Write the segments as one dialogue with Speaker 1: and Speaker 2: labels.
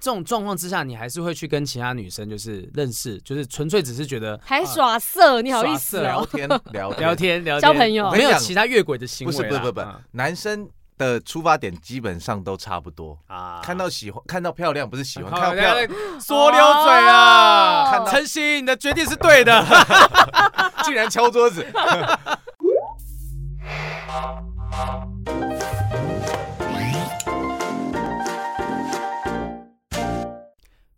Speaker 1: 这种状况之下，你还是会去跟其他女生就是认识，就是纯粹只是觉得
Speaker 2: 还
Speaker 1: 啊
Speaker 2: 耍色，你好意
Speaker 1: 耍
Speaker 2: 思
Speaker 1: 色
Speaker 2: 哦、
Speaker 1: 聊
Speaker 3: 聊 天聊
Speaker 1: 聊天聊天
Speaker 2: 交朋友
Speaker 3: 我跟
Speaker 1: 没
Speaker 3: 你
Speaker 1: 有
Speaker 3: 讲
Speaker 1: 其他越轨的行为
Speaker 3: 不是
Speaker 1: 啦。
Speaker 3: 不是不是不是
Speaker 1: 嗯
Speaker 3: 男生的出发点基本上都差不多。
Speaker 1: 啊
Speaker 3: 看到喜欢，看到漂亮不是喜欢，看到
Speaker 1: 靠
Speaker 3: 漂亮
Speaker 1: 人家在说溜嘴啊！
Speaker 2: 哦
Speaker 3: 看到
Speaker 1: 晨曦，你的决定是对的。哎
Speaker 3: 竟然敲 桌子。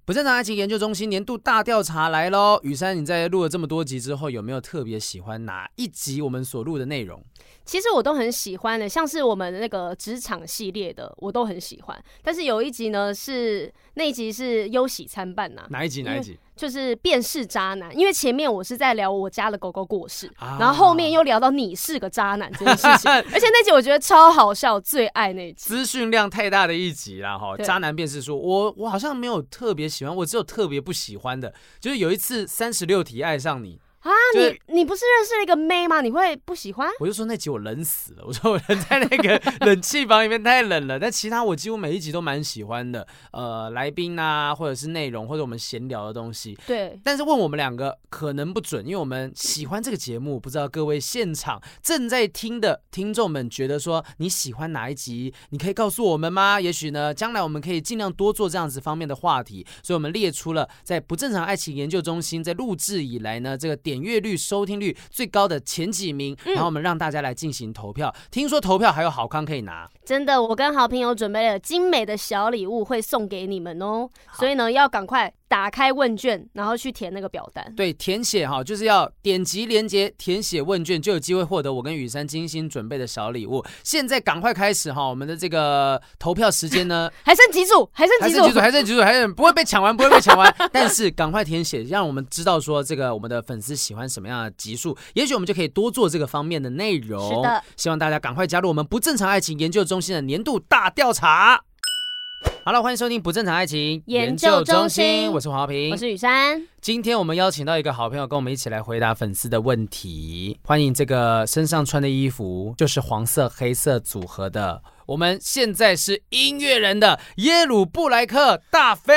Speaker 1: 不正常爱情研究中心年度大调查来喽！雨珊，你在录了这么多集之后，有没有特别喜欢哪一集我们所录的内容？
Speaker 2: 其实我都很喜欢的，像是我们那个职场系列的，我都很喜欢。但是有一集呢，是那一集是忧喜参半呐、
Speaker 1: 哪一集？
Speaker 2: 因为
Speaker 1: 哪一集？
Speaker 2: 就是辨识渣男。因为前面我是在聊我家的狗狗过世，
Speaker 1: 啊
Speaker 2: 然后后面又聊到你是个渣男这件事 情，而且那集我觉得超好笑，最爱那一集。
Speaker 1: 资讯量太大的一集啦，哈！
Speaker 2: 对
Speaker 1: 渣男便是说，我我好像没有特别喜欢，我只有特别不喜欢的，就是有一次三十六题爱上你，
Speaker 2: 啊，
Speaker 1: 就是
Speaker 2: 你你不是认识了一个妹吗？你会不喜欢？
Speaker 1: 我就说那集我冷死了，我 说我人在那个冷气房里面太冷了，但其他我几乎每一集都蛮喜欢的，呃，来宾啊，或者是内容，或者我们闲聊的东西。
Speaker 2: 对，
Speaker 1: 但是问我们两个可能不准，因为我们喜欢这个节目，不知道各位现场正在听的听众们觉得说你喜欢哪一集，你可以告诉我们吗？ 也许呢，将来我们可以尽量多做这样子方面的话题，所以我们列出了在不正常爱情研究中心在录制以来呢，这个点阅率、收听率最高的前几名，然后我们让大家来进行投票。听说投票还有好康可以拿，
Speaker 2: 真的，我跟好朋友准备了精美的小礼物会送给你们哦，所以呢，要赶快打开问卷，然后去填那个表单。
Speaker 1: 对，填写哈，就是要点击链接填写问卷，就有机会获得我跟雨珊精心准备的小礼物。现在赶快开始哈，我们的这个投票时间 呢
Speaker 2: 还剩几组？还剩
Speaker 1: 还
Speaker 2: 几
Speaker 1: 剩
Speaker 2: 组？
Speaker 1: 几组，还剩几组，还剩不会被抢完，不会被抢完。但是赶快填写，让我们知道说这个我们的粉丝喜欢什么样的集数，也许我们就可以多做这个方面的内容。
Speaker 2: 是的，
Speaker 1: 希望大家赶快加入我们不正常爱情研究中心的年度大调查。好了，欢迎收听不正常爱情
Speaker 2: 研究中心
Speaker 1: 我是黄浩平，
Speaker 2: 我是雨珊，
Speaker 1: 今天我们邀请到一个好朋友，跟我们一起来回答粉丝的问题。欢迎这个身上穿的衣服就是黄色黑色组合的。我们现在是音乐人的耶鲁布莱克大飞，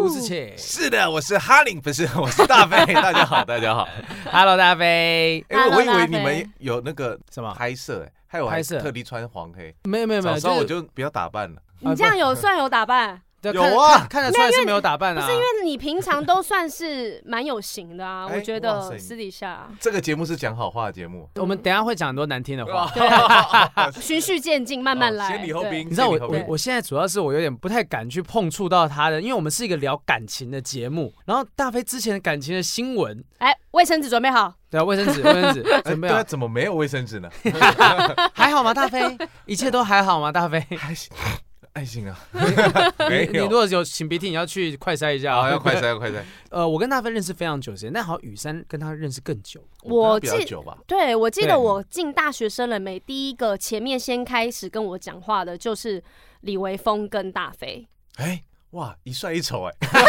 Speaker 1: 我是切
Speaker 3: 是的，我是哈林，不是 我是大飞。 大家好，大家好。
Speaker 1: ，Hello 大飞，
Speaker 3: 哎、我
Speaker 2: Hello，
Speaker 3: 以为
Speaker 2: 大
Speaker 3: 你
Speaker 2: 飞
Speaker 3: 们有那个
Speaker 1: 什么？
Speaker 3: 拍摄、哎，还有我
Speaker 1: 拍
Speaker 3: 还
Speaker 1: 摄
Speaker 3: 特地穿黄黑。
Speaker 1: 没有没有没
Speaker 3: 早
Speaker 1: 有，
Speaker 3: 知道我就不要打扮了。
Speaker 2: 你这样有算有打扮？
Speaker 1: 对
Speaker 3: 有
Speaker 1: 看
Speaker 3: 啊
Speaker 1: 看看得出来是没有打扮啊，
Speaker 2: 因为你平常都算是蛮有型的啊，
Speaker 3: 哎
Speaker 2: 我觉
Speaker 3: 哇
Speaker 2: 得
Speaker 3: 塞
Speaker 2: 私底下
Speaker 3: 这个节目是讲好话的节目，
Speaker 1: 我们等一下会讲很多难听的 话。
Speaker 2: 循序渐进，慢慢
Speaker 3: 哦
Speaker 2: 来。
Speaker 3: 先礼后
Speaker 2: 对
Speaker 3: 兵，
Speaker 1: 你知道我
Speaker 3: 先礼后
Speaker 1: 我
Speaker 3: 兵
Speaker 2: 对
Speaker 1: 我现在主要是我有点不太敢去碰触到他的，因为我们是一个聊感情的节目。然后大飞之前的感情的新闻，
Speaker 2: 哎，卫生纸准备好，
Speaker 1: 对啊，卫生纸卫生纸
Speaker 3: 哎
Speaker 1: 准备
Speaker 3: 对
Speaker 1: 好
Speaker 3: 啊，，怎么没有卫生纸呢？
Speaker 1: 还好吗？大飞，一切都还好吗？大飞，
Speaker 3: 还行，还行啊，
Speaker 1: 你
Speaker 3: 没
Speaker 1: 你如
Speaker 3: 有。
Speaker 1: 果有擤鼻涕，你要去快筛一下
Speaker 3: 好，
Speaker 1: 啊，
Speaker 3: 要快塞，要快塞。
Speaker 1: 呃，我跟大飞认识非常久时间，但好像雨珊跟他认识更久。
Speaker 2: 我
Speaker 3: 比较
Speaker 2: 记
Speaker 3: 久吧，
Speaker 2: 对，我记
Speaker 1: 对
Speaker 2: 得我进大学生了没，第一个前面先开始跟我讲话的就是李维峰跟大飞。
Speaker 3: 哎、哇，一帅一丑哎、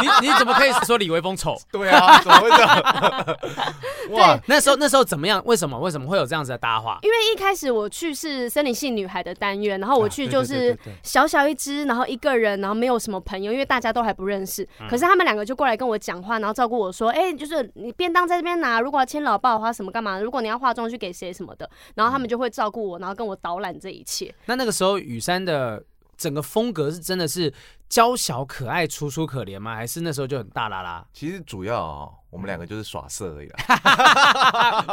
Speaker 1: 你你怎么可以说李维峰丑？
Speaker 3: 对啊，怎么会这样？ 哇，
Speaker 1: 那时候那时候怎么样？为什么为什么会有这样子的搭话？
Speaker 2: 因为一开始我去是森林系女孩的单元，然后我
Speaker 3: 啊
Speaker 2: 去
Speaker 3: 对
Speaker 2: 就
Speaker 3: 对对
Speaker 2: 是
Speaker 3: 对对
Speaker 2: 小小一只，然后一个人，然后没有什么朋友，因为大家都还不认识。
Speaker 3: 嗯
Speaker 2: 可是他们两个就过来跟我讲话，然后照顾我说：“哎、就是你便当在这边拿，如果要签老报的话，什么干嘛？如果你要化妆去给谁什么的。”
Speaker 3: 嗯
Speaker 2: 然后他们就会照顾我，然后跟我导览这一 切。
Speaker 1: 那那个时候雨珊的整个风格是真的是娇小可爱、楚楚可怜吗？还是那时候就很大啦啦？
Speaker 3: 其实主要、哦、我们两个就是耍色而已啦。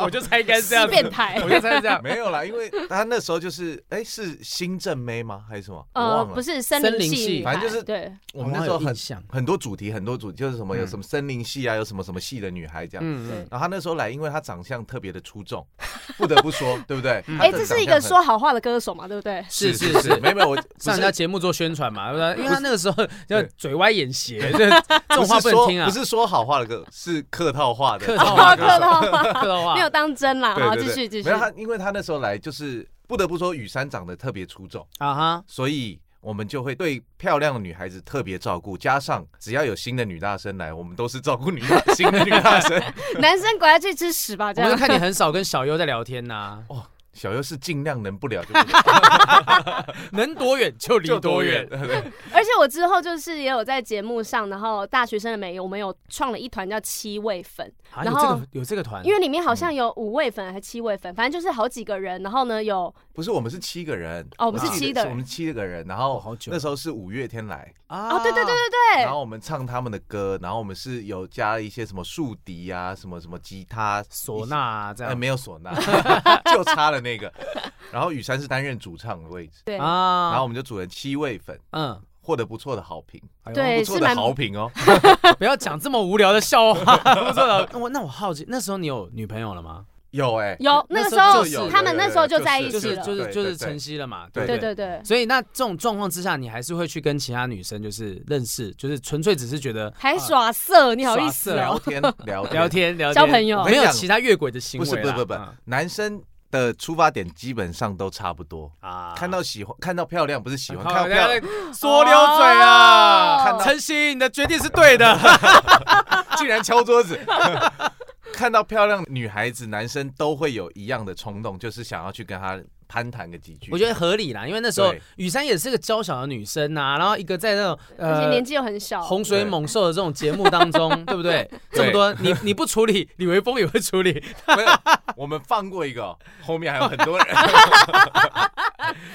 Speaker 1: 我就猜应该是这
Speaker 2: 是
Speaker 1: 样子，
Speaker 2: 变态
Speaker 1: 我就猜是这样。
Speaker 3: 没有啦，因为他那时候就是，哎、是新正妹吗？还是什么？我
Speaker 2: 呃，
Speaker 3: 忘
Speaker 2: 不
Speaker 3: 了。
Speaker 2: 是森
Speaker 1: 森
Speaker 2: 林
Speaker 1: 林
Speaker 2: 系
Speaker 1: 系
Speaker 2: 女孩，
Speaker 3: 反正就是
Speaker 2: 对，
Speaker 3: 我们那时候
Speaker 1: 好像有
Speaker 3: 很
Speaker 1: 印象
Speaker 3: 很多主题，很多主题就是什么，有
Speaker 1: 嗯
Speaker 3: 什么森林系啊，有什么什么系的女孩这样。
Speaker 1: 嗯
Speaker 2: 对
Speaker 3: 然后他那时候来，因为他长相特别的出 众，不得不说，对不对？
Speaker 2: 哎、
Speaker 3: 哎
Speaker 2: 这是一个说好话的歌手嘛，对不对？
Speaker 1: 是是是
Speaker 3: 是，没有没有，我
Speaker 1: 上人家节目做宣传嘛，对不对？因为他那个时候就
Speaker 3: 对
Speaker 1: 嘴歪眼斜，这这种话
Speaker 3: 不
Speaker 1: 不
Speaker 3: 是
Speaker 1: 能
Speaker 3: 说
Speaker 1: 听啊
Speaker 3: 不。是说好话的歌，是客套话的。
Speaker 1: 客套
Speaker 2: 哦，
Speaker 1: 话，
Speaker 2: 客套话。
Speaker 1: 客套话
Speaker 2: 没有当真啦，
Speaker 3: 对
Speaker 2: 好，
Speaker 3: 对
Speaker 2: 继
Speaker 3: 对
Speaker 2: 续继续
Speaker 3: 没。有他，因为他那时候来就是不得不说，雨山长得特别出众，
Speaker 1: 啊哈。
Speaker 3: 所以我们就会对漂亮的女孩子特别照顾。加上只要有新的女大生来，我们都是照顾女大新的女大生。
Speaker 2: 男生滚下去吃屎吧，这
Speaker 1: 我们
Speaker 2: 样。
Speaker 1: 看你很少跟小优在聊天呐，
Speaker 3: 小优是尽量能不聊 就不聊
Speaker 1: 能多远就离
Speaker 3: 就
Speaker 1: 多远。
Speaker 2: 而且我之后就是也有在节目上，然后大学生的美，我们有创了一团叫七位粉，
Speaker 1: 啊，有
Speaker 2: 然
Speaker 1: 这
Speaker 2: 后
Speaker 1: 个有这个团，
Speaker 2: 因为里面好像有五位粉还是七位粉，反正就是好几个人。然后呢，有
Speaker 3: 不哦是，我们是七个人。
Speaker 2: 哦我们是七个人
Speaker 3: 啊是我们七个人。然
Speaker 1: 哦
Speaker 3: 后
Speaker 1: 好久
Speaker 3: 那时候是五月天来，
Speaker 1: 啊
Speaker 2: 哦，对对对对
Speaker 3: 然
Speaker 2: 对，
Speaker 3: 后我们唱他们的歌，然后我们是有加了一些什么竖笛啊，什么什么吉他、
Speaker 1: 唢呐啊这
Speaker 3: 哎，
Speaker 1: 样
Speaker 3: 没有唢 呐，就差了那个。然后雨山是担任主唱的位置，
Speaker 2: 对
Speaker 1: 啊，
Speaker 3: 然后我们就组了七位粉，
Speaker 1: 嗯，
Speaker 3: 获得不错的好评，
Speaker 1: 哎呦
Speaker 2: 对
Speaker 3: 不错
Speaker 2: 是
Speaker 3: 的
Speaker 2: 蛮
Speaker 3: 好评哦。
Speaker 1: 不要讲这么无聊的笑话，不错的。我那我好奇，那时候你有女朋友了吗？
Speaker 3: 有哎，
Speaker 2: 有那
Speaker 1: 那
Speaker 2: 个
Speaker 1: 时
Speaker 2: 时
Speaker 1: 候
Speaker 2: 候
Speaker 1: 就是
Speaker 2: 他们那时候就
Speaker 3: 就
Speaker 2: 是在一
Speaker 1: 就
Speaker 2: 起
Speaker 1: 是
Speaker 2: 了，
Speaker 1: 就是
Speaker 3: 对
Speaker 1: 就是
Speaker 3: 对对
Speaker 1: 晨曦了嘛，
Speaker 3: 对
Speaker 1: 对嗯
Speaker 2: 对对对，
Speaker 1: 所以那这种状况之下，你还是会去跟其他女生就是认识，就是纯粹只是觉得
Speaker 2: 还耍色，你好
Speaker 1: 耍
Speaker 2: 意思
Speaker 1: 色啊
Speaker 2: 哦
Speaker 3: 聊。天聊
Speaker 1: 聊。天聊天
Speaker 2: 交朋友
Speaker 1: 没有其他越轨的行
Speaker 3: 不
Speaker 1: 为啦。
Speaker 3: 是，不是不是不是
Speaker 1: 嗯，
Speaker 3: 男生的出发点基本上都差不多。
Speaker 1: 啊
Speaker 3: 看到喜欢，看到漂亮不是喜欢，看
Speaker 1: 靠
Speaker 3: 到漂亮，
Speaker 1: 说溜嘴啊！
Speaker 2: 哦看到
Speaker 1: 晨曦，你的决定是对的。
Speaker 3: 竟然敲桌 子。看到漂亮女孩子，男生都会有一样的冲动，就是想要去跟她攀谈个几句。
Speaker 1: 我觉得合理啦，因为那时候
Speaker 3: 对
Speaker 1: 雨珊也是个娇小的女生呐、然后一个在那种
Speaker 2: 而且
Speaker 1: 呃
Speaker 2: 年纪又很小，
Speaker 1: 洪水猛兽的这种节目当 中，对不对？这么多，你你不处理，李维峰也会处理。
Speaker 3: 没有，我们放过一个哦，后面还有很多人。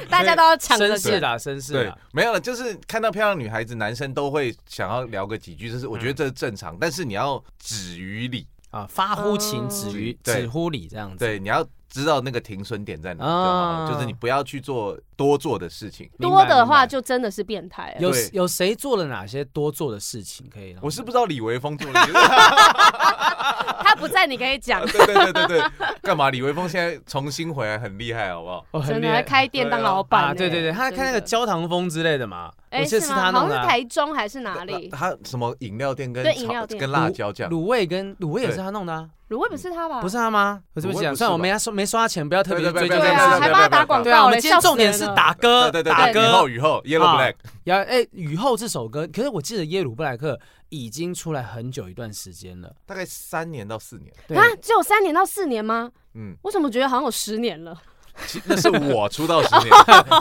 Speaker 2: 大家都要抢
Speaker 1: 绅
Speaker 2: 着去
Speaker 1: 士。啦，绅士
Speaker 3: 对
Speaker 1: 啦，，
Speaker 3: 没有了，就是看到漂亮女孩子，男生都会想要聊个几句，这是我觉得这是正常，但是你要止于理，
Speaker 1: 啊，发乎情，
Speaker 2: 嗯
Speaker 1: 止于
Speaker 3: 对
Speaker 1: 止乎礼，这样子。
Speaker 3: 对，你要知道那个停损点在哪里就好
Speaker 1: 啊
Speaker 3: 了，就是你不要去做多做的事情。
Speaker 1: 明白
Speaker 2: 多的
Speaker 1: 明
Speaker 2: 话
Speaker 1: 白
Speaker 2: 就真的是变态了。
Speaker 1: 有
Speaker 3: 对
Speaker 1: 有谁做了哪些多做的事情？可以让
Speaker 3: 我是不知道李维峰做了，对，
Speaker 2: 他不在，你可以讲
Speaker 3: 对对对对，干嘛？李维峰现在重新回来很厉害，好不好？
Speaker 1: 我 哦很
Speaker 2: 真
Speaker 1: 厉
Speaker 2: 的还
Speaker 1: 害
Speaker 2: 开店当老板
Speaker 1: 啊！
Speaker 2: 呢。
Speaker 1: 对对对，他看那个
Speaker 2: 真的，
Speaker 1: 焦糖风之类的嘛，我
Speaker 2: 哎，
Speaker 1: 记得
Speaker 2: 是
Speaker 1: 是他弄
Speaker 2: 吗？好像
Speaker 1: 的
Speaker 2: 是
Speaker 1: 啊。
Speaker 2: 台中还是哪 里？
Speaker 3: 他什么饮料店跟
Speaker 2: 对
Speaker 3: 草
Speaker 2: 饮料店
Speaker 3: 跟辣椒酱，
Speaker 1: 卤味跟卤味也是
Speaker 3: 对
Speaker 1: 他弄的啊，
Speaker 2: 卤味不是他吧？
Speaker 1: 不是他吗？我这么
Speaker 3: 卤味
Speaker 1: 讲，
Speaker 3: 不是
Speaker 1: 虽然我
Speaker 3: 吧
Speaker 1: 没他说没刷钱，不要特别去
Speaker 3: 对
Speaker 1: 追
Speaker 3: 对
Speaker 1: 究
Speaker 3: 对
Speaker 1: 这
Speaker 2: 对
Speaker 1: 件
Speaker 2: 啊，
Speaker 1: 事
Speaker 3: 对
Speaker 2: 还
Speaker 1: 情
Speaker 3: 对
Speaker 2: 帮他打广
Speaker 1: 对啊，
Speaker 2: 告
Speaker 1: 我
Speaker 2: 嘞。
Speaker 1: 们今天
Speaker 2: 笑死
Speaker 1: 重点
Speaker 2: 人
Speaker 1: 是
Speaker 2: 了
Speaker 1: 打歌，
Speaker 3: 对对对
Speaker 1: 打
Speaker 3: 对，
Speaker 1: 歌。
Speaker 3: 雨后雨后 Yellow
Speaker 1: 啊
Speaker 3: Black，
Speaker 1: 呀，哎，雨后这首歌，可是我记得耶鲁布莱克已经出来很久一段时间了。
Speaker 3: 大概三年到四年，
Speaker 1: 对，
Speaker 2: 啊，只有三年到四年吗？
Speaker 3: 嗯，
Speaker 2: 我怎么觉得好像有十年了？
Speaker 3: 其那是我出道十年，
Speaker 2: 啊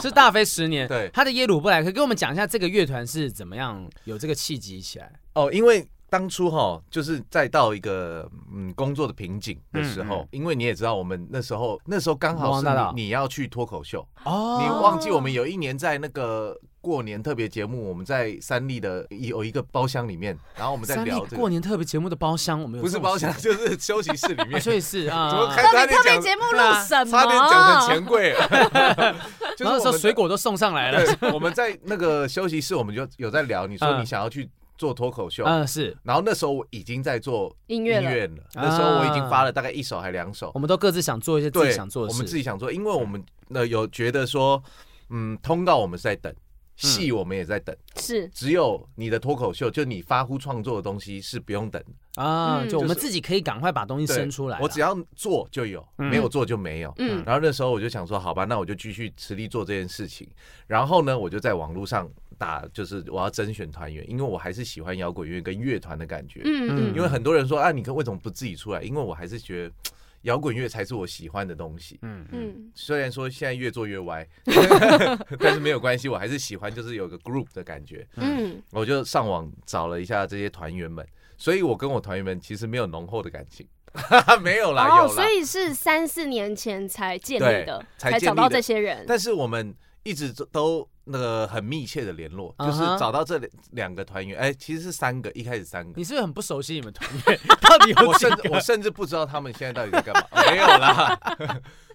Speaker 1: 是大飞十年。
Speaker 3: 对
Speaker 1: 他的耶鲁布莱克，给我们讲一下这个乐团是怎么样有这个契机起来。
Speaker 3: 哦，因为当初哈，就是再到一个嗯工作的瓶颈的时候，
Speaker 1: 嗯嗯
Speaker 3: 因为你也知道，我们那时候那时候刚好
Speaker 1: 汪
Speaker 3: 是
Speaker 1: 大道
Speaker 3: 你你要去脱口秀，
Speaker 1: 哦
Speaker 3: 你忘记我们有一年在那个过年特别节目，我们在三立的有一个包厢里面，然后我们在
Speaker 1: 三立
Speaker 3: 聊这
Speaker 1: 过
Speaker 3: 个，
Speaker 1: 年特别节目的包厢，我们有
Speaker 3: 不是
Speaker 1: 这种
Speaker 3: 包厢，
Speaker 1: 事
Speaker 3: 就是休息室里
Speaker 1: 啊
Speaker 3: 面，
Speaker 1: 所以是啊。
Speaker 3: 怎么开
Speaker 2: 到底
Speaker 3: 差点
Speaker 2: 特别
Speaker 3: 讲
Speaker 2: 节目
Speaker 1: 对啊
Speaker 2: 录什么？
Speaker 3: 差点讲成钱柜了， 就是
Speaker 1: 然后那
Speaker 3: 我们
Speaker 1: 时候
Speaker 3: 在
Speaker 1: 水果都送上来了。
Speaker 3: 对，我们在那个休息室，我们就有在聊，你说
Speaker 1: 嗯
Speaker 3: 你想要去做脱口秀，
Speaker 1: 嗯，是，
Speaker 3: 然后那时候我已经在做
Speaker 2: 音
Speaker 3: 音
Speaker 2: 乐了，
Speaker 3: 乐了。那时候我已经发了大概一首还两首
Speaker 1: 我，们都各自想做一些啊自己
Speaker 3: 对，
Speaker 1: 想做的
Speaker 3: 我
Speaker 1: 事。
Speaker 3: 们自己想做，因为我们呃有觉得说，嗯，通告我们是在等，戏我们也在等，
Speaker 2: 是
Speaker 3: 只有你的脱口秀，就你发乎创作的东西是不用等的，
Speaker 1: 啊，
Speaker 2: 嗯
Speaker 1: 就我们
Speaker 3: 就是
Speaker 1: 自己可以赶快把东西
Speaker 3: 对
Speaker 1: 生出来啦。啊
Speaker 3: 我只要做就有，
Speaker 1: 嗯
Speaker 3: 没有做就没有。
Speaker 2: 嗯
Speaker 3: 然后那时候我就想说，好吧，那我就继续持力做这件事情。然后呢，我就在网络上打，就是我要甄选团员，因为我还是喜欢摇滚乐跟乐团的感觉。
Speaker 2: 嗯
Speaker 3: 因
Speaker 2: 嗯，
Speaker 3: 为很多人说啊，你可为什么不自己出来？因为我还是觉得摇滚乐才是我喜欢的东西。
Speaker 1: 嗯嗯
Speaker 2: 嗯，
Speaker 3: 虽然说现在越做越歪， 但是没有关系，我还是喜欢，就是有个 group 的感觉。
Speaker 2: 嗯，
Speaker 3: 我就上网找了一下这些团员们，所以我跟我团员们其实没有浓厚的感情， 没有啦，
Speaker 2: 哦，
Speaker 3: 有啦
Speaker 2: 所。以是三四年前才建
Speaker 3: 对
Speaker 2: 立的，
Speaker 3: 才
Speaker 2: 才
Speaker 3: 建
Speaker 2: 找
Speaker 3: 立
Speaker 2: 到
Speaker 3: 的
Speaker 2: 这些人。
Speaker 3: 但是我们一直都那个很密切的联络，就是
Speaker 1: 啊哈
Speaker 3: 找到这两两个团员，哎，其实是三个，一开始三个。
Speaker 1: 你是不是很不熟悉你们团 员？到底有
Speaker 3: 我
Speaker 1: 几
Speaker 3: 甚至
Speaker 1: 个
Speaker 3: 我甚至不知道他们现在到底在干嘛。没有啦，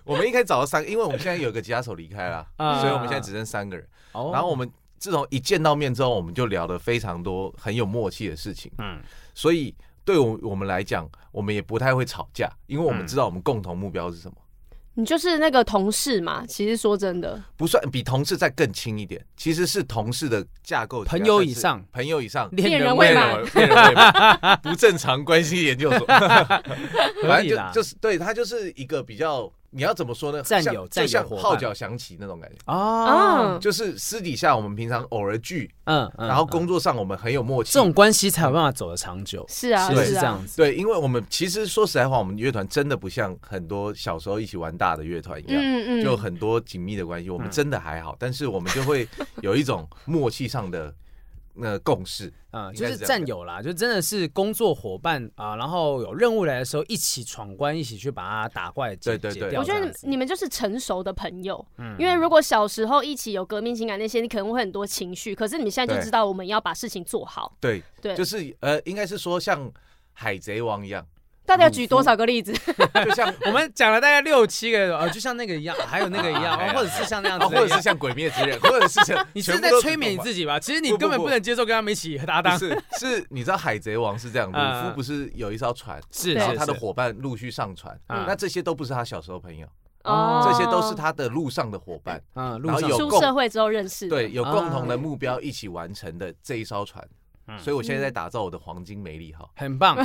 Speaker 3: 我们一开始找到三个，因为我们现在有个吉他手离开了，
Speaker 1: 啊
Speaker 3: 所以我们现在只剩三个人。
Speaker 1: 哦
Speaker 3: 然后我们自从一见到面之后，我们就聊了非常多很有默契的事情，
Speaker 1: 嗯
Speaker 3: 所以。对我我们来讲，我们也不太会吵架，因为我们
Speaker 1: 嗯
Speaker 3: 知道我们共同目标是什么。
Speaker 2: 你就是那个同事嘛？其实说真的，
Speaker 3: 不算比同事再更亲一点，其实是同事的架构起来，
Speaker 1: 朋友
Speaker 3: 但
Speaker 1: 以
Speaker 3: 是
Speaker 1: 上
Speaker 3: 朋友以上，
Speaker 1: 恋
Speaker 2: 恋
Speaker 1: 人
Speaker 2: 人
Speaker 1: 未
Speaker 2: 未
Speaker 1: 满
Speaker 2: 满，
Speaker 3: 恋人未满不正常关系研究所，
Speaker 1: 合
Speaker 3: 反
Speaker 1: 理
Speaker 3: 正
Speaker 1: 啦
Speaker 3: 就就是对他就是一个比较你要怎么说呢？
Speaker 1: 战
Speaker 3: 像
Speaker 1: 友战友
Speaker 3: 就像
Speaker 1: 伙伴
Speaker 3: 号角响起那种感觉，
Speaker 1: 哦，
Speaker 2: 嗯
Speaker 3: 就是私底下我们平常偶尔聚，
Speaker 1: 嗯，嗯
Speaker 3: 然后
Speaker 1: 嗯
Speaker 3: 工作上我们很有默契
Speaker 1: 这。种关系才有办法走得长久，
Speaker 2: 是啊，
Speaker 1: 其实是
Speaker 2: 是
Speaker 1: 这
Speaker 2: 啊
Speaker 1: 样，子，
Speaker 3: 对，因为我们其实说实在话，我们乐团真的不像很多小时候一起玩大的乐团一样，
Speaker 2: 嗯嗯，
Speaker 3: 就很多紧密的关
Speaker 1: 嗯
Speaker 3: 系，我们真的还好，但是我们就会有一种默契上的那共识。
Speaker 1: 嗯，
Speaker 3: 应
Speaker 1: 就
Speaker 3: 该
Speaker 1: 是
Speaker 3: 是这样
Speaker 1: 战友啦，就真的是工作伙伴啊，然后有任务来的时候一起闯关，一起去把它打怪解
Speaker 3: 对对
Speaker 1: 解
Speaker 3: 对
Speaker 1: 掉
Speaker 2: 我觉
Speaker 1: 这
Speaker 2: 得
Speaker 1: 样子嗯
Speaker 2: 你们就是成熟的朋友，因为如果小时候一起有革命情感那些，你可能会很多情绪，可是你们现在就
Speaker 3: 对
Speaker 2: 知道我们要把事情做好，
Speaker 3: 对，
Speaker 2: 对，
Speaker 3: 就是呃，应该是说像海贼王 一样，
Speaker 2: 大概举多少个例子？
Speaker 3: 就像
Speaker 1: 我们讲了大概六七个，呃，就像那个一样，还有那个一样，
Speaker 3: 哎呀
Speaker 1: 或者是像那样
Speaker 3: 啊
Speaker 1: 子
Speaker 3: 或
Speaker 1: 的一
Speaker 3: 者
Speaker 1: 样
Speaker 3: 是。像鬼灭之刃，或者是像
Speaker 1: 你是
Speaker 3: 全部
Speaker 1: 在
Speaker 3: 都
Speaker 1: 催眠你
Speaker 3: 动漫
Speaker 1: 自己吧？其实你
Speaker 3: 不不
Speaker 1: 根本
Speaker 3: 不
Speaker 1: 不能接受跟他们一起搭档
Speaker 3: 不。是，是你知道海贼王是这样，鲁
Speaker 1: 嗯
Speaker 3: 夫不是有一艘船，
Speaker 1: 是
Speaker 3: 然后
Speaker 1: 是
Speaker 3: 他的
Speaker 1: 是
Speaker 3: 伙伴陆续上船，
Speaker 1: 嗯
Speaker 3: 那这些都不是他小时候朋友，
Speaker 1: 哦
Speaker 3: 这些都是他的路上的伙伴，
Speaker 1: 嗯，路
Speaker 3: 然后
Speaker 1: 上
Speaker 3: 有
Speaker 2: 出
Speaker 3: 共
Speaker 2: 社会之后认识的，
Speaker 3: 对，有共同的目标一起完成的这一艘船
Speaker 1: 嗯。
Speaker 3: 所以我现在在打造我的黄金梅利号，
Speaker 1: 很 棒。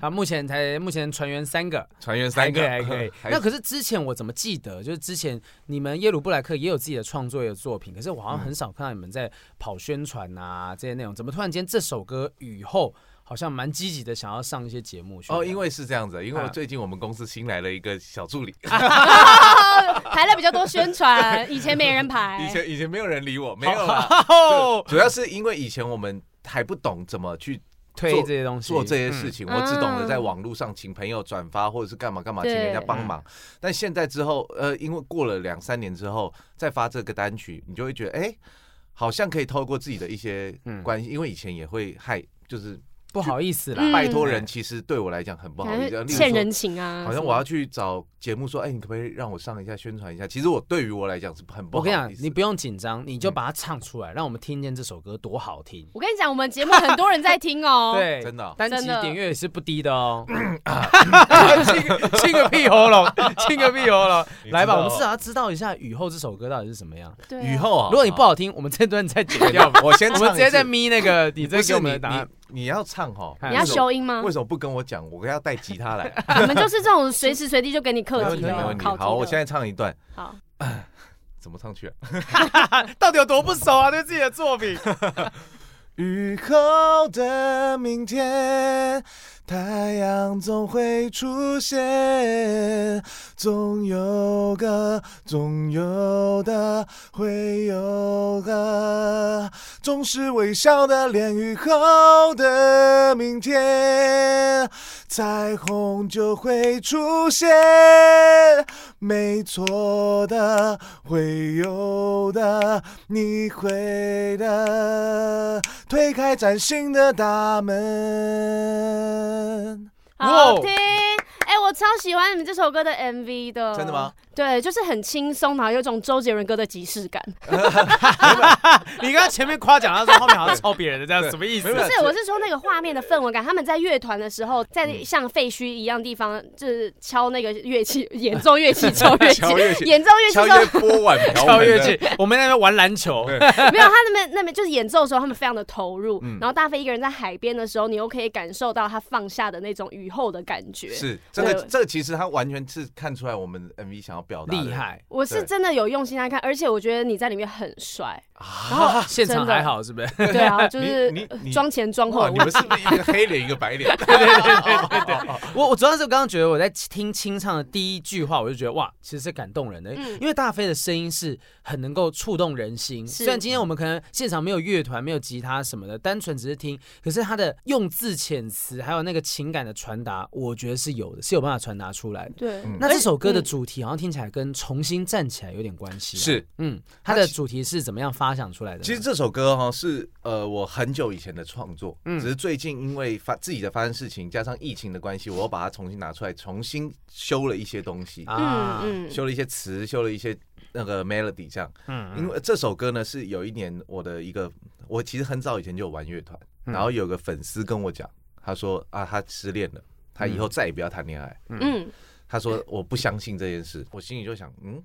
Speaker 1: 啊，目前才目前船员三个，
Speaker 3: 船员
Speaker 1: 还
Speaker 3: 三
Speaker 1: 可
Speaker 3: 个嗯。
Speaker 1: 以还可以
Speaker 3: 还
Speaker 1: 那可是之前我怎么记得，就是之前你们耶鲁布莱克也有自己的创作的作品，可是我好像
Speaker 3: 嗯
Speaker 1: 很少看到你们在跑宣传啊这些内容。怎么突然间这首歌雨后好像蛮积极的，想要上一些节目去
Speaker 3: 哦，因为是这样子，因为
Speaker 1: 嗯
Speaker 3: 最近我们公司新来了一个小助理，
Speaker 2: 排了比较多宣传，以前没人排，
Speaker 3: 以前以前没有人理我，没有啦，
Speaker 1: 哦
Speaker 3: 主要是因为以前我们还不懂怎么去
Speaker 1: 推这些东西
Speaker 3: 做这些事
Speaker 1: 嗯
Speaker 3: 情，
Speaker 2: 嗯
Speaker 3: 我只懂得在网络上请朋友转发或者是干嘛干嘛，
Speaker 2: 对
Speaker 3: 请人家帮忙。但现在之后，呃，因为过了两三年之后再发这个单曲，你就会觉得，哎、好像可以透过自己的一些
Speaker 1: 嗯
Speaker 3: 关系，因为以前也会害，就是
Speaker 1: 不好意思啦
Speaker 2: 嗯，
Speaker 3: 拜托人，其实对我来讲很不好
Speaker 1: 嗯
Speaker 3: 意思，例如
Speaker 2: 欠
Speaker 3: 说
Speaker 2: 人情啊，
Speaker 3: 好像我要去找节目说，哎、你可不可以让我上一下宣传一下？其实我对于我来讲是很不
Speaker 1: 我
Speaker 3: 好意
Speaker 1: 跟
Speaker 3: 思嗯
Speaker 1: 你
Speaker 3: 的。
Speaker 1: 讲，你不用紧张，你就把它唱出来，让我们听见这首歌多好听。
Speaker 2: 我跟你讲，我们节目很多人在听 哦，
Speaker 1: 对，
Speaker 3: 真的哦
Speaker 1: 单集
Speaker 2: 真的
Speaker 1: 点阅也是不低的 哦。亲个亲个屁喉咙，亲个屁喉咙。
Speaker 3: 你知道
Speaker 1: 来吧，我们
Speaker 3: 哦
Speaker 1: 至少要知道一下雨后这首歌到底是什么样。
Speaker 2: 对啊
Speaker 3: 雨后啊，
Speaker 1: 如果你不 好听，我们这段再剪掉。
Speaker 3: 要，我先
Speaker 1: 我
Speaker 3: 唱一次，
Speaker 1: 们直接再咪那个你
Speaker 3: 不
Speaker 1: 这给
Speaker 3: 是
Speaker 1: 我
Speaker 3: 你
Speaker 1: 们的答案。
Speaker 3: 你你要唱哈，
Speaker 1: 你
Speaker 2: 你要
Speaker 3: 为什么
Speaker 2: 修音吗
Speaker 3: 为？什么不跟我讲？我要带吉他来。
Speaker 2: 我们就是这种随时随地就给你
Speaker 3: 没
Speaker 2: 课
Speaker 3: 问
Speaker 2: 题
Speaker 3: 题，没
Speaker 2: 的
Speaker 3: 问，题。
Speaker 2: 考题的。
Speaker 3: 好，我现在唱一段，
Speaker 2: 好，
Speaker 3: 怎么唱去、啊？
Speaker 1: 到底有多不熟啊？对自己的作品，
Speaker 3: 雨后的明天，太阳总会出现，总有个，总有的，会有个，总是微笑的脸。雨后的明天，彩虹就会出现，没错的，会有的，你会的，推开崭新的大门。
Speaker 2: 好
Speaker 1: 哇
Speaker 2: 听。哎、我超喜欢你们这首歌的 MV 的。
Speaker 3: 真的吗？
Speaker 2: 对，就是很轻松，然后有种周杰伦歌的即视感。
Speaker 1: 你刚刚前面夸奖他说后面好像抄别人的，这样
Speaker 3: 对
Speaker 1: 什么意思
Speaker 3: 没？有
Speaker 2: 不是，我是说那个画面的氛围感。他们在乐团的时候，
Speaker 3: 嗯
Speaker 2: 在像废墟一样地方，就是敲那个乐器，演奏乐 器，敲乐器，
Speaker 3: 敲乐器
Speaker 2: 演奏乐器的时候，
Speaker 3: 波碗瓢
Speaker 1: 跳跃去，我们那边玩篮球，
Speaker 2: 没有他那边那边就是演奏的时候，他们非常的投入。
Speaker 3: 嗯
Speaker 2: 然后大飞一个人在海边的时候，你又可以感受到他放下的那种雨后的感觉。
Speaker 3: 是这个
Speaker 2: 对
Speaker 3: 这个其实他完全是看出来我们 MV 想要表达的
Speaker 1: 厉害。
Speaker 2: 我是
Speaker 3: 对
Speaker 2: 真的有用心来看，而且我觉得你在里面很 帅。
Speaker 3: 啊！
Speaker 2: 然后
Speaker 1: 现场
Speaker 2: 真的
Speaker 1: 还好是不是？
Speaker 2: 对啊，就
Speaker 3: 你
Speaker 2: 是
Speaker 3: 你
Speaker 2: 呃
Speaker 3: 你
Speaker 2: 妆前妆后
Speaker 3: 哇，
Speaker 2: 的
Speaker 3: 你
Speaker 2: 问
Speaker 3: 们
Speaker 2: 题。
Speaker 3: 是不是一个黑脸一个白脸？
Speaker 1: 我我主要是刚刚觉得我在听清唱的第一句话，我就觉得哇，其实是感动人的，
Speaker 2: 嗯
Speaker 1: 因为大飞的声音是很能够触动人心。
Speaker 2: 是
Speaker 1: 虽然今天我们可能现场没有乐团、没有吉他什么的，单纯只是听，可是他的用字遣词还有那个情感的传达，我觉得是有的，是有办法传达出来的。
Speaker 2: 对，
Speaker 3: 嗯
Speaker 1: 那这首歌的主题好像听起来跟重新站起来有点关系，，
Speaker 3: 是，
Speaker 1: 嗯，它的主题是怎么样发想出来的呢？
Speaker 3: 其实这首歌哈是呃我很久以前的创作，
Speaker 1: 嗯
Speaker 3: 只是最近因为发自己的发生事情，加上疫情的关系，我又把它重新拿出来，重新修了一些东西，
Speaker 1: 啊，嗯
Speaker 2: 嗯嗯，
Speaker 3: 修了一些词，修了一些那个 melody 这样。
Speaker 1: 嗯
Speaker 3: 因为这首歌呢是有一年我的一个，我其实很早以前就有玩乐团，
Speaker 1: 嗯
Speaker 3: 然后有个粉丝跟我讲，他说啊他失恋了，他
Speaker 1: 嗯
Speaker 3: 以后再也不要谈恋爱。
Speaker 2: 嗯，
Speaker 3: 他说我不相信这件事，我心里就想，嗯，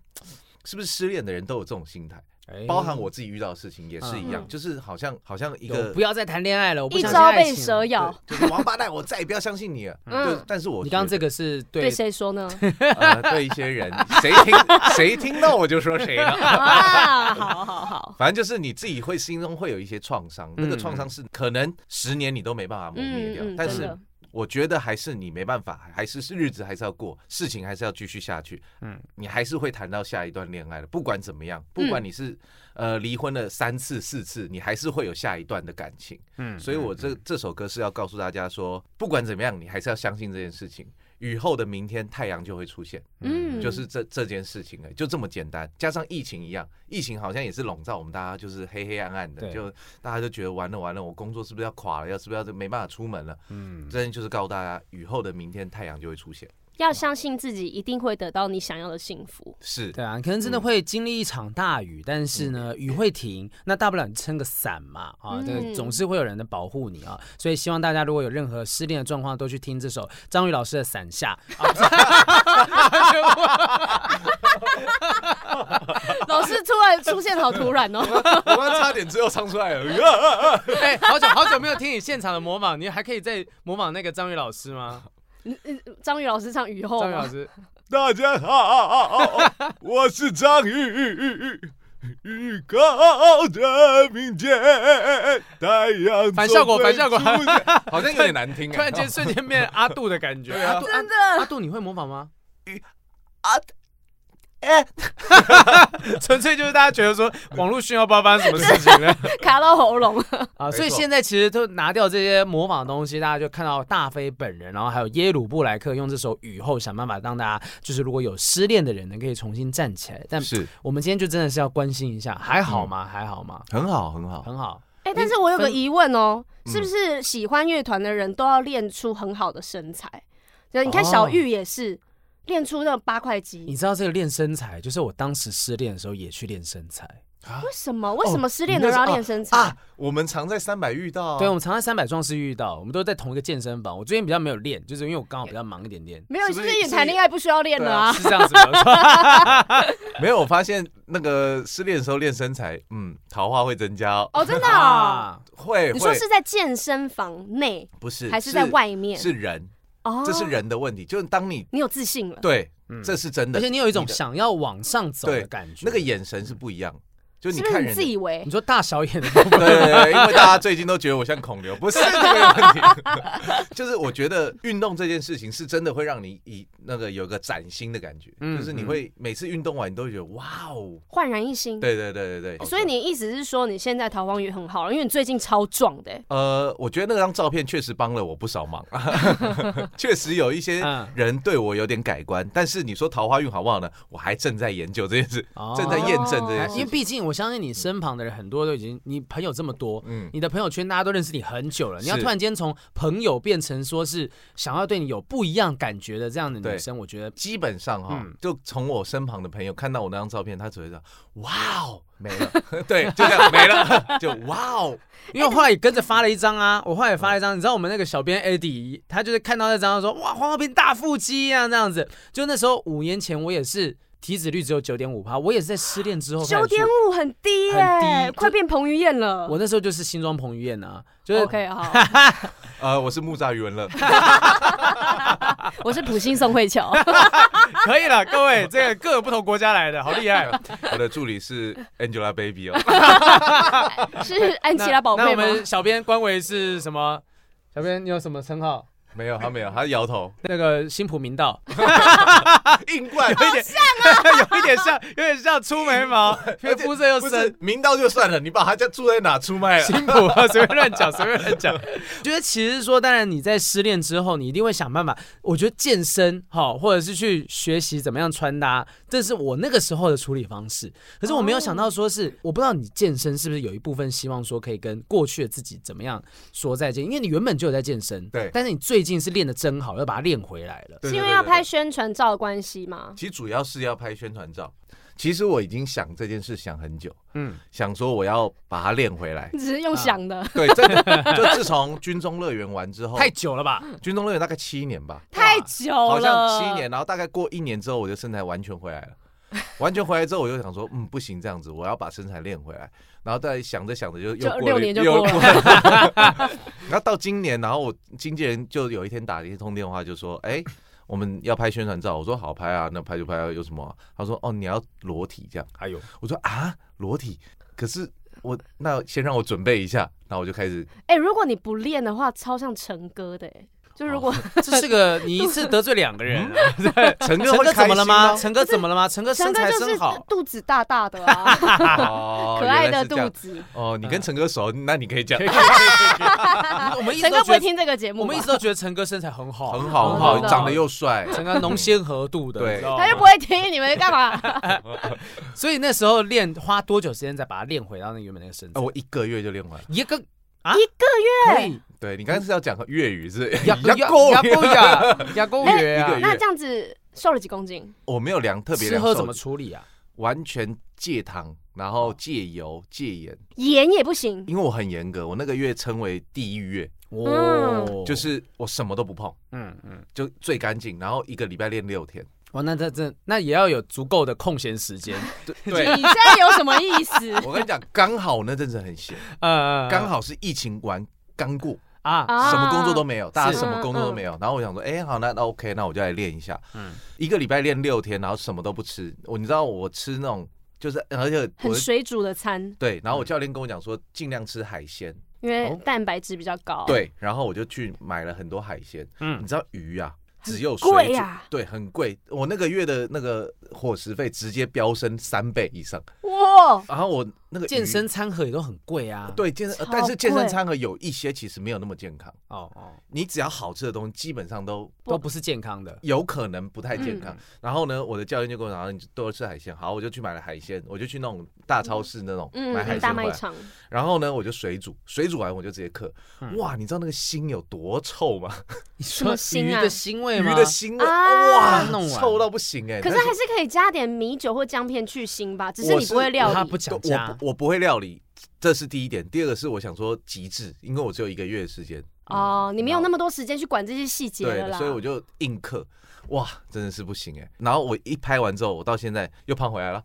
Speaker 3: 是不是失恋的人都有这种心态？
Speaker 1: 哎
Speaker 4: 包含我自己遇到的事情也是一样，
Speaker 2: 嗯
Speaker 4: 就是好像好像一
Speaker 1: 有
Speaker 4: 个
Speaker 1: 不要再谈恋爱了，我不
Speaker 2: 一
Speaker 1: 相信
Speaker 2: 朝
Speaker 1: 爱
Speaker 2: 被
Speaker 1: 情
Speaker 2: 蛇
Speaker 1: 了。
Speaker 2: 咬。
Speaker 4: 对就是王八蛋，我再也不要相信你了。对
Speaker 2: 嗯，，
Speaker 4: 但是我
Speaker 1: 你刚刚
Speaker 4: 觉
Speaker 1: 这个是对
Speaker 2: 对谁说 呢？
Speaker 4: 得呃对一些人， 谁 听谁听到我就说谁了。
Speaker 2: 啊，好好好，
Speaker 4: 反正就是你自己会心中会有一些创伤，那个
Speaker 1: 嗯
Speaker 4: 创伤是可能十年你都没办法磨灭掉，
Speaker 2: 嗯嗯，
Speaker 4: 但
Speaker 2: 真
Speaker 4: 是
Speaker 2: 的
Speaker 4: 我觉得还是你没办法，还是日子还是要过，事情还是要继续下去，
Speaker 1: 嗯
Speaker 4: 你还是会谈到下一段恋爱的，不管怎么
Speaker 2: 嗯
Speaker 4: 样，不管你是、呃离婚了三次四次，你还是会有下一段的感情，
Speaker 1: 嗯
Speaker 4: 所以我这这首歌是要告诉大家说，不管怎么样，你还是要相信这件事情。雨后的明天，太阳就会出现，
Speaker 2: 嗯，
Speaker 4: 就是这这件事情而已，就这么简单。加上疫情一样，疫情好像也是笼罩我们大家，就是黑黑暗暗的，
Speaker 1: 对
Speaker 4: 就大家就觉得完了完了，我工作是不是要垮了？要是不是要没办法出门了？
Speaker 1: 嗯
Speaker 4: 真的就是告诉大家，雨后的明天太阳就会出现。
Speaker 2: 要相信自己一定会得到你想要的幸 福。
Speaker 4: 是，
Speaker 1: 对啊，可能真
Speaker 2: 嗯
Speaker 1: 的会经历一场大雨，但是呢，雨会停，那大不了你撑个伞嘛，啊，这个
Speaker 2: 嗯
Speaker 1: 总是会有人的保护你啊，所以希望大家如果有任何失恋的状况，都去听这首张宇老师的《伞下》啊，不
Speaker 2: 老师突然出现好突然哦，
Speaker 4: 我刚刚差点最后唱出来了。啊
Speaker 1: 是哎，好久好久没有听你现场的模仿，你还可以再模仿那个张宇老师吗？
Speaker 2: 张宇老师唱雨后啊
Speaker 1: 张宇老
Speaker 2: 嘛，
Speaker 1: 师，
Speaker 4: 大家好，啊我是张宇。雨后的明天，太阳
Speaker 1: 反效果反效果总会出
Speaker 4: 好像有点难听啊。
Speaker 1: 突然间瞬间变阿杜的感觉，
Speaker 4: 啊
Speaker 1: 阿杜
Speaker 2: 啊真
Speaker 1: 阿
Speaker 2: 的
Speaker 1: 阿杜你会模仿吗？
Speaker 4: 哎，
Speaker 1: 纯粹就是大家觉得说网络讯号不知道发生什么事情了。
Speaker 2: 卡到喉咙。
Speaker 1: 啊，
Speaker 4: 没
Speaker 1: 所以
Speaker 4: 错
Speaker 1: 现在其实都拿掉这些模仿的东西，大家就看到大飞本人，然后还有耶鲁布莱克用这首《雨后》想办法让大家，就是如果有失恋的人呢，可以重新站起来。但
Speaker 4: 是嗯
Speaker 1: 我们今天就真的是要关心一下，还好吗？还好吗？
Speaker 4: 很好，很好。
Speaker 1: 很好，
Speaker 2: 哎，但是我有个
Speaker 1: 分
Speaker 2: 疑问哦，
Speaker 4: 嗯
Speaker 2: 是不是喜欢乐团的人都要练出很好的身材？就你看
Speaker 4: 哦
Speaker 2: 小玉也是练出那八块肌
Speaker 1: 你，知道这个练身材，就是我当时失恋的时候也去练身材。
Speaker 2: 为什么？为什么失恋的
Speaker 4: 啊哦你那
Speaker 2: 人
Speaker 4: 是
Speaker 2: 要练身材？，
Speaker 4: 啊，我们常在三百遇到、
Speaker 1: 对，我，们常在三百壮士遇到，我们都在同一个健身房。我最近比较没有练，就是因为我刚好比较忙一点 点
Speaker 2: 没有，
Speaker 4: 是
Speaker 2: 就
Speaker 4: 不
Speaker 2: 是
Speaker 4: 是
Speaker 2: 你
Speaker 4: 是
Speaker 2: 谈恋爱不需要练
Speaker 4: 对
Speaker 2: 的
Speaker 4: 啊
Speaker 2: 啊。
Speaker 1: 是这样子的。
Speaker 4: 没有我发现那个失恋的时候练身材，嗯，桃花会增加哦，
Speaker 2: 哦，真的哦。
Speaker 1: 啊，
Speaker 4: 会
Speaker 2: 你说
Speaker 4: 会
Speaker 2: 是在健身房内
Speaker 4: 不是
Speaker 2: 还是在外面？
Speaker 4: 是人，
Speaker 2: 哦，
Speaker 4: 这是人的问题，就是当你
Speaker 2: 你有自信了。
Speaker 4: 对，
Speaker 1: 嗯
Speaker 4: 这是真的，
Speaker 1: 而且你有一种
Speaker 4: 的
Speaker 1: 想要往上走的
Speaker 4: 对
Speaker 1: 感觉。
Speaker 4: 那个，眼神是不一样，就是你
Speaker 2: 不是
Speaker 4: 看
Speaker 2: 你
Speaker 4: 人
Speaker 2: 自
Speaker 4: 的。嗯
Speaker 2: 以为
Speaker 1: 你？说大小眼的部分，
Speaker 4: 对对 对，因为大家最近都觉得我像孔刘，不是这个问题， 就是我觉得运动这件事情是真的会让你以那个有个崭新的感觉，
Speaker 1: 嗯
Speaker 4: 就是你会每次运动完你都会觉得哇哦，
Speaker 2: 焕然一新。哦
Speaker 4: 对对对对对，
Speaker 2: 嗯所以你意思是说你现在桃花运很好了，因为你最近超壮的欸、
Speaker 4: 呃，我觉得那张照片确实帮了我不少忙， 确实有一些
Speaker 1: 嗯
Speaker 4: 人对我有点改观。但是你说桃花运好不好呢？我还正在研究这件事，
Speaker 1: 哦
Speaker 4: 正在验证这件
Speaker 2: 哦
Speaker 1: 因为
Speaker 4: 事。
Speaker 1: 毕竟我相信你身旁的人很多都已经，你朋友这么多，
Speaker 4: 嗯，
Speaker 1: 你的朋友圈大家都认识你很久了，
Speaker 4: 是
Speaker 1: 你要突然间从朋友变成说是想要对你有不一样感觉的这样的女生，我觉得
Speaker 4: 基本上哈、
Speaker 1: 嗯
Speaker 4: 就从我身旁的朋友看到我那张照片，他只会说哇哦没了， 对，就这样没了， 就哇哦，
Speaker 1: 因为我后来也跟着发了一张啊，
Speaker 4: 嗯
Speaker 1: 我后来也发了一张，你知道我们那个小编 Eddie，他就是看到那张他说哇黄浩平大腹肌啊这样子，就那时候五年前我也是体脂率只有九点五趴，我也是在失恋
Speaker 4: 哦
Speaker 1: 之后开始
Speaker 2: 九
Speaker 1: 去
Speaker 2: 点五很低耶、
Speaker 1: 很低
Speaker 2: 快变彭于晏了。
Speaker 1: 我那时候就是新装彭于晏啊，就是
Speaker 2: OK 好，
Speaker 4: 呃，我是木栅余文乐，
Speaker 2: 我是普星宋慧 乔。
Speaker 1: 可以了，各位这个各个不同国家来的好厉害哦。
Speaker 4: 我的助理是 Angelababy 哦，
Speaker 2: 是 安琪拉宝
Speaker 1: 那
Speaker 2: 贝
Speaker 1: 我
Speaker 2: 吗？
Speaker 1: 们小编官微是什么？小编你有什么称号？
Speaker 4: 没有，他没有，他摇 头，
Speaker 1: 那个新浦明道，
Speaker 4: 硬灌，
Speaker 1: 有一 点像、 有一点像，有点像粗眉毛， 因为肤色又
Speaker 4: 不
Speaker 1: 深
Speaker 4: 是。明道就算了，你把他家住在哪出 卖了？
Speaker 1: 新浦啊，随便乱讲，随便乱 讲。觉得其实说，当然你在失恋之后，你一定会想办法。我觉得健身哈，或者是去学习怎么样穿搭，这是我那个时候的处理方式。可是我没有想到，说是我不知道你健身是不是有一部分希望说可以跟过去的自己怎么样说再见，因为你原本就有在健身，
Speaker 4: 对
Speaker 1: 但是你最近是练的真好，要把它练回来了。
Speaker 4: 对
Speaker 2: 是
Speaker 4: 对
Speaker 2: 因为
Speaker 4: 对
Speaker 2: 要
Speaker 4: 对
Speaker 2: 拍宣传照的关系吗？。
Speaker 4: 其实主要是要拍宣传照。其实我已经想这件事想很久，
Speaker 1: 嗯，
Speaker 4: 想说我要把它练回来
Speaker 2: 只是用想的，
Speaker 4: 对，真的，就自从军中乐园完之后，
Speaker 1: 太久了吧？
Speaker 4: 军中乐园大概七年吧，
Speaker 2: 太久了，
Speaker 4: 好像七年，然后大概过一年之后，我的身材完全回来了。 完全回来之后，我就想说，嗯，不行，这样子，我要把身材练回来。然后再想着想着就又
Speaker 2: 就
Speaker 4: 过
Speaker 2: 六
Speaker 4: 了
Speaker 2: 年就
Speaker 4: 又
Speaker 2: 过了
Speaker 4: 了。 然后到今年，然后我经纪人就有一天打了一通电话，就说，哎、我们要拍宣传照，我说好拍啊，那拍就拍啊，有什么啊、他说哦，你要裸体这样，
Speaker 1: 哎
Speaker 5: 还有
Speaker 4: 我说啊，裸体，可是我那先让我准备一下，那我就开始
Speaker 2: 哎、如果你不练的话，超像陈哥的、欸。就如果
Speaker 4: 哦
Speaker 1: 这是个你一次得罪两个人啊、
Speaker 4: 陈
Speaker 1: 陈
Speaker 4: 会
Speaker 1: 哥
Speaker 4: 开
Speaker 1: 怎 么
Speaker 4: 心
Speaker 1: 了吗？
Speaker 4: 哦
Speaker 1: 陈哥怎么了吗？陈哥
Speaker 2: 陈
Speaker 1: 身
Speaker 2: 哥
Speaker 1: 材
Speaker 2: 就是
Speaker 1: 真好，
Speaker 2: 肚子大大的啊，
Speaker 4: 哦
Speaker 2: 可爱
Speaker 4: 原来
Speaker 2: 的
Speaker 4: 是这样
Speaker 2: 肚子。
Speaker 4: 哦，你跟陈哥熟，那你可以讲
Speaker 5: 可以可以可以可以
Speaker 1: 我们一直
Speaker 2: 啊陈
Speaker 1: 都
Speaker 2: 哥不
Speaker 1: 觉
Speaker 2: 会
Speaker 1: 得，
Speaker 2: 听这个节目
Speaker 1: 我
Speaker 2: 吧
Speaker 1: 们一，直都觉得陈哥身材很好，
Speaker 4: 很好，很
Speaker 2: 真
Speaker 4: 好，
Speaker 2: 的
Speaker 4: 长得又帅，
Speaker 1: 陈哥浓鲜合度的，
Speaker 4: 对
Speaker 1: 你知道吗
Speaker 2: 他又不会听，你们干嘛？
Speaker 1: 所以那时候练花多久时间再把它练回到那原本那个身
Speaker 4: 呃
Speaker 1: 材？
Speaker 4: 我一个月就练完了。
Speaker 1: 一个啊，
Speaker 2: 一个
Speaker 1: 可
Speaker 2: 月。
Speaker 1: 以，
Speaker 4: 对你刚才是要讲粤语是？
Speaker 1: 雅
Speaker 4: 哎一样够
Speaker 1: 雅够雅雅够月
Speaker 4: 一
Speaker 1: 啊
Speaker 4: 个，月
Speaker 2: 那这样子瘦了几公斤？
Speaker 4: 我没有量特别
Speaker 1: 吃
Speaker 4: 量
Speaker 1: 喝
Speaker 4: 瘦，
Speaker 1: 怎么处理啊？
Speaker 4: 完全戒糖，然后戒油戒盐，
Speaker 2: 盐也不行，
Speaker 4: 因为我很严格，我那个月称为地狱月，
Speaker 1: 哦，
Speaker 4: 嗯就是我什么都不碰，
Speaker 1: 嗯嗯，
Speaker 4: 就最干净，然后一个礼拜练六天。
Speaker 1: 哇，那这这那也要有足够的空闲时 间，
Speaker 4: 对，
Speaker 2: 你现在有什么意 思？
Speaker 4: 我跟你讲，刚好我那阵子很闲，
Speaker 1: 呃，
Speaker 4: 刚好是疫情完刚过，
Speaker 1: 啊，
Speaker 2: 啊嗯
Speaker 4: 什么工作都没有，大家
Speaker 1: 是
Speaker 4: 什么工作都没有。然后我想说，哎、好，那那 OK，那我就来练一下。
Speaker 1: 嗯
Speaker 4: 嗯，一个礼拜练六天，然后什么都不吃。我你知道我吃那种就是，而且我
Speaker 2: 啊很
Speaker 4: 的
Speaker 2: 水煮的餐，
Speaker 4: 对，然后我教练跟我讲说，尽量吃海鲜。
Speaker 2: 因为蛋白质比较高。，
Speaker 4: 哦对，然后我就去买了很多海鲜。
Speaker 1: 嗯
Speaker 4: 你知道鱼啊，只有水
Speaker 2: 贵啊
Speaker 4: 煮
Speaker 2: 呀
Speaker 4: 对，很贵。我那个月的那个伙食费直接飙升三倍以上。
Speaker 2: 哇，
Speaker 4: 然后我那个鱼
Speaker 1: 健身餐盒也都很贵啊，，
Speaker 4: 对健身，呃
Speaker 2: 超
Speaker 4: 但是健身
Speaker 2: 贵
Speaker 4: 餐盒有一些其实没有那么健康。
Speaker 1: 哦哦，
Speaker 4: 你只要好吃的东西，基本上都
Speaker 1: 都不是健康的，
Speaker 4: 有可能不太健
Speaker 2: 嗯
Speaker 4: 康。然后呢，我的教练就跟我讲，你多吃海鲜。好，我就去买了海鲜，我就去那种大超市那种、买海
Speaker 2: 嗯，大
Speaker 4: 鲜回
Speaker 2: 卖
Speaker 4: 来。
Speaker 2: 场，
Speaker 4: 然后呢，我就水煮，水煮完我就直接嗑。
Speaker 1: 嗯
Speaker 4: 哇，你知道那个腥有多臭吗？
Speaker 1: 你
Speaker 2: 么
Speaker 1: 说
Speaker 2: 腥
Speaker 1: 鱼
Speaker 2: 啊
Speaker 1: 的腥味
Speaker 4: 鱼
Speaker 1: 吗？
Speaker 4: 的腥味，
Speaker 2: 啊
Speaker 1: 弄完
Speaker 4: 哇，臭到不行哎、
Speaker 2: 可是
Speaker 4: 那时
Speaker 2: 还是可以加点米酒或姜片去腥吧，只是
Speaker 4: 我
Speaker 2: 你
Speaker 4: 是
Speaker 2: 不会料
Speaker 1: 他
Speaker 2: 理
Speaker 1: 不。讲
Speaker 4: 候我
Speaker 1: 价
Speaker 4: 不我不会料理，这是第一点。第二个是我想说极致，因为我只有一个月的时间，
Speaker 2: 哦，你没有
Speaker 4: 然后
Speaker 2: 那么多时间去管这些细节了
Speaker 4: 对，
Speaker 2: 啦。
Speaker 4: 所以我就硬嗑。哇，真的是不行哎、然后我一拍完之后，我到现在又胖回来了。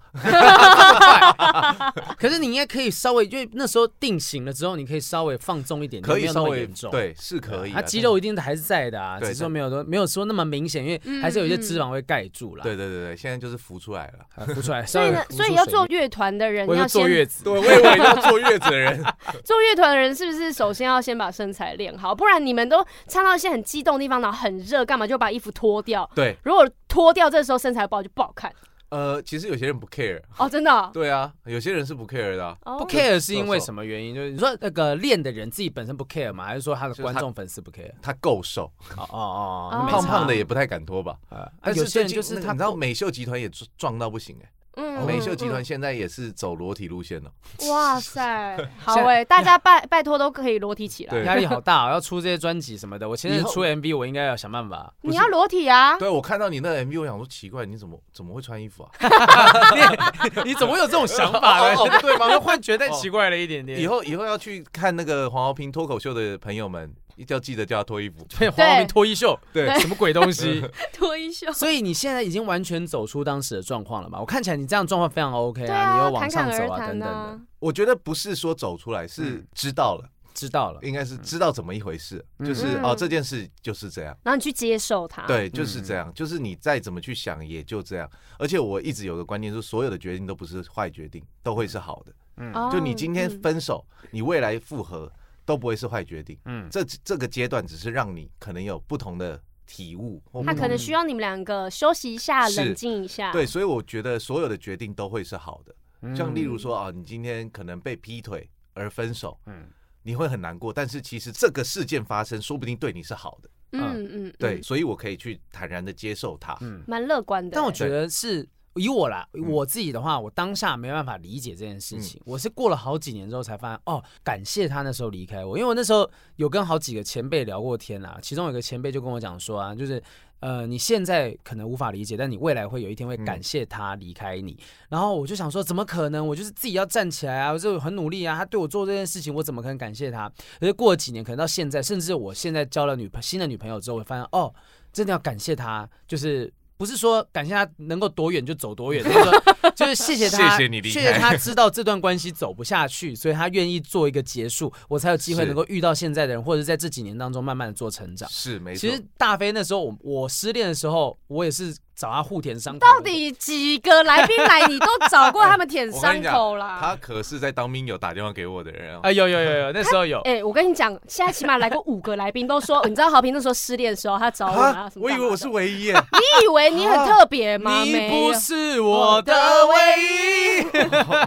Speaker 1: 可是你应该可以稍微，因为那时候定型了之后，你可以稍微放纵一点，
Speaker 4: 可
Speaker 1: 没
Speaker 4: 以
Speaker 1: 有那
Speaker 4: 稍
Speaker 1: 么
Speaker 4: 微
Speaker 1: 严重。
Speaker 4: 对，是可以啊。
Speaker 1: 它
Speaker 4: 但
Speaker 1: 肌肉一定还是在的啊，只
Speaker 4: 对
Speaker 1: 是
Speaker 4: 对
Speaker 1: 说没有说没有说那么明显，因为
Speaker 2: 嗯
Speaker 1: 还是有一些脂肪会盖住啦，
Speaker 4: 对对对对，现在就是浮出来了。
Speaker 1: 呃，浮出来。
Speaker 2: 所以呢
Speaker 1: 稍，微浮
Speaker 2: 所以
Speaker 1: 出
Speaker 2: 要
Speaker 1: 水
Speaker 2: 做
Speaker 1: 面，
Speaker 2: 乐团的人
Speaker 1: 我
Speaker 2: 要
Speaker 1: 就坐
Speaker 2: 先
Speaker 1: 月子，
Speaker 4: 对，我以为要坐月子的人，
Speaker 2: 做乐团的人是不是首先要先把身材练好？不然你们都唱到一些很激动的地方，然后很热，干嘛就把衣服脱掉？
Speaker 4: 对，
Speaker 2: 如果脱掉，这时候身材不好就不好 看
Speaker 4: 呃，其实有些人不 care，
Speaker 2: 哦，真的哦、
Speaker 4: 对啊，有些人是不 care 的啊、
Speaker 2: 哦
Speaker 1: 不 care 是因为什么原因？就是你说那个练的人自己本身不 care 吗？还是说他的
Speaker 4: 就是
Speaker 1: 观
Speaker 4: 他
Speaker 1: 众粉丝不 care？
Speaker 4: 他够瘦，
Speaker 1: 哦哦哦，
Speaker 2: 哦
Speaker 1: 没
Speaker 4: 胖
Speaker 1: 差
Speaker 4: 胖的也不太敢脱吧。
Speaker 1: 呃啊
Speaker 4: 但
Speaker 1: 有
Speaker 4: 是
Speaker 1: 些
Speaker 4: 最
Speaker 1: 人
Speaker 4: 近
Speaker 1: 就是
Speaker 4: 那个
Speaker 1: 他
Speaker 4: 你知道美秀集团也撞撞到不行哎、
Speaker 2: 嗯
Speaker 4: 美秀集团
Speaker 2: 嗯
Speaker 4: 现在也是走裸体路线了。
Speaker 2: 嗯哇塞， 好
Speaker 1: 现在
Speaker 2: 哎、大家拜拜托都可以裸体起来。
Speaker 4: 啊对
Speaker 1: 压力好大哦，要出这些专辑什么的。我前阵
Speaker 4: 以
Speaker 1: 子
Speaker 4: 后
Speaker 1: 出 MV，我应该要想办 法
Speaker 2: 你要裸体啊！
Speaker 4: 对，我看到你那个 MV，我想说奇怪，你怎么怎么会穿衣服啊？
Speaker 1: 你。你怎么会有这种想法哦呢？
Speaker 4: 哦哦不对吗
Speaker 1: 你的幻觉太奇怪了一点点。
Speaker 4: 以后以后要去看那个黄豪平脱口秀的朋友们，一定要记得叫他脱衣服。
Speaker 1: 对黄晓明脱衣秀，
Speaker 4: 对
Speaker 1: 什么鬼东 西？
Speaker 2: 脱衣秀。
Speaker 1: 所以你现在已经完全走出当时的状况了嘛？我看起来你这样状况非常 OK
Speaker 2: 对
Speaker 1: 啊，你
Speaker 2: 啊
Speaker 1: 又，往
Speaker 2: 侃
Speaker 1: 上
Speaker 2: 侃
Speaker 1: 走
Speaker 2: 而
Speaker 1: 啊，等
Speaker 2: 谈
Speaker 1: 等的，
Speaker 4: 我觉得不是说走出来，是
Speaker 1: 嗯
Speaker 4: 知道了，
Speaker 1: 知道了。
Speaker 4: 应该是知道怎么一回事，
Speaker 1: 嗯
Speaker 4: 就是
Speaker 2: 嗯
Speaker 4: 哦这件事就是这样。
Speaker 2: 然后你去接受它。，
Speaker 4: 对，就是这
Speaker 2: 嗯
Speaker 4: 样，就是你再怎么去想，也就这样。而且我一直有个观念，就是所有的决定都不是坏决定，都会是好的。
Speaker 2: 哦、
Speaker 4: 就你今天
Speaker 2: 嗯
Speaker 4: 分手，你未来复合都不会是坏决定。
Speaker 1: 嗯，
Speaker 4: 这这个阶段只是让你可能有不同的体悟或不
Speaker 2: 他
Speaker 4: 同
Speaker 2: 可能需要你们两个休息一下，
Speaker 4: 嗯是啊
Speaker 2: 冷静一下。
Speaker 4: 对，，所以我觉得所有的决定都会是好的。像例如
Speaker 2: 嗯
Speaker 4: 说啊，你今天可能被劈腿而分手，
Speaker 1: 嗯
Speaker 4: 你会很难过，但是其实这个事件发生，说不定对你是好的。
Speaker 2: 嗯嗯，
Speaker 4: 对，
Speaker 2: 嗯，
Speaker 4: 所以我可以去坦然的接受它。
Speaker 1: 嗯，
Speaker 2: 蛮乐观的欸。
Speaker 1: 但我觉得是以我啦，
Speaker 4: 嗯
Speaker 1: 我自己的话，我当下没办法理解这件事情。我是过了好几年之后才发现，哦，感谢他那时候离开我，因为我那时候有跟好几个前辈聊过天啦，其中有个前辈就跟我讲说啊，就是。呃，你现在可能无法理解，但你未来会有一天会感谢他离开你。然后我就想说，怎么可能？我就是自己要站起来啊，我就很努力啊。他对我做这件事情，我怎么可能感谢他？可是过了几年，可能到现在，甚至我现在交了女朋新的女朋友之后，我发现哦，真的要感谢他，就是。不是说感谢他能够多远就走多远，就是说就是谢谢他，
Speaker 4: 谢谢你离开
Speaker 1: 他知道这段关系走不下去，所以他愿意做一个结束，我才有机会
Speaker 4: 是
Speaker 1: 能够遇到现在的人，或者在这几年当中慢慢的做成长。
Speaker 4: 是没错
Speaker 1: 其。实大飞那时候，我我失恋的时候，我也是找他互舔伤口。
Speaker 2: 到底几个来宾 来，你都找过他们舔
Speaker 4: 我跟
Speaker 2: 伤
Speaker 4: 你讲
Speaker 2: 口啦？
Speaker 4: 他可是在当兵有打电话给我的人啊，
Speaker 1: 啊，有有有有，那时候有。
Speaker 2: 哎、我跟你讲，现在起码来过五个来宾都说，你 知道豪平那时候失恋的时候，他找我啊什么？
Speaker 4: 我以为我是，啊唯一 耶，
Speaker 2: 你以为你很特别吗？
Speaker 1: 你
Speaker 2: 没有
Speaker 1: 不是我的唯一。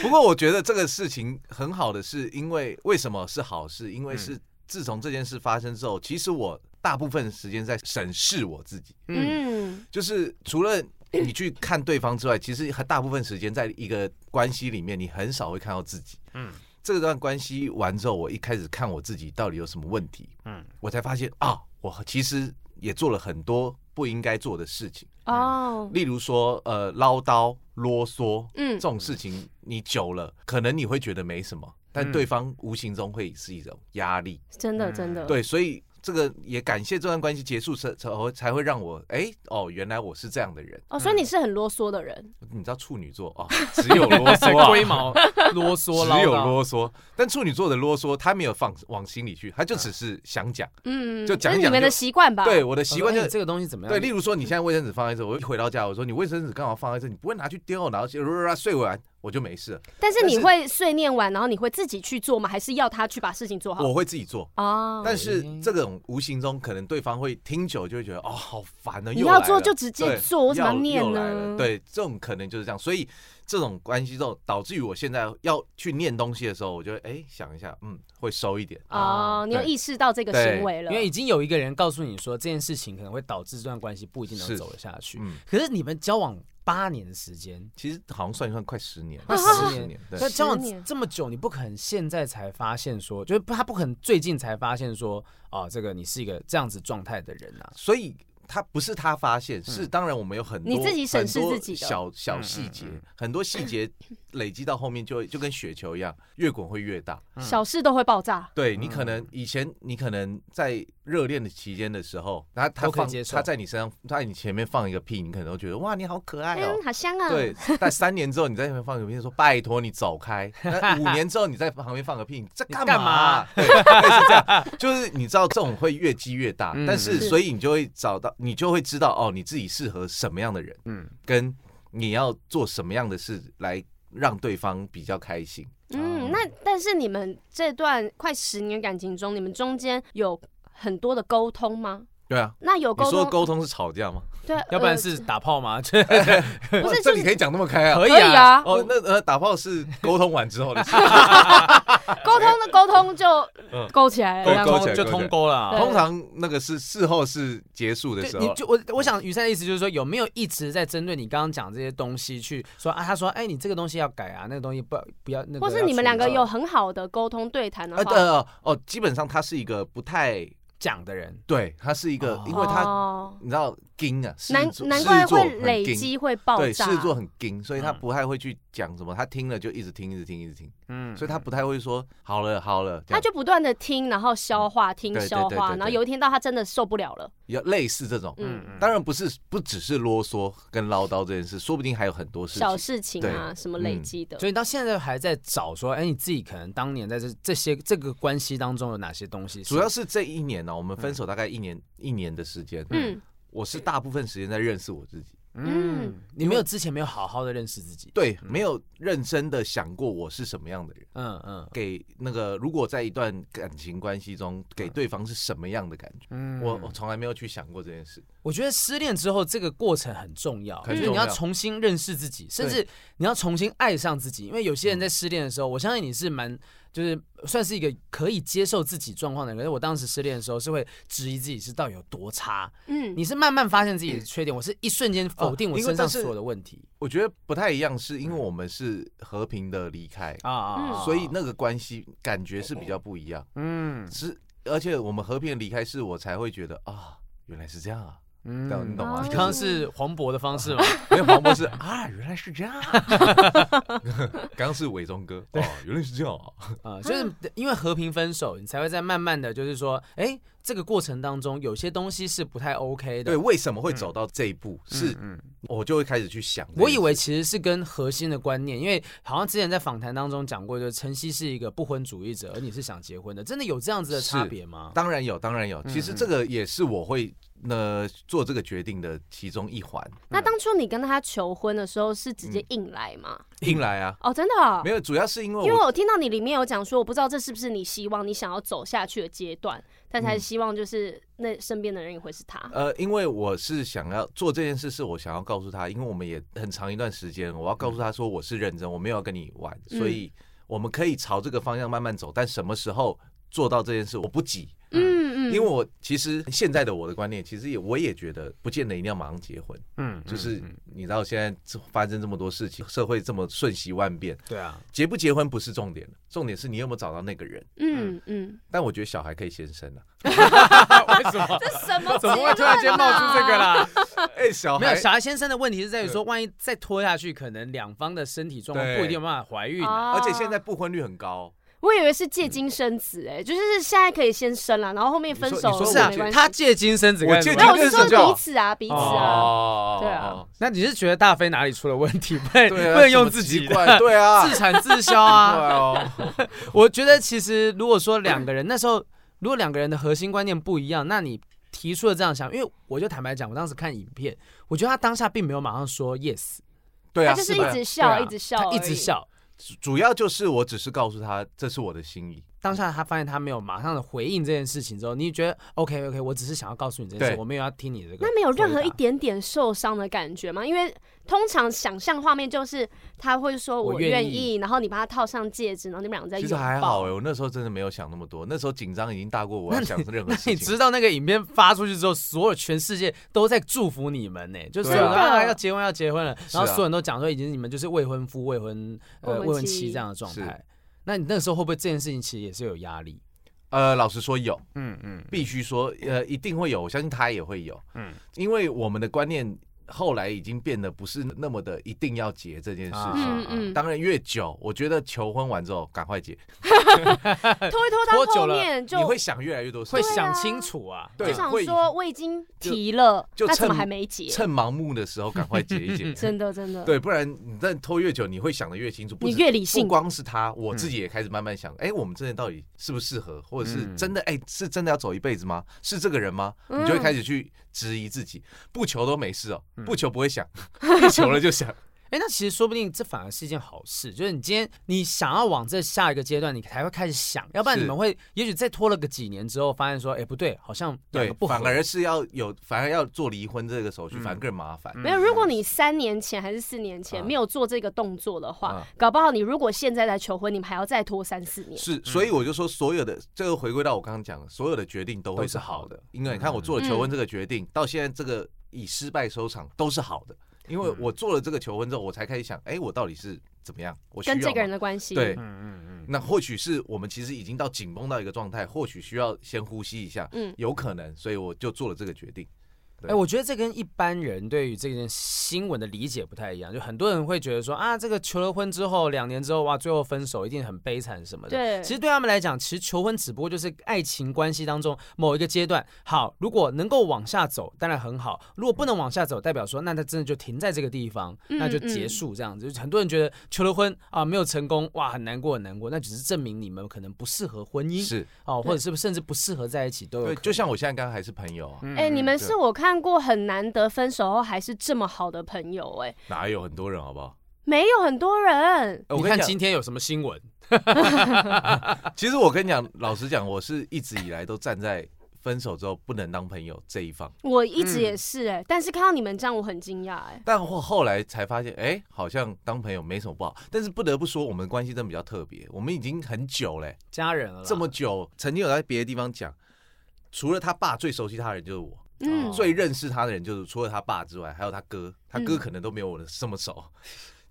Speaker 4: 不过我觉得这个事情很好的是，因为为什么是好事？因为是自从这件事发生之后，其实我大部分时间在审视我自己，
Speaker 2: 嗯，
Speaker 4: 就是除了。你去看对方之外，其实很大部分时间在一个关系里面，你很少会看到自己。
Speaker 1: 嗯
Speaker 4: 嗯，这段关系完之后，我一开始看我自己到底有什么问题，
Speaker 1: 嗯
Speaker 4: 嗯，我才发现啊，我其实也做了很多不应该做的事情。
Speaker 2: 哦，
Speaker 4: 例如说，呃，唠叨、啰嗦，
Speaker 2: 嗯
Speaker 4: 这种事情你久了，可能你会觉得没什么，但对方无形中会是一种压力。
Speaker 2: 真的真
Speaker 1: 嗯
Speaker 2: 的，，
Speaker 4: 对，所以这个也感谢这段关系结束之后，才会让我，哎、哦，原来我是这样的人。
Speaker 2: 哦，所以你是很啰嗦的人，
Speaker 4: 你知道处女座 哦，只有啰嗦啊，
Speaker 1: 龟毛、啰嗦、唠
Speaker 4: 只有
Speaker 1: 叨。
Speaker 4: 啰嗦。但处女座的啰嗦，他没有放往心里去，他就只是想讲。
Speaker 2: 嗯，
Speaker 4: 就讲
Speaker 2: 这是
Speaker 4: 一
Speaker 2: 你
Speaker 4: 讲
Speaker 2: 们的
Speaker 4: 就
Speaker 2: 习惯吧？
Speaker 4: 对，我的习惯就
Speaker 1: 哎这个东西怎么样？
Speaker 4: 对，例如说你现在卫生纸放在这，我一回到家，我说你卫生纸干嘛放在这？你不会拿去丢，然后就 睡完我就没事了，
Speaker 2: 但是
Speaker 4: 但
Speaker 2: 你
Speaker 4: 是
Speaker 2: 会碎念完，然后你会自己去做吗？还是要他去把事情做好？
Speaker 4: 我会自己做。
Speaker 2: 哦，
Speaker 4: 但是这种无形中，可能对方会听久就会觉得哦，好烦啊！
Speaker 2: 你
Speaker 4: 又
Speaker 2: 要
Speaker 4: 来
Speaker 2: 做
Speaker 4: 了
Speaker 2: 就直接
Speaker 4: 对
Speaker 2: 做，我怎么
Speaker 4: 要
Speaker 2: 要念
Speaker 4: 又来
Speaker 2: 呢
Speaker 4: 了？，对，这种可能就是这样，所以这种关系之后，导致于我现在要去念东西的时候，我就会哎想一下，嗯，会收一点。
Speaker 2: 哦，你有
Speaker 4: 啊对
Speaker 2: 意识到这个
Speaker 4: 对
Speaker 2: 行为了
Speaker 1: 因，为已经有一个人告诉你说这件事情可能会导致这段关系不一定能
Speaker 4: 是
Speaker 1: 走得下去。
Speaker 4: 嗯，
Speaker 1: 可是你们交往八年的时间，
Speaker 4: 其实好像算一 算，快十年了，
Speaker 1: 快十年
Speaker 4: 年，对
Speaker 1: 那交
Speaker 2: 十年
Speaker 1: 往这么久，你不可能现在才发现说，就是他不可能最近才发现说，哦，这个你是一个这样子状态的人啊。
Speaker 4: 所以他不是他发现，是当然我们有很
Speaker 2: 嗯
Speaker 4: 多
Speaker 2: 你自己审视
Speaker 4: 很多
Speaker 2: 自己的
Speaker 4: 小小细节，很多细节累积到后面就会就跟雪球一样，越滚会越大。
Speaker 2: 小事都会爆炸。
Speaker 4: 对你可能以前你可能在热恋的期间的时候，然后他
Speaker 1: 都可以
Speaker 4: 放
Speaker 1: 接受
Speaker 4: 他在你身上，他在你前面放一个屁，你可能都觉得哇你好可爱哦
Speaker 2: 嗯，。好香啊！
Speaker 4: 对，但三年之后你在那边放个屁，说拜托你走开。那五年之后你在旁边放个屁，你在干
Speaker 1: 你干嘛
Speaker 4: 嘛？对，类似这样，就是你知道这种会越积越大
Speaker 1: 嗯，
Speaker 4: 但
Speaker 2: 是
Speaker 4: 是所以你就会找到，你就会知道哦，你自己适合什么样的人，
Speaker 1: 嗯，
Speaker 4: 跟你要做什么样的事来让对方比较开心。哦
Speaker 2: 嗯，那但是你们这段快十年感情中，你们中间有很多的沟通吗？
Speaker 4: 对啊，
Speaker 2: 那有
Speaker 4: 你
Speaker 2: 沟
Speaker 4: 说
Speaker 2: 通，
Speaker 4: 沟通是吵架吗？
Speaker 2: 对，
Speaker 1: 要不然
Speaker 2: 呃
Speaker 1: 是打炮 吗？这
Speaker 2: 不 是
Speaker 4: 哇哦这
Speaker 2: 就
Speaker 4: 里
Speaker 2: 是
Speaker 4: 可以讲那么开啊？
Speaker 1: 可以
Speaker 2: 可以啊
Speaker 4: 哦，那呃，打炮是沟通完之后的事。
Speaker 2: 沟通的沟通就
Speaker 4: 嗯
Speaker 2: 勾起来
Speaker 4: 沟
Speaker 2: 了，
Speaker 4: 勾
Speaker 1: 通
Speaker 4: 起来
Speaker 1: 就
Speaker 4: 勾起来
Speaker 1: 通沟了啊。
Speaker 2: 对
Speaker 4: 通常那个是事后是结束的时
Speaker 1: 对，
Speaker 4: 候
Speaker 1: 你，就我我想雨珊的意思就是说，有没有一直在针对你刚刚讲这些东西去说啊？他说，哎，你这个东西要改啊，那个东西不要不要那个。
Speaker 2: 或是你们两个有很好的沟通对谈的
Speaker 4: 啊呃
Speaker 2: 话，
Speaker 4: 呃哦，基本上他是一个不太
Speaker 1: 讲的人，
Speaker 4: 对，他是一个
Speaker 1: 哦，
Speaker 4: 因为他
Speaker 2: 哦
Speaker 4: 你知道金啊，
Speaker 2: 难
Speaker 4: 狮子座
Speaker 2: 难怪
Speaker 4: 狮子座
Speaker 2: 会
Speaker 4: 很
Speaker 2: 累
Speaker 4: 硬
Speaker 2: 积会爆
Speaker 4: 对，
Speaker 2: 炸
Speaker 4: 狮。子座很金，所以他
Speaker 1: 嗯
Speaker 4: 不太会去讲什么，他听了就一直听，一直听，一直听，
Speaker 1: 嗯，
Speaker 4: 所以他不太会说好了好了，这
Speaker 2: 他
Speaker 4: 样
Speaker 2: 就不断的听，然后消化，听
Speaker 4: 嗯对对
Speaker 2: 消
Speaker 4: 对
Speaker 2: 化，
Speaker 4: 对对
Speaker 2: 然后有一天到他真的受不了了，
Speaker 4: 要类似这种。
Speaker 2: 嗯，
Speaker 4: 当然不是，不只是啰嗦跟唠叨这件事，说不定还有很多事
Speaker 2: 小
Speaker 4: 情。嗯
Speaker 2: 事情啊，什么累积的
Speaker 1: 所，以你到现在还在找说，哎，你自己可能当年在这这些这个关系当中有哪些东西？
Speaker 4: 主要是嗯这一年呢、我们分手大概一年、一年的时间，
Speaker 2: 嗯，
Speaker 4: 我是大部分时间在认识我自己，
Speaker 1: 嗯，你没有之前没有好好的认识自己。
Speaker 4: 对，没有认真的想过我是什么样的人，
Speaker 1: 嗯嗯
Speaker 4: 给那个如果在一段感情关系中给对方是什么样的感觉，
Speaker 1: 嗯，
Speaker 4: 我我从来没有去想过这件事，
Speaker 1: 我觉得失恋之后这个过程很重要，
Speaker 4: 很
Speaker 1: 就是你
Speaker 4: 重要
Speaker 1: 要重新认识自己，甚至你要重新爱上自己。因为有些人在失恋的时候，我相信你是蛮就是呃算是一个可以接受自己状况的人。可是我当时失恋的时候是会质疑自己是到底有多差，
Speaker 2: 嗯，
Speaker 1: 你是慢慢发现自己的缺点，我是一瞬间否定我
Speaker 4: 哦因为
Speaker 1: 身上
Speaker 4: 但是
Speaker 1: 所有的问题
Speaker 4: 我觉得不太一样，是因为我们是和平的离开，
Speaker 1: 啊啊啊啊
Speaker 4: 所以那个关系感觉是比较不一样，
Speaker 1: 嗯
Speaker 4: 是而且我们和平的离开，是我才会觉得啊，原来是这样啊，
Speaker 1: 嗯
Speaker 4: 懂你懂吗
Speaker 2: 哦
Speaker 1: 你刚刚是黄渤的方式 吗？
Speaker 4: 因为黄渤是啊，原来是 这样。刚刚是伟忠哥哦，原来是这样啊。
Speaker 1: 啊、就是因为和平分手，你才会在慢慢的就是说，哎、这个过程当中有些东西是不太 OK 的。
Speaker 4: 对，为什么会走到这一步？是
Speaker 1: 嗯，
Speaker 4: 我就会开始去想这件事。
Speaker 1: 我以为其实是跟核心的观念，因为好像之前在访谈当中讲过，就是晨曦是一个不婚主义者，而你是想结婚的，真的有这样子的差
Speaker 4: 是
Speaker 1: 别吗？
Speaker 4: 啊当然有，当然有。其实这个也是我会呃做这个决定的其中一环。
Speaker 2: 那当初你跟他求婚的时候是直接硬来吗？
Speaker 4: 硬来啊，
Speaker 2: 哦，真的哦、
Speaker 4: 没有，主要是因为
Speaker 2: 因为
Speaker 4: 我
Speaker 2: 我听到你里面有讲说，我不知道这是不是你希望你想要走下去的阶段，但才希望就是那身边的人也会是他。
Speaker 4: 呃，因为我是想要做这件事，是我想要告诉他，因为我们也很长一段时间，我要告诉他说我是认真，我没有要跟你玩，
Speaker 2: 嗯
Speaker 4: 所以我们可以朝这个方向慢慢走，但什么时候做到这件事，我不急。
Speaker 2: 嗯嗯，
Speaker 4: 因为我其实现在的我的观念，其实也我也觉得，不见得一定要马上结婚。
Speaker 1: 嗯，
Speaker 4: 就是你知道现在这发生这么多事情，社会这么瞬息万变，
Speaker 1: 对啊，
Speaker 4: 结不结婚不是重点，重点是你有没有找到那个人。
Speaker 2: 嗯嗯，
Speaker 4: 但我觉得小孩可以先生啊，
Speaker 1: 为什 么？
Speaker 2: 什么？
Speaker 1: 怎么会突然间冒出这个？啦？
Speaker 4: 哎、小
Speaker 1: 没有，
Speaker 4: 孩
Speaker 1: 小孩先生的问题是在于说，万一再拖下去，可能两方的身体状况
Speaker 4: 对
Speaker 1: 不一定有办法怀孕啊。
Speaker 2: 哦
Speaker 4: 而且现在不婚率很高，
Speaker 2: 我以为是借精生子，哎，就是现在可以先生了，然后后面分手
Speaker 4: 你说
Speaker 1: 不
Speaker 4: 我
Speaker 1: 是啊
Speaker 2: 哦没关，系。
Speaker 1: 他借精生子干什么，啊
Speaker 2: 没
Speaker 4: 我借
Speaker 2: 有，我
Speaker 4: 精
Speaker 2: 是
Speaker 4: 生子
Speaker 2: 说
Speaker 4: 就好
Speaker 2: 彼此啊，彼此啊。
Speaker 4: 哦
Speaker 2: 对啊，
Speaker 1: 那你是觉得大飞哪里出了问题？ 不能、
Speaker 4: 对啊，
Speaker 1: 不能
Speaker 4: 什
Speaker 1: 用
Speaker 4: 么
Speaker 1: 自
Speaker 4: 奇
Speaker 1: 己
Speaker 4: 怪
Speaker 1: 的，
Speaker 4: 对 啊，
Speaker 1: 自产自销
Speaker 4: 对
Speaker 1: 啊！
Speaker 4: 哦，
Speaker 1: 我觉得其实如果说两个人那时候，如果两个人的核心观念不一样，那你提出了这样想，因为我就坦白讲，我当时看影片，我觉得他当下并没有马上说 yes，
Speaker 4: 对
Speaker 2: 他
Speaker 4: 啊，
Speaker 2: 就是
Speaker 4: 吧
Speaker 2: 一直
Speaker 1: 对
Speaker 2: 笑，
Speaker 1: 啊
Speaker 2: 一直笑，
Speaker 1: 他一直。笑。
Speaker 4: 主主要就是我只是告诉他这是我的心意，
Speaker 1: 当下他发现他没有马上的回应这件事情之后，你觉得 OK OK，我只是想要告诉你这件事，
Speaker 4: 对
Speaker 1: 我没有要听你这个。
Speaker 2: 那没有任何一，点点受伤的感觉吗？因为通常想象画面就是他会说
Speaker 1: 我
Speaker 2: 我
Speaker 1: 愿
Speaker 2: 愿
Speaker 1: 意
Speaker 2: 意，然后你帮他套上戒指，然后你们两个在拥
Speaker 4: 其实
Speaker 2: 抱。
Speaker 4: 还好哎、我那时候真的没有想那么多，那时候紧张已经大过我要想任何
Speaker 1: 那
Speaker 4: 事
Speaker 1: 你
Speaker 4: 情。
Speaker 1: 知道那个影片发出去之后，所有全世界都在祝福你们呢、就是
Speaker 4: 对啊
Speaker 1: 说
Speaker 2: 真的
Speaker 1: 啊要结婚要结婚了，
Speaker 4: 是
Speaker 1: 然后
Speaker 4: 啊
Speaker 1: 所有人都讲说已经你们就是未婚夫、未婚呃
Speaker 2: 未
Speaker 1: 未
Speaker 2: 婚
Speaker 1: 婚
Speaker 2: 妻
Speaker 1: 妻这样的状态。那你那个时候会不会这件事情其实也是有压力？
Speaker 4: 呃，老实说有，
Speaker 1: 嗯嗯，
Speaker 4: 必须说，呃，一定会有，我相信他也会有，
Speaker 1: 嗯
Speaker 4: 嗯，因为我们的观念后来已经变得不是那么的一定要结这件事
Speaker 1: 啊
Speaker 4: 情。
Speaker 2: 嗯嗯，
Speaker 4: 当然越久，我觉得求婚完之后赶快结，哎
Speaker 2: 拖一拖
Speaker 1: 拖
Speaker 2: 到
Speaker 1: 久
Speaker 2: 后
Speaker 1: 了
Speaker 2: 面就
Speaker 4: 你会想越来越多事
Speaker 1: 会
Speaker 4: 情，
Speaker 1: 想清楚啊。。
Speaker 4: 对
Speaker 2: 就想
Speaker 4: 会
Speaker 2: 说我已经提了，
Speaker 4: 就
Speaker 2: 那怎么
Speaker 4: 趁
Speaker 2: 还没结？
Speaker 4: 趁盲目的时候赶快结一结
Speaker 2: 真的真的，
Speaker 4: 对，不然你但拖越久，你会想的越清楚。不
Speaker 2: 嗯你
Speaker 4: 止
Speaker 2: 越理性嗯
Speaker 4: 不光是他，我自己也开始慢慢想，哎、我们真的到底适不适合，或者是
Speaker 1: 嗯
Speaker 4: 真的，哎、是真的要走一辈子吗？是这个人吗？你
Speaker 2: 嗯
Speaker 4: 就会开始去质疑自己。不求都没事哦，
Speaker 1: 嗯
Speaker 4: 不求不会想， 一求了就想。
Speaker 1: 哎，那其实说不定这反而是一件好事，就是你今天你想要往这下一个阶段，你才会开始想，要不然
Speaker 4: 是
Speaker 1: 你们会也许再拖了个几年之后，发现说，哎，不对，好像 两
Speaker 4: 对
Speaker 1: 个不，合
Speaker 4: 反而是要有，反而要做离婚这个手续，反而更麻烦。
Speaker 2: 没有，如果你三年前还是四年前
Speaker 4: 嗯啊
Speaker 2: 没有做这个动作的话
Speaker 4: 啊，
Speaker 2: 搞不好你如果现在来求婚，你们还要再拖三四年。
Speaker 4: 是，所以
Speaker 2: 嗯
Speaker 4: 我就说，所有的这个回归到我刚刚讲的，所有的决定都
Speaker 1: 都
Speaker 4: 会
Speaker 1: 是
Speaker 4: 是
Speaker 1: 好
Speaker 4: 好的
Speaker 1: 的，
Speaker 4: 因为你
Speaker 2: 嗯
Speaker 4: 看我做了求婚这个决定，到现在这个以失败收场都是好的，因
Speaker 1: 嗯
Speaker 4: 为我做了这个求婚之后，我才开始想，哎，我到底是怎么样，我需要
Speaker 2: 跟这个人
Speaker 4: 吗
Speaker 2: 的关系，
Speaker 4: 对，
Speaker 1: 嗯嗯
Speaker 4: 那或许是我们其实已经到紧绷到一个状态，或许需要先呼吸一下，
Speaker 2: 嗯
Speaker 4: 有可能，所以我就做了这个决定。
Speaker 1: 嗯，
Speaker 4: 对
Speaker 1: 哎，我觉得这跟一般人对于这件新闻的理解不太一样，就很多人会觉得说啊，这个求了婚之后两年之后哇，最后分手一定很悲惨什么的。
Speaker 2: 对
Speaker 1: 其实对他们来讲，其实求婚只不过就是爱情关系当中某一个阶段。好，如果能够往下走，当然很好；如果不能往下走，代表说那他真的就停在这个地方，
Speaker 2: 嗯
Speaker 1: 那就结束这样子。就是很多人觉得求了婚啊没有成功，哇很难过很难过，那只是证明你们可能不适合婚姻
Speaker 4: 是
Speaker 1: 哦，或者是不是甚至不适合在一起都有可
Speaker 4: 对，
Speaker 1: 能。
Speaker 4: 就像我现在刚刚还是朋友啊，
Speaker 1: 嗯
Speaker 2: 哎，你们
Speaker 4: 对
Speaker 2: 是我看过很难得分手后还是这么好的朋友，哎，
Speaker 4: 哪有很多人好不 好？
Speaker 2: 没有很多人，
Speaker 4: 哎我
Speaker 1: 你
Speaker 4: 跟你
Speaker 1: 看
Speaker 4: 讲
Speaker 1: 今天有什么新闻？
Speaker 4: 其实我跟你讲，老实讲，我是一直以来都站在分手之后不能当朋友这一方，
Speaker 2: 我一直
Speaker 1: 嗯
Speaker 2: 也是，哎，但是看到你们这样，我很惊讶，哎，
Speaker 4: 但后后来才发现，哎、好像当朋友没什么不好。但是不得不说，我们关系真的比较特别，我们已经很久嘞、
Speaker 1: 家人了啦，
Speaker 4: 这么久，曾经有在别的地方讲，除了他爸最熟悉他的人就是我，
Speaker 2: 嗯
Speaker 1: 哦，
Speaker 4: 最认识他的人就是除了他爸之外，还有他哥，他哥
Speaker 2: 嗯
Speaker 4: 可能都没有我的这么熟。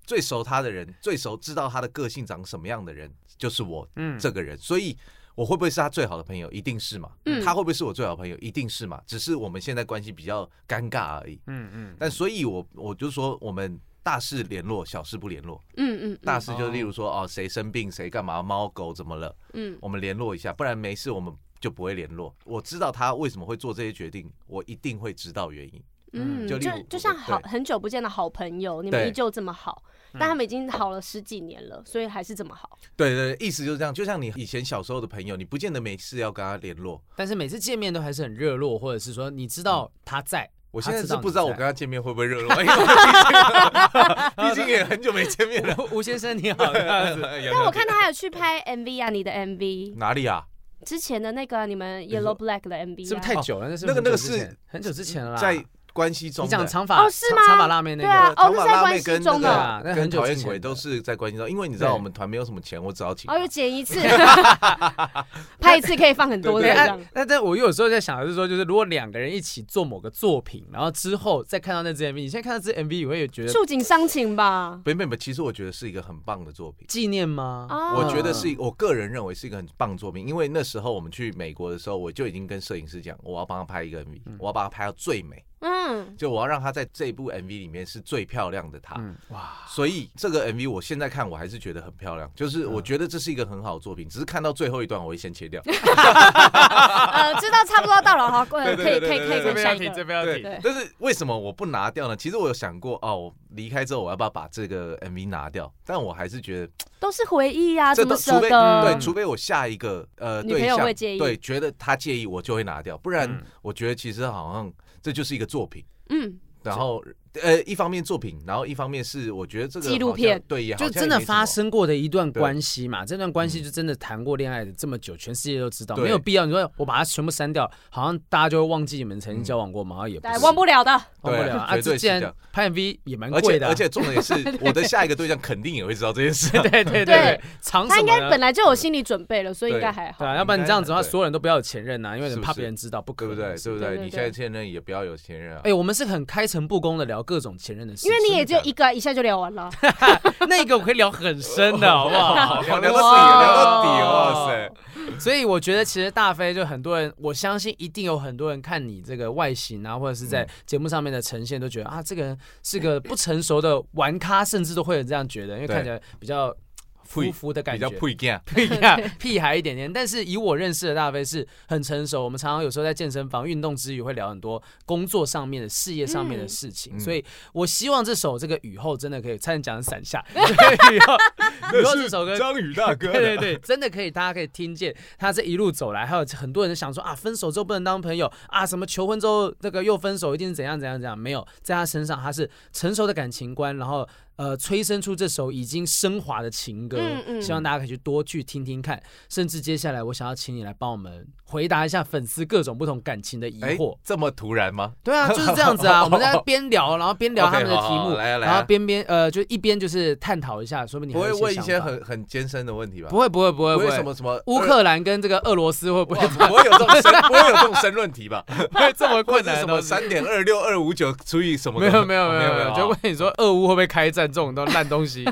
Speaker 4: 最熟他的人，最熟知道他的个性长什么样的人，就是我
Speaker 1: 嗯
Speaker 4: 这个人。所以我会不会是他最好的朋友？一定是嘛。
Speaker 2: 嗯
Speaker 4: 他会不会是我最好的朋友？一定是嘛。只是我们现在关系比较尴尬而已。
Speaker 1: 嗯嗯，
Speaker 4: 但所以我，我就说我们大事联络，小事不联络。
Speaker 2: 嗯嗯
Speaker 4: 大事就例如说，哦，谁生病，谁干嘛，猫狗怎么了，
Speaker 2: 嗯
Speaker 4: 我们联络一下，不然没事我们就不会联络。我知道他为什么会做这些决定，我一定会知道原因。
Speaker 2: 嗯，
Speaker 4: 就
Speaker 2: 就
Speaker 4: 例如
Speaker 2: 就像好
Speaker 4: 对
Speaker 2: 很久不见的好朋友，你
Speaker 4: 对
Speaker 2: 们依旧这么好，但他们已经好了十几年了，所以还是这么好。
Speaker 4: 对对，对意思就是这样。就像你以前小时候的朋友，你不见得没事要跟他联络。
Speaker 1: 但是每次见面都还是很热络，或者是说你知道他在，
Speaker 4: 我
Speaker 1: 他
Speaker 4: 现在是不
Speaker 1: 你
Speaker 4: 知道我
Speaker 1: 在
Speaker 4: 跟他见面会不会热络， 因为我毕竟毕竟也很久没 见面了。 哎
Speaker 1: 吴吴先生你好， 这样子
Speaker 2: 但我看他还有去拍 MV 啊，你的 MV
Speaker 4: 哪里 啊？
Speaker 2: 之前的那个啊你们 Yellow Black 的 MV 啊
Speaker 1: 是不是太久了？那是不
Speaker 4: 哦那
Speaker 1: 很久
Speaker 4: 个那个
Speaker 1: 之前
Speaker 4: 是
Speaker 1: 很久之前了啦，
Speaker 4: 在关系中
Speaker 1: 啊你
Speaker 4: 的
Speaker 1: 讲长发
Speaker 2: 哦是
Speaker 1: 长
Speaker 2: 吗
Speaker 1: 长发辣妹那
Speaker 2: 对啊
Speaker 1: 个，
Speaker 2: 哦
Speaker 4: 长
Speaker 2: 那是
Speaker 4: 发
Speaker 2: 在
Speaker 4: 辣
Speaker 2: 关
Speaker 4: 妹
Speaker 2: 系
Speaker 4: 跟
Speaker 2: 中哦
Speaker 4: 那
Speaker 2: 的
Speaker 1: 对啊
Speaker 4: 个
Speaker 1: 那
Speaker 4: 跟
Speaker 1: 很久
Speaker 4: 讨厌
Speaker 1: 之前
Speaker 4: 鬼
Speaker 1: 的
Speaker 4: 都是在关系中，因为你知道
Speaker 1: 对
Speaker 4: 我们团没有什么钱，我只好请
Speaker 2: 哦，
Speaker 4: 他。
Speaker 2: 又剪一次，拍一次可以放很多的
Speaker 1: 对，
Speaker 2: 这
Speaker 1: 啊
Speaker 2: 样。
Speaker 1: 那但我有时候在想的是说，就是如果两个人一起做某个作品，然后之后再看到那支 MV，你现在看到这支 MV，你会觉得
Speaker 2: 触景伤情吧。
Speaker 4: 没没没，其实我觉得是一个很棒的作品。
Speaker 1: 纪念吗？
Speaker 2: 哦
Speaker 4: 我觉得是一，我个人认为是一个很棒的作品，因为那时候我们去美国的时候，我就已经跟摄影师讲，我要帮他拍一个 MV，我
Speaker 1: 嗯
Speaker 4: 要把它拍到最美，
Speaker 2: 嗯，
Speaker 4: 就我要让他在这一部 MV 里面是最漂亮的他。
Speaker 1: 嗯，哇，
Speaker 4: 所以这个 MV 我现在看我还是觉得很漂亮，就是
Speaker 1: 嗯
Speaker 4: 我觉得这是一个很好的作品，只是看到最后一段我会先切掉。
Speaker 2: 呃，知道差不多到了，好，可以可
Speaker 4: 对对
Speaker 2: 以
Speaker 4: 对
Speaker 2: 可以可以
Speaker 4: 对
Speaker 1: 这
Speaker 2: 看
Speaker 1: 边
Speaker 2: 下
Speaker 1: 要
Speaker 2: 一
Speaker 1: 停，这
Speaker 2: 个。
Speaker 1: 边要停。
Speaker 2: 对
Speaker 4: 但是为什么我不拿掉呢？其实我有想过，哦，我离开之后我要不要把这个 MV 拿掉？但我还是觉得
Speaker 2: 都是回忆啊，
Speaker 4: 这
Speaker 2: 怎
Speaker 4: 都
Speaker 2: 么
Speaker 4: 除
Speaker 2: 舍
Speaker 4: 非、嗯
Speaker 2: 得
Speaker 4: 对，？除非我下一个呃
Speaker 2: 女朋
Speaker 4: 对
Speaker 2: 友
Speaker 4: 象
Speaker 2: 会介意
Speaker 4: 对，觉得他介意我就会拿掉，不然
Speaker 1: 嗯
Speaker 4: 我觉得其实好像这就是一个作品，
Speaker 2: 嗯，
Speaker 4: 然后。呃，一方面作品，然后一方面是我觉得这个
Speaker 2: 纪录
Speaker 4: 好像
Speaker 2: 片
Speaker 4: 对，也好
Speaker 1: 就
Speaker 4: 像
Speaker 1: 真
Speaker 4: 也
Speaker 1: 的
Speaker 4: 没什
Speaker 1: 发
Speaker 4: 么嗯
Speaker 1: 生过的一段关系嘛，这段关系就真的谈过恋爱的这么久，全世界都知道，
Speaker 4: 对
Speaker 1: 没有必要。你说我把它全部删掉，好像大家就会忘记你们曾经交往过嘛，好像也不
Speaker 2: 对
Speaker 1: 是，
Speaker 2: 忘不了的。
Speaker 1: 忘不
Speaker 4: 对
Speaker 1: 了啊。
Speaker 4: 嗯啊绝对
Speaker 1: 这
Speaker 4: 是
Speaker 1: 既
Speaker 4: 这
Speaker 1: 然
Speaker 4: 样
Speaker 1: 拍 MV 也蛮
Speaker 4: 而
Speaker 1: 贵
Speaker 4: 且
Speaker 1: 的啊，
Speaker 4: 而且重 点是，我的下一个对象肯定也会知道这件事啊、
Speaker 1: 对对对
Speaker 2: 对，
Speaker 1: 藏
Speaker 2: 他
Speaker 1: 什
Speaker 2: 应
Speaker 1: 么
Speaker 2: 该
Speaker 1: 呢
Speaker 2: 本？来就有心理准备了，所以应该还好
Speaker 1: 对。啊，要不然你这样子的话，
Speaker 4: 对
Speaker 1: 所有人都不要有前任啊呐，因为
Speaker 4: 是
Speaker 1: 很
Speaker 4: 不
Speaker 1: 怕
Speaker 4: 是
Speaker 1: 别人知道，不可
Speaker 4: 对不
Speaker 1: 能
Speaker 4: 对？
Speaker 1: 是
Speaker 4: 对不
Speaker 2: 对
Speaker 4: 对？
Speaker 2: 对
Speaker 4: 你现在前任也不要有前任啊
Speaker 1: 哎、。我们是很开诚布公的聊各种前任的事情，
Speaker 2: 因为你也只有
Speaker 1: 真
Speaker 2: 一个，一下就聊完了。
Speaker 1: 的 那个我可以聊很深 的，好不好？到
Speaker 4: 聊到底，聊到底，哇塞！
Speaker 1: 所以我觉得其实大飞就很多人，我相信一定有很多人看你这个外形啊，或者是
Speaker 4: 嗯
Speaker 1: 在节目上面的呈现，都觉得啊，这个人是个不成熟的玩咖，甚至都会有这样觉得，因为
Speaker 4: 对
Speaker 1: 看起来比较
Speaker 4: 屁
Speaker 1: 浮浮的感
Speaker 4: 比
Speaker 1: 觉，
Speaker 4: 较 不一样。
Speaker 1: 屁呀、屁孩一点点。但是以我认识的大飞是很成熟，我们常常有时候在健身房运动之余会聊很多工作上面的、事业上面的事情，
Speaker 4: 嗯
Speaker 1: 所以我希望这首这个雨后真的可以差点讲成伞 下，雨后 雨后这首歌。
Speaker 4: 张宇大 哥
Speaker 1: 对对对，真的可以，大家可以听见他这一路走来，还有很多人想说啊，分手之后不能当朋友啊，什么求婚之后那个又分手，一定是怎样怎样怎样，没有在他身上，他是成熟的感情观，然后呃，催生出这首已经升华的情歌，
Speaker 2: 嗯嗯
Speaker 1: 希望大家可以去多去听听看，甚至接下来我想要请你来帮我们回答一下粉丝各种不同感情的疑
Speaker 4: 哎
Speaker 1: 惑。，
Speaker 4: 这么突然吗？
Speaker 1: 对 啊，就是这样子啊，我们在边聊，然后边聊他们的
Speaker 4: OK，
Speaker 1: 题
Speaker 4: 好好
Speaker 1: 目，
Speaker 4: 来啊来啊
Speaker 1: 然后边边呃，就一边就是探讨一下，说不定你
Speaker 4: 不
Speaker 1: 还有
Speaker 4: 会问一些
Speaker 1: 想法
Speaker 4: 很很艰深的问题吧？
Speaker 1: 不会不会不会
Speaker 4: 不
Speaker 1: 不
Speaker 4: 会
Speaker 1: 会
Speaker 4: 什么什么
Speaker 1: 乌克兰跟这个俄罗斯会不
Speaker 4: 不
Speaker 1: 会
Speaker 4: 会不会有这种深不会有这种申论题吧？
Speaker 1: 不会这么
Speaker 4: 或
Speaker 1: 困
Speaker 4: 者是
Speaker 1: 难
Speaker 4: 什
Speaker 1: 的
Speaker 4: 么
Speaker 1: 东西？
Speaker 4: 三点二六二五九除以什么
Speaker 1: 没
Speaker 4: 的？
Speaker 1: 有没有
Speaker 4: 哦
Speaker 1: 没有没有，就问你说俄乌会不会开战这种东烂东西？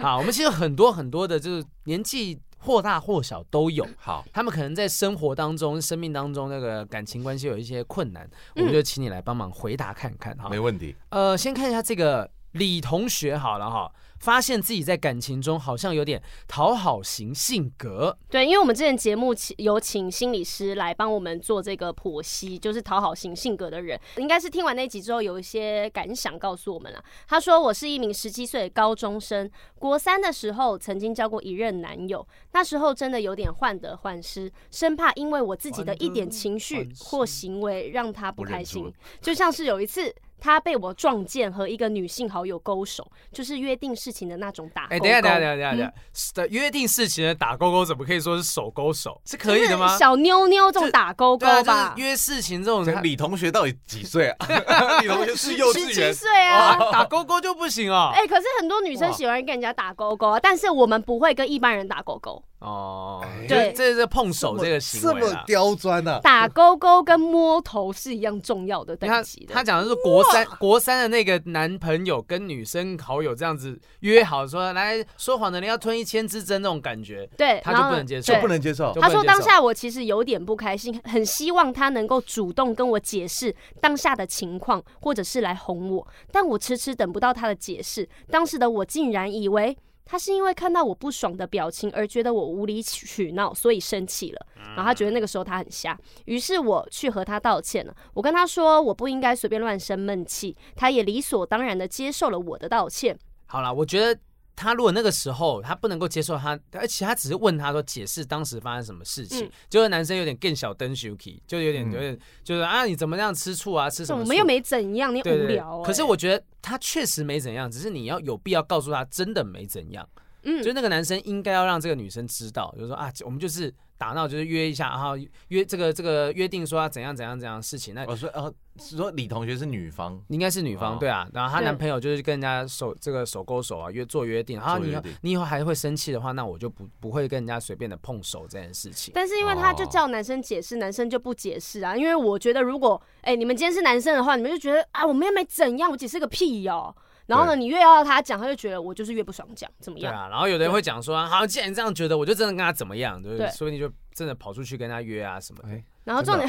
Speaker 1: 好，我们其实很多很多的，就是年纪或大或小都有。
Speaker 4: 好，
Speaker 1: 他们可能在生活当中、生命当中那个感情关系有一些困难，我们
Speaker 2: 嗯
Speaker 1: 就请你来帮忙回答看看哈。
Speaker 4: 没问题。
Speaker 1: 呃，先看一下这个李同学好了哈，发现自己在感情中好像有点讨好型性格，
Speaker 2: 对，因为我们之前节目请有请心理师来帮我们做这个剖析，就是讨好型性格的人，应该是听完那集之后有一些感想告诉我们了。他说：“我是一名十七岁的高中生，国三的时候曾经交过一任男友，那时候真的有点患得患失，生怕因为我自己的一点情绪或行为让他不开
Speaker 4: 我忍
Speaker 2: 心
Speaker 4: 住。
Speaker 2: 就像是有一次。”他被我撞见和一个女性好友勾手，就是约定事情的那种打勾勾。
Speaker 1: 哎、等一下，等一下，等一下，等一下，的、约定事情的打勾勾怎么可以说是手勾手？是可以的吗？
Speaker 2: 小妞妞这种打勾勾
Speaker 1: 对啊，
Speaker 2: 吧
Speaker 1: 就是，约事情这种
Speaker 4: 这李同学到底几岁啊？ 李同学是幼
Speaker 2: 十
Speaker 4: 稚
Speaker 2: 七
Speaker 4: 园，
Speaker 2: 岁啊。哎
Speaker 1: 啊打勾勾就不行哦。
Speaker 2: 哎、可是很多女生喜欢跟人家打勾勾啊，但是我们不会跟一般人打勾勾，
Speaker 1: 哦，
Speaker 4: 哎
Speaker 1: 就是
Speaker 2: 对
Speaker 1: 这是碰手这个行
Speaker 3: 这
Speaker 1: 为啊
Speaker 3: 么
Speaker 1: 啦。
Speaker 3: 刁钻啊呐、
Speaker 2: 打勾勾跟摸头是一样重要的
Speaker 1: 你看
Speaker 2: 等级
Speaker 1: 他
Speaker 2: 的。
Speaker 1: 讲的是国三国三的那个男朋友跟女生好友这样子约好说来说谎的人要吞一千支针那种感觉，
Speaker 2: 对，
Speaker 1: 他
Speaker 2: 然
Speaker 1: 就
Speaker 2: 后
Speaker 1: 不能接受
Speaker 2: 对
Speaker 4: 就不能接受
Speaker 1: 就。
Speaker 2: 他说
Speaker 1: 不能
Speaker 2: 当
Speaker 1: 接受
Speaker 2: 下我其实有点不开心，很希望他能够主动跟我解释当下的情况，或者是来哄我，但我迟迟等不到他的解释。当时的我竟然以为。他是因为看到我不爽的表情而觉得我无理取闹，所以生气了。
Speaker 1: 嗯
Speaker 2: 然后他觉得那个时候他很瞎，于是我去和他道歉了。我跟他说我不应该随便乱生闷气，他也理所当然的接受了我的道歉。
Speaker 1: 好啦，我觉得他如果那个时候他不能够接受他，而且他只是问他说解释当时发生什么事情，
Speaker 2: 嗯
Speaker 1: 就是男生有点更小灯 Shuki，就有点
Speaker 4: 嗯
Speaker 1: 有点、就是啊你怎么那样吃醋啊吃什么
Speaker 2: 我
Speaker 1: 醋？
Speaker 2: 们又没怎样，你
Speaker 1: 对对
Speaker 2: 无
Speaker 1: 对
Speaker 2: 聊、欸。
Speaker 1: 可是我觉得他确实没怎样，只是你要有必要告诉他真的没怎样，
Speaker 2: 嗯
Speaker 1: 就是那个男生应该要让这个女生知道，就是说啊我们就是打闹就是约一下，然后约这个这个约定说要怎样怎样怎样的事情，那
Speaker 4: 我说啊，是说李同学是女方，
Speaker 1: 应该是女方、
Speaker 4: 哦
Speaker 1: 对啊，然后她
Speaker 2: 对
Speaker 1: 男朋友就是跟人家手这个手勾手啊约做约定，然后
Speaker 4: 做
Speaker 1: 你以
Speaker 4: 约
Speaker 1: 后
Speaker 4: 定
Speaker 1: 你以后还会生气的话，那我就不不会跟人家随便的碰手这件事情。
Speaker 2: 但是因为他就
Speaker 4: 哦
Speaker 2: 叫男生解释，男生就不解释啊。因为我觉得，如果哎、你们今天是男生的话，你们就觉得啊，我们又没怎样，我解释个屁哦、然后呢，你越要他讲，他就觉得我就是越不爽讲，怎么
Speaker 1: 对
Speaker 2: 样？
Speaker 1: 啊，然后有的人会讲说，好，既然你这样觉得，我就真的跟他怎么样，就是
Speaker 2: 对
Speaker 1: 说不定就真的跑出去跟他约啊什么的，
Speaker 4: 哎，
Speaker 2: 然后 重点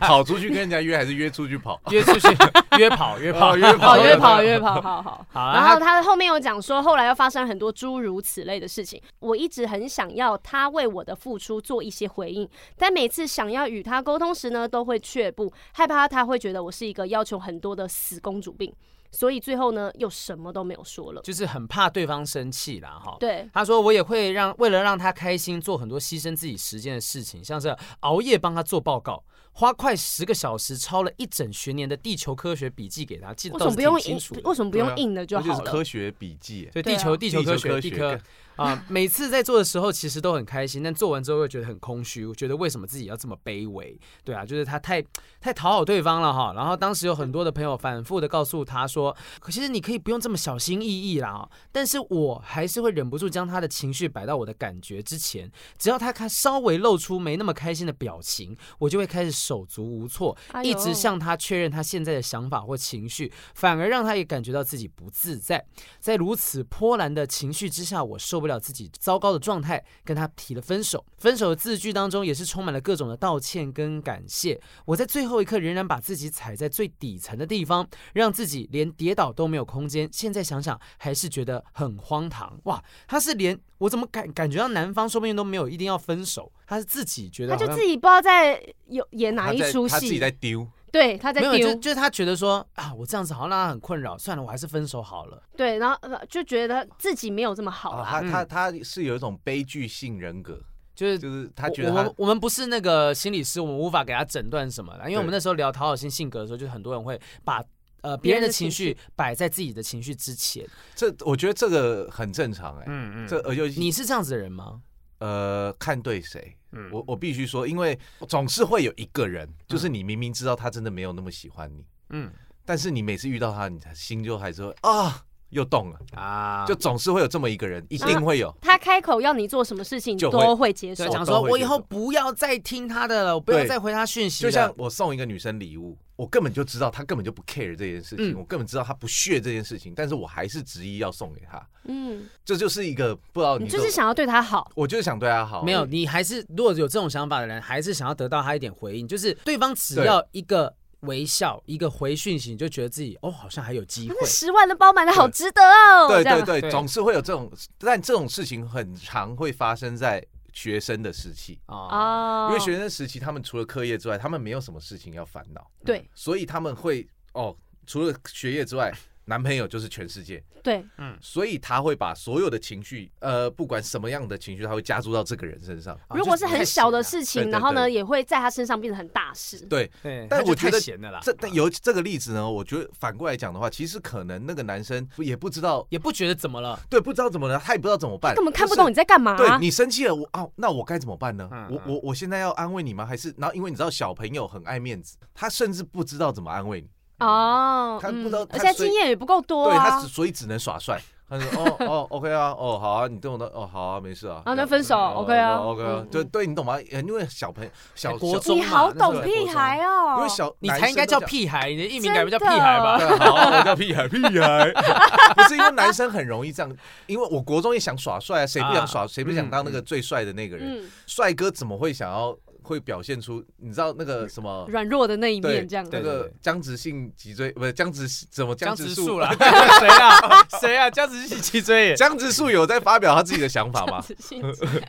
Speaker 4: 跑出去跟人家约还是约出去跑？
Speaker 1: 约出去 约跑哦约跑
Speaker 4: 哦约 跑
Speaker 2: 跑越
Speaker 4: 约
Speaker 2: 跑越跑，好好。
Speaker 1: 好
Speaker 2: 然后
Speaker 1: 啊，
Speaker 2: 他后面有讲说，后来又发生很多诸如此类的事情。我一直很想要他为我的付出做一些回应，但每次想要与他沟通时呢，都会却步，害怕他会觉得我是一个要求很多的死公主病，所以最后呢，又什么都没有说了。
Speaker 1: 就是很怕对方生气啦，哈。
Speaker 2: 对，
Speaker 1: 他说：“我也会让为了让他开心，做很多牺牲自己时间的事情，像是熬夜帮他做报告，花快十个小时抄了一整学年的地球科学笔记给他，记得
Speaker 2: 为
Speaker 1: 倒是
Speaker 2: 什么不用
Speaker 1: 挺清
Speaker 2: 硬
Speaker 1: 楚？的。
Speaker 2: 为什么不用硬的就
Speaker 4: 这啊就是
Speaker 2: 好了
Speaker 4: 科？学笔记，
Speaker 1: 所以地
Speaker 2: 对啊
Speaker 1: 球、地球科学、
Speaker 4: 科
Speaker 1: 地科
Speaker 4: 学
Speaker 1: 啊，每次在做的时候其实都很开心，但做完之后又觉得很空虚，我觉得为什么自己要这么卑微？对啊，就是他太太讨好对方了哈。然后当时有很多的朋友反复的告诉他说，可其实你可以不用这么小心翼翼啦哦，但是我还是会忍不住将他的情绪摆到我的感觉之前，只要他看稍微露出没那么开心的表情，我就会开始手足无措，
Speaker 2: 哎呦
Speaker 1: 一直向他确认他现在的想法或情绪，反而让他也感觉到自己不自在。在如此波澜的情绪之下，我受不了自己糟糕的状态，跟他提了分手。分手的字句当中也是充满了各种的道歉跟感谢。我在最后一刻仍然把自己踩在最底层的地方，让自己连跌倒都没有空间。现在想想还是觉得很荒唐哇！他是连我怎么感感觉到男方说不定都没有一定要分手，他是自己觉得
Speaker 2: 他
Speaker 1: 好
Speaker 2: 就
Speaker 1: 像
Speaker 2: 自己不知道在有演哪
Speaker 4: 他
Speaker 2: 一
Speaker 4: 在
Speaker 2: 出
Speaker 4: 他自己
Speaker 2: 戏
Speaker 4: 在，丢，
Speaker 2: 对，他在
Speaker 1: 没有，就
Speaker 2: 丢，
Speaker 1: 就是他觉得说啊，我这样子好像让他很困扰，算了，我还是分手好了。
Speaker 2: 对，然后呃就觉得自己没有这么好
Speaker 4: 啊
Speaker 2: 啦。
Speaker 4: 他他他是有一种悲剧性人格，
Speaker 1: 就是
Speaker 4: 就是他
Speaker 1: 我
Speaker 4: 觉得
Speaker 1: 我
Speaker 4: 他
Speaker 1: 们我们不是那个心理师，我们无法给他诊断什么的，因为我们
Speaker 4: 对
Speaker 1: 那时候聊讨好型性格的时候，就很多人会把呃别
Speaker 2: 别
Speaker 1: 人的
Speaker 2: 人的
Speaker 1: 情
Speaker 2: 情
Speaker 1: 绪摆在自己的情绪之前。
Speaker 4: 这，我觉得这个很正常哎，
Speaker 1: 嗯嗯
Speaker 4: 这呃尤其
Speaker 1: 你是这样子的人吗？
Speaker 4: 呃看对谁。
Speaker 1: 嗯
Speaker 4: 我我必须说，因为总是会有一个人，就是你明明知道他真的没有那么喜欢你，
Speaker 1: 嗯
Speaker 4: 但是你每次遇到他，你心就还是会啊又动了，
Speaker 1: 啊，
Speaker 4: 就总是会有这么一个人，一
Speaker 2: 啊
Speaker 4: 定会有。
Speaker 2: 他开口要你做什么事情，你
Speaker 4: 就
Speaker 2: 都会接
Speaker 1: 就
Speaker 2: 受。
Speaker 1: 讲
Speaker 4: 都
Speaker 1: 说，
Speaker 4: 会
Speaker 1: 我
Speaker 4: 接
Speaker 1: 以后
Speaker 4: 受
Speaker 1: 不要再听他的了，我不要
Speaker 4: 对
Speaker 1: 再回他讯息
Speaker 4: 就
Speaker 1: 了。
Speaker 4: 像我送一个女生礼物，我根本就知道她根本就不 care 这件事情，
Speaker 1: 嗯
Speaker 4: 我根本知道她不屑这件事情，但是我还是执意要送给她，
Speaker 2: 嗯，
Speaker 4: 这就是一个不知道
Speaker 2: 你
Speaker 4: 你
Speaker 2: 就是
Speaker 4: 这种，
Speaker 2: 想要对他好，
Speaker 4: 我就是想对她好，
Speaker 1: 没有，你还是如果有这种想法的人，还是想要得到他一点回应，就是对方只要一个微笑，一个回讯息，你就觉得自己哦，好像还有机会
Speaker 2: 那。十万的包买的好值得哦。
Speaker 4: 对
Speaker 2: 这样
Speaker 4: 对对，
Speaker 1: 对
Speaker 4: 总是会有这种，但这种事情很常会发生在学生的时期。
Speaker 1: 啊，
Speaker 2: 哦
Speaker 4: 因为学生时期，他们除了课业之外，他们没有什么事情要烦恼，
Speaker 2: 对
Speaker 4: 所以他们会哦，除了学业之外，男朋友就是全世界，
Speaker 2: 对
Speaker 4: 所以他会把所有的情绪，呃，不管什么样的情绪，他会加注到这个人身上。
Speaker 1: 啊
Speaker 2: 如果是很小的，
Speaker 1: 就是
Speaker 2: 事情，
Speaker 4: 对对
Speaker 2: 然后呢，
Speaker 4: 对
Speaker 2: 也会在他身上变得很大事。
Speaker 4: 对，
Speaker 1: 你太闲了对，哎
Speaker 4: 但
Speaker 1: 他就
Speaker 4: 我觉
Speaker 1: 太
Speaker 4: 得
Speaker 1: 闲了啦，嗯啊
Speaker 4: 这但由这个例子呢，我觉得反过来讲的话，其实可能那个男生也不知道，
Speaker 1: 也不觉得怎么了。
Speaker 4: 对，不知道怎么了，他也不知道怎么办，
Speaker 2: 根本看不懂
Speaker 4: 就
Speaker 2: 你在干嘛、
Speaker 4: 是。对你生气了，我啊，那我该怎么办呢？
Speaker 1: 嗯
Speaker 4: 我我我现在要安慰你吗？还是然后因为你知道小朋友很爱面子，他甚至不知道怎么安慰你，
Speaker 2: 哦，
Speaker 4: 他不知道
Speaker 2: 嗯
Speaker 4: 他
Speaker 2: 而且他
Speaker 4: 所以
Speaker 2: 经验也不够多
Speaker 4: 对他
Speaker 2: 啊
Speaker 4: 只。所以只能耍帅，他就说哦哦 OK 啊，哦好啊，你对我的哦好啊，没事啊，
Speaker 2: 啊那分手
Speaker 4: 哦
Speaker 2: OK 啊
Speaker 4: 哦，OK 啊
Speaker 2: 嗯，
Speaker 4: 对对，你懂吗？呃因为小朋友小
Speaker 1: 哎国
Speaker 4: 小
Speaker 1: 中
Speaker 2: 你
Speaker 1: 嘛
Speaker 2: 好
Speaker 1: 那时候
Speaker 2: 懂
Speaker 4: 在
Speaker 2: 屁
Speaker 4: 国中
Speaker 2: 孩哦，
Speaker 4: 因为小
Speaker 1: 你
Speaker 4: 男
Speaker 1: 才应该
Speaker 4: 生
Speaker 1: 叫
Speaker 4: 都讲
Speaker 1: 屁孩，你的艺
Speaker 2: 真
Speaker 1: 名改名叫
Speaker 2: 的
Speaker 1: 屁孩吧？
Speaker 4: 对，啊好，我 叫屁孩，屁孩， 不是因为男生很容易这样，因为我国中也想耍帅啊，谁不想耍，谁不
Speaker 1: 嗯
Speaker 4: 想当那个最帅的那个人？
Speaker 2: 嗯，
Speaker 4: 帅哥怎么会想要会表现出？你知道那个什么？
Speaker 2: 软弱的那一
Speaker 4: 啊对
Speaker 2: 面这样，
Speaker 4: 那个僵直性脊椎不是僵直怎么
Speaker 1: 江
Speaker 4: 直
Speaker 1: 直
Speaker 4: 树
Speaker 1: 树啦，？ 谁啦？谁啊？江直树脊 椎炎，
Speaker 4: 僵直树有在发表他自己的想 法吗？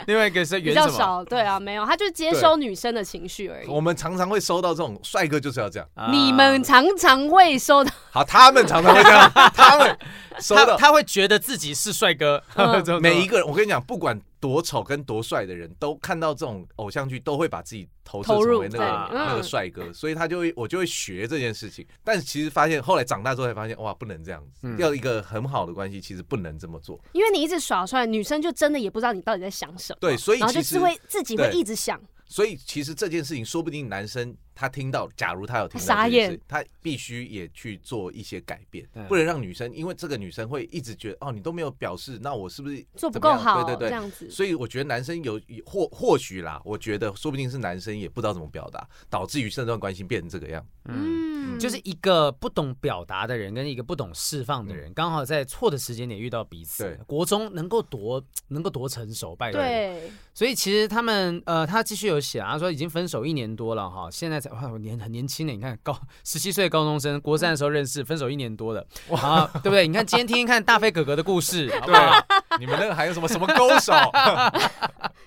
Speaker 1: 另外一个是
Speaker 2: 比
Speaker 1: 原
Speaker 2: 较
Speaker 1: 什么？
Speaker 2: 少，对啊，没有，他就是接
Speaker 4: 对
Speaker 2: 收女生的情绪而已。
Speaker 4: 我们常常会收到这种帅哥就是要这样，
Speaker 1: 啊
Speaker 2: 你们常常会收到，
Speaker 4: 好，他们常常会这样，他们收
Speaker 1: 他
Speaker 4: 到
Speaker 1: 他会觉得自己是帅哥，
Speaker 2: 嗯
Speaker 1: 这种
Speaker 4: 每一个人，我跟你讲，不管多丑跟多帅的人，都看到这种偶像剧，都会把自己投射
Speaker 2: 投
Speaker 4: 成
Speaker 2: 入
Speaker 4: 为那
Speaker 1: 对
Speaker 4: 个那个
Speaker 2: 嗯
Speaker 4: 帅哥，所以他就会我就会学这件事情。但其实发现后来长大之后才发现，哇，不能这样子，
Speaker 1: 嗯
Speaker 4: 要一个很好的关系，其实不能这么做。
Speaker 2: 因为你一直耍帅，女生就真的也不知道你到底在想什么，
Speaker 4: 对，所以
Speaker 2: 然后
Speaker 4: 其
Speaker 2: 就是
Speaker 4: 实
Speaker 2: 会自己会
Speaker 4: 对
Speaker 2: 一直想，
Speaker 4: 所以其实这件事情，说不定男生他听到，假如他有听到
Speaker 2: 傻
Speaker 4: 这件事
Speaker 2: 眼
Speaker 4: 他必须也去做一些改变
Speaker 1: 对，
Speaker 4: 不能让女生，因为这个女生会一直觉得，哦，你都没有表示，那我是不是
Speaker 2: 做不
Speaker 4: 怎么
Speaker 2: 够
Speaker 4: 样
Speaker 2: 好，
Speaker 4: 对对
Speaker 2: 这
Speaker 4: 对，
Speaker 2: 样子。
Speaker 4: 所以我觉得男生有或或许啦，我觉得说不定是男生也不知道怎么表达，导致于这段关系变成这个样。
Speaker 1: 嗯。
Speaker 2: 嗯
Speaker 1: 就是一个不懂表达的人跟一个不懂释放的人，刚好在错的时间点遇到彼此
Speaker 4: 对。
Speaker 1: 国中能够多能够多成熟，拜托。
Speaker 2: 对，
Speaker 1: 所以其实他们呃，他继续有写啊，他说已经分手一年多了哈，现在才哇，我年很年轻的，你看高十七岁的高中生，国三的时候认识，分手一年多了，哇，对不对？你看今天听听看大飞哥哥的故 事，好不好？
Speaker 4: 你们那个还有什么什么勾 手？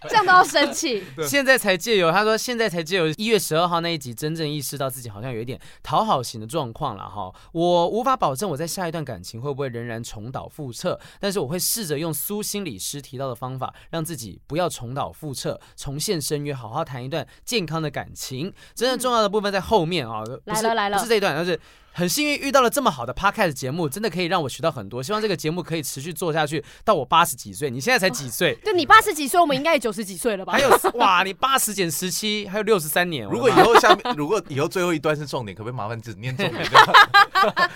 Speaker 2: 这样都要生 气，
Speaker 4: 对
Speaker 1: 现在才借由他说现在才借由一月十二号那一集，真正意识到自己好像有一点讨好型的状况了哈。我无法保证我在下一段感情会不会仍然重蹈覆辙，但是我会试着用苏心理师提到的方法，让自己不要重蹈覆辙，重现深渊，好好谈一段健康的感情。真正重要的部分在后面啊，不是
Speaker 2: 来了来了
Speaker 1: 不是这一段，但是。很幸运遇到了这么好的 podcast 节目，真的可以让我学到很多。希望这个节目可以持续做下去，到我八十几岁。你现在才几岁？
Speaker 2: 就你八十几岁，我们应该也九十几岁了吧？
Speaker 1: 还有哇，你八十减十七，还有六十三年。
Speaker 4: 如果以后下面，如果以后最后一段是重点，可不可以麻烦只念重 点就好？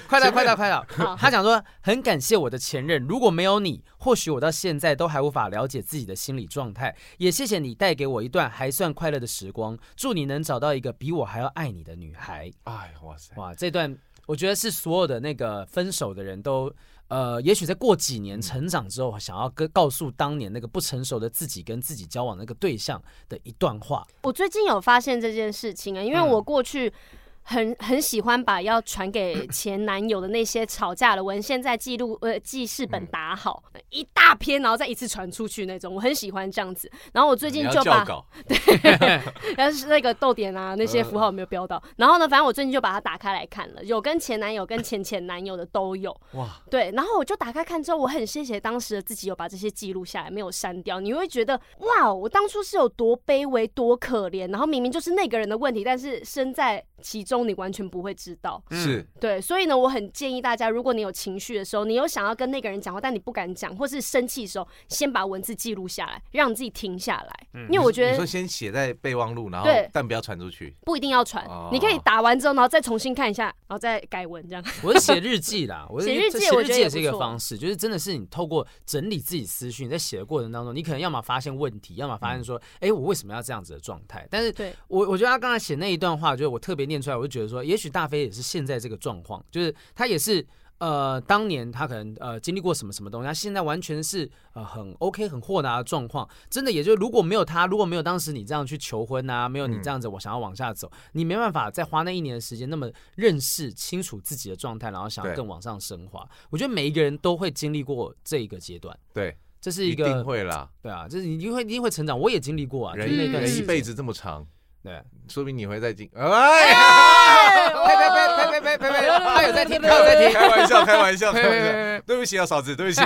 Speaker 1: 快到快到快到，
Speaker 2: 好
Speaker 1: 他讲说很感谢我的前任，如果没有你，或许我到现在都还无法了解自己的心理状态。也谢谢你带给我一段还算快乐的时光，祝你能找到一个比我还要爱你的女 孩。
Speaker 4: 哎，哇塞！
Speaker 1: 哇，这段我觉得是所有的那个分手的人都。呃，也许在过几年成长之后，想要跟告诉当年那个不成熟的自己跟自己交往那个对象的一段话，
Speaker 2: 我最近有发现这件事情啊，因为
Speaker 1: 嗯
Speaker 2: 我过去很很喜欢把要传给前男友的那些吵架的文献在记录呃记事
Speaker 4: 嗯
Speaker 2: 本打好、一大篇，然后再一次传出去那种，我很喜欢这样子。然后我最
Speaker 4: 哦你
Speaker 2: 近
Speaker 4: 要
Speaker 2: 就
Speaker 4: 教
Speaker 2: 把
Speaker 4: 稿，
Speaker 2: 但呃是那个逗点啊那些
Speaker 4: 嗯
Speaker 2: 符号有没有标到，然后呢，反正我最近就把它打开来看了，有跟前男友跟前前男友的都有。
Speaker 4: 哇，
Speaker 2: 对，然后我就打开看之后，我很谢谢当时的自己有把这些记录下来，没有删掉。你会觉得哇，哦我当初是有多卑微、多可怜，然后明明就是那个人的问题，但是身在其中，你完全不会知道。
Speaker 4: 是
Speaker 2: 对，所以呢，我很建议大家，如果你有情绪的时候，你有想要跟那个人讲话，但你不敢讲，或是生气的时候，先把文字记录下来，让你自己停下来，因为我觉
Speaker 4: 嗯你说
Speaker 2: 得。
Speaker 4: 先写在备忘录，然后
Speaker 2: 对
Speaker 4: 但不要传出去。
Speaker 2: 不一定要传，你可以
Speaker 4: 哦
Speaker 2: 打完之后，然后再重新看一下，然后再改文这样。
Speaker 1: 我是写日记啦，我是
Speaker 2: 写日记
Speaker 1: 写
Speaker 2: 我
Speaker 1: 日
Speaker 2: 觉得
Speaker 1: 记
Speaker 2: 也
Speaker 1: 也是一个
Speaker 2: 不错
Speaker 1: 方式，就是真的是你透过整理自己思绪，你在写的过程当中，你可能要么发现问题，要么发现说，哎、我为什么要这样子的状态？但是
Speaker 2: 对，
Speaker 1: 我我觉得他刚才写那一段话，就是我特别念出来，我就觉得说，也许大飞也是现在这个状况，就是他也是。呃，当年他可能呃经历过什么什么东西，他现在完全是呃很 OK 很豁达的状况，真的也就如果没有他，如果没有当时你这样去求婚啊，没有你这
Speaker 4: 嗯
Speaker 1: 样子我想要往下走，你没办法再花那一年的时间那么认识清楚自己的状态，然后想要
Speaker 4: 对
Speaker 1: 更往上升华。我觉得每一个人都会经历过这一个阶段，
Speaker 4: 对，
Speaker 1: 这是
Speaker 4: 一
Speaker 1: 一个
Speaker 4: 定会啦。
Speaker 1: 对啊，就是你一定会一定会成长，我也经历过啊，就
Speaker 4: 人
Speaker 1: 是那段
Speaker 4: 人
Speaker 1: 时
Speaker 4: 一
Speaker 1: 间
Speaker 4: 辈子这么长，
Speaker 1: 对。
Speaker 4: 说明你会再进。哎，
Speaker 1: 呸呸呸呸呸呸呸！他有在听，他有在听。
Speaker 4: 开玩笑，开玩笑，
Speaker 1: 呸
Speaker 4: 开
Speaker 1: 呸
Speaker 4: 玩
Speaker 1: 呸
Speaker 4: 笑。
Speaker 1: 呸！
Speaker 4: 对不起啊，嫂 子，对不起。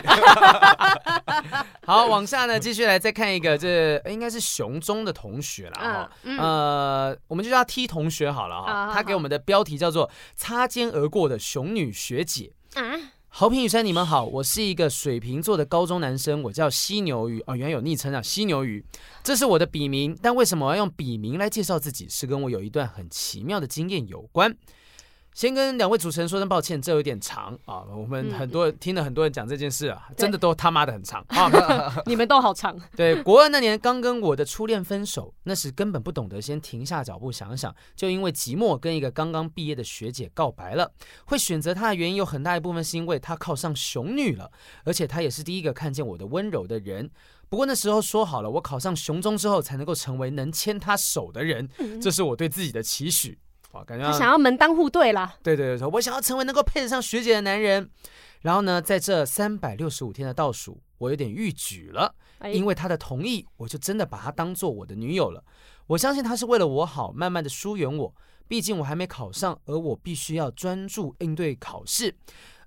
Speaker 1: 好，往下呢，继续来再看一个，这呃应该是熊中的同学啦。哈
Speaker 2: 嗯。嗯，
Speaker 1: 呃，我们就叫他 T 同学好了
Speaker 2: 好
Speaker 1: 哈
Speaker 2: 好。
Speaker 1: 他给我们的标题叫做“擦肩而过的熊女学姐”。
Speaker 2: 啊，
Speaker 1: 好评雨山，你们好，我是一个水瓶座的高中男生，我叫犀牛鱼哦，原来有昵称啊，犀牛鱼，这是我的笔名，但为什么我要用笔名来介绍自己，是跟我有一段很奇妙的经验有关。先跟两位主持人说声抱歉，这有点长啊。我们
Speaker 2: 嗯
Speaker 1: 很多人、听了很多人讲这件事啊，真的
Speaker 2: 对
Speaker 1: 都他妈的很长啊。
Speaker 2: 你们都好 长，
Speaker 1: 对，国二那年刚跟我的初恋分手，那时根本不懂得先停下脚步想想，就因为寂寞跟一个刚刚毕业的学姐告白了。会选择她的原因有很大一部分是因为她靠上熊女了，而且她也是第一个看见我的温柔的人。不过那时候说好了，我考上熊中之后才能够成为能牵她手的人，
Speaker 2: 嗯
Speaker 1: 这是我对自己的期许。哇，感觉
Speaker 2: 他
Speaker 1: 到
Speaker 2: 想要门当户对啦。
Speaker 1: 对对对，我想要成为能够配得上学姐的男人。然后呢，在这三百六十五天的倒数，我有点欲举了。
Speaker 2: 哎，
Speaker 1: 因为她的同意，我就真的把她当做我的女友了。我相信她是为了我好，慢慢的疏远我。毕竟我还没考上，而我必须要专注应对考试。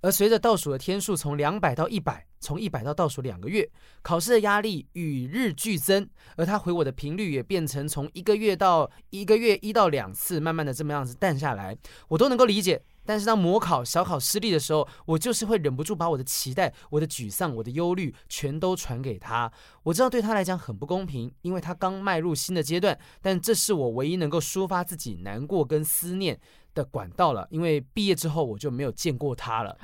Speaker 1: 而随着倒数的天数从两百到一百，从一百到倒数两个月，考试的压力与日俱增，而她回我的频率也变成从一个月到一个月一到两次，慢慢的这么样子淡下来，我都能够理解。但是当模考、小考失利的时候，我就是会忍不住把我的期待、我的沮丧、我的忧虑全都传给她。我知道对他来讲很不公平，因为他刚迈入新的阶段，但这是我唯一能够抒发自己难过跟思念的管道了。因为毕业之后我就没有见过他了，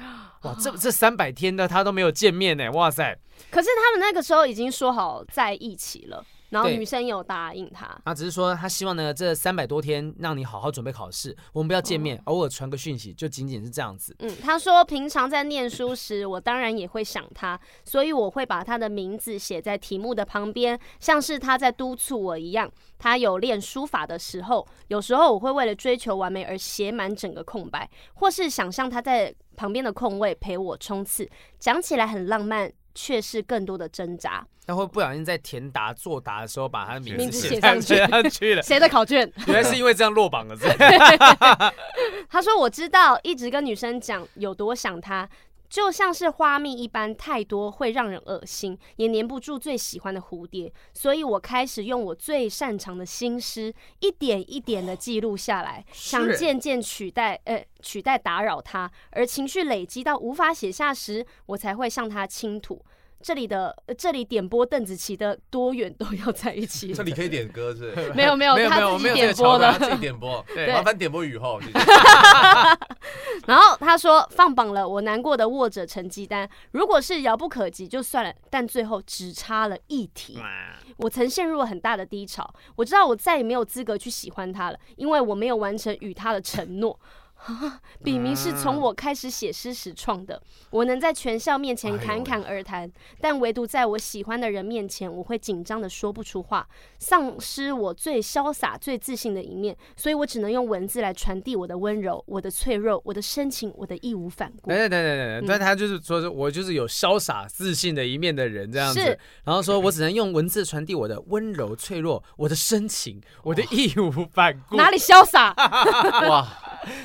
Speaker 1: 哇，这 这三百天呢，他都没有见面呢，哇塞！
Speaker 2: 可是他们那个时候已经说好在一起了，然后
Speaker 1: 对
Speaker 2: 女生也有答应他。
Speaker 1: 啊他只是说他希望呢，这三百多天让你好好准备考试，我们不要见面，偶尔传个讯息，就仅仅是这样子。
Speaker 2: 嗯，他说平常在念书时，我当然也会想他，所以我会把他的名字写在题目的旁边，像是他在督促我一样。他有练书法的时候，有时候我会为了追求完美而写满整个空白，或是想象他在旁边的空位陪我冲刺。讲起来很浪漫，却是更多的挣扎。
Speaker 1: 他会不小心在填答作答的时候把他的名
Speaker 4: 名
Speaker 1: 字
Speaker 4: 字
Speaker 1: 写
Speaker 2: 写
Speaker 1: 上
Speaker 2: 上
Speaker 1: 去
Speaker 2: 去
Speaker 1: 上去了，
Speaker 2: 谁的考卷？
Speaker 1: 原来是因为这样落榜了，是吧
Speaker 2: 他说：“我知道，一直跟女生讲有多想她，就像是花蜜一般，太多会让人恶心，也粘不住最喜欢的蝴蝶。所以我开始用我最擅长的心思，一点一点的记录下来，想渐渐取代，呃，取代打扰她。而情绪累积到无法写下时，我才会向她倾吐。”这里的、呃这里点播邓紫棋的《多远都要在一起》
Speaker 4: 这，里可以点歌是不是？
Speaker 2: 没有没有
Speaker 1: 没有没有
Speaker 2: 他
Speaker 1: 我
Speaker 2: 自
Speaker 1: 没
Speaker 2: 己
Speaker 1: 有这个 桥
Speaker 2: 点播
Speaker 4: 哎
Speaker 1: 段
Speaker 2: 的
Speaker 4: 他。自己点播，
Speaker 1: 对
Speaker 4: 麻烦点播雨后，谢谢。
Speaker 2: 然后他说放榜了，我难过的握着成绩单。如果是遥不可及就算了，但最后只差了一题，我曾陷入了很大的低潮。我知道我再也没有资格去喜欢他了，因为我没有完成与他的承诺。 啊笔名是从我开始写诗时创的，我能在全校面前侃侃而谈，但唯独在我喜欢的人面前，我会紧张的说不出话，丧失我最潇洒、最自信的一面，所以我只能用文字来传递我的温柔、我的脆弱、我的深情、我的义无反顾
Speaker 1: 等。等等等等等，
Speaker 2: 嗯
Speaker 1: 但他就是说，是我就是有潇洒自信的一面的人这样子
Speaker 2: 是，
Speaker 1: 然后说我只能用文字传递我的温柔脆弱，我的深情，我的义无反顾。
Speaker 2: 哪里潇洒？
Speaker 4: 哇，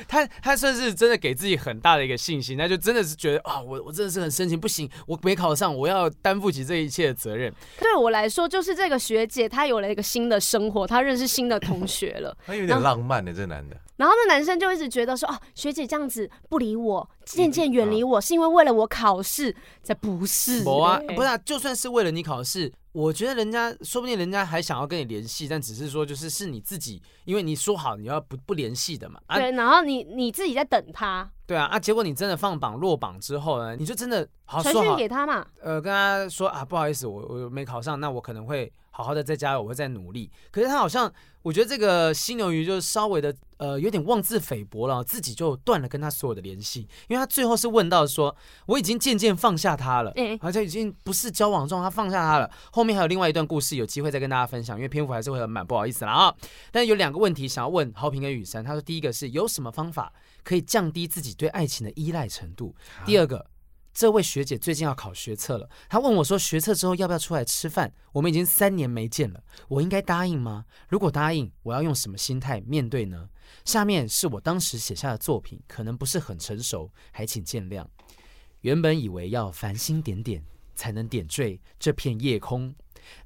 Speaker 1: 他他算是真的给自己很大的一个信心，他就真的是觉得啊，我我真的是很深情，不行，我没考上，我要担负起这一切的责任。
Speaker 2: 对我来说，就是这个学姐她有了一个新的生活，她认识新的同学了。
Speaker 4: 他有点浪漫的这男的，
Speaker 2: 然后那男生就一直觉得说，哦，学姐这样子不理我，渐渐远离我，是因为为了我考试，才不是、
Speaker 1: 我啊，
Speaker 2: 欸
Speaker 1: 不是、啊，就算是为了你考试，我觉得人家说不定人家还想要跟你联系，但只是说就是是你自己，因为你说好你要不不联系的嘛，啊，
Speaker 2: 对，然后你你自己在等他
Speaker 1: 对啊，啊，结果你真的放榜落榜之后呢，你就真的好
Speaker 2: 传
Speaker 1: 啊说
Speaker 2: 讯
Speaker 1: 好，
Speaker 2: 给他嘛，
Speaker 1: 呃，跟他说啊，不好意思，我我没考上，那我可能会好好的在家，我会再努力。可是他好像，我觉得这个犀牛鱼就稍微的呃有点妄自菲薄了，自己就断了跟他所有的联系，因为他最后是问到说，我已经渐渐放下他了。
Speaker 2: 哎、
Speaker 1: 而且已经不是交往中，他放下他了。后面还有另外一段故事，有机会再跟大家分享，因为篇幅还是会很满，不好意思了啊。但有两个问题想要问豪平跟雨珊，他说第一个是有什么方法可以降低自己对爱情的依赖程度？第二个，这位学姐最近要考学测了，她问我说学测之后要不要出来吃饭？我们已经三年没见了，我应该答应吗？如果答应，我要用什么心态面对呢？下面是我当时写下的作品，可能不是很成熟，还请见谅。原本以为要繁星点点才能点缀这片夜空，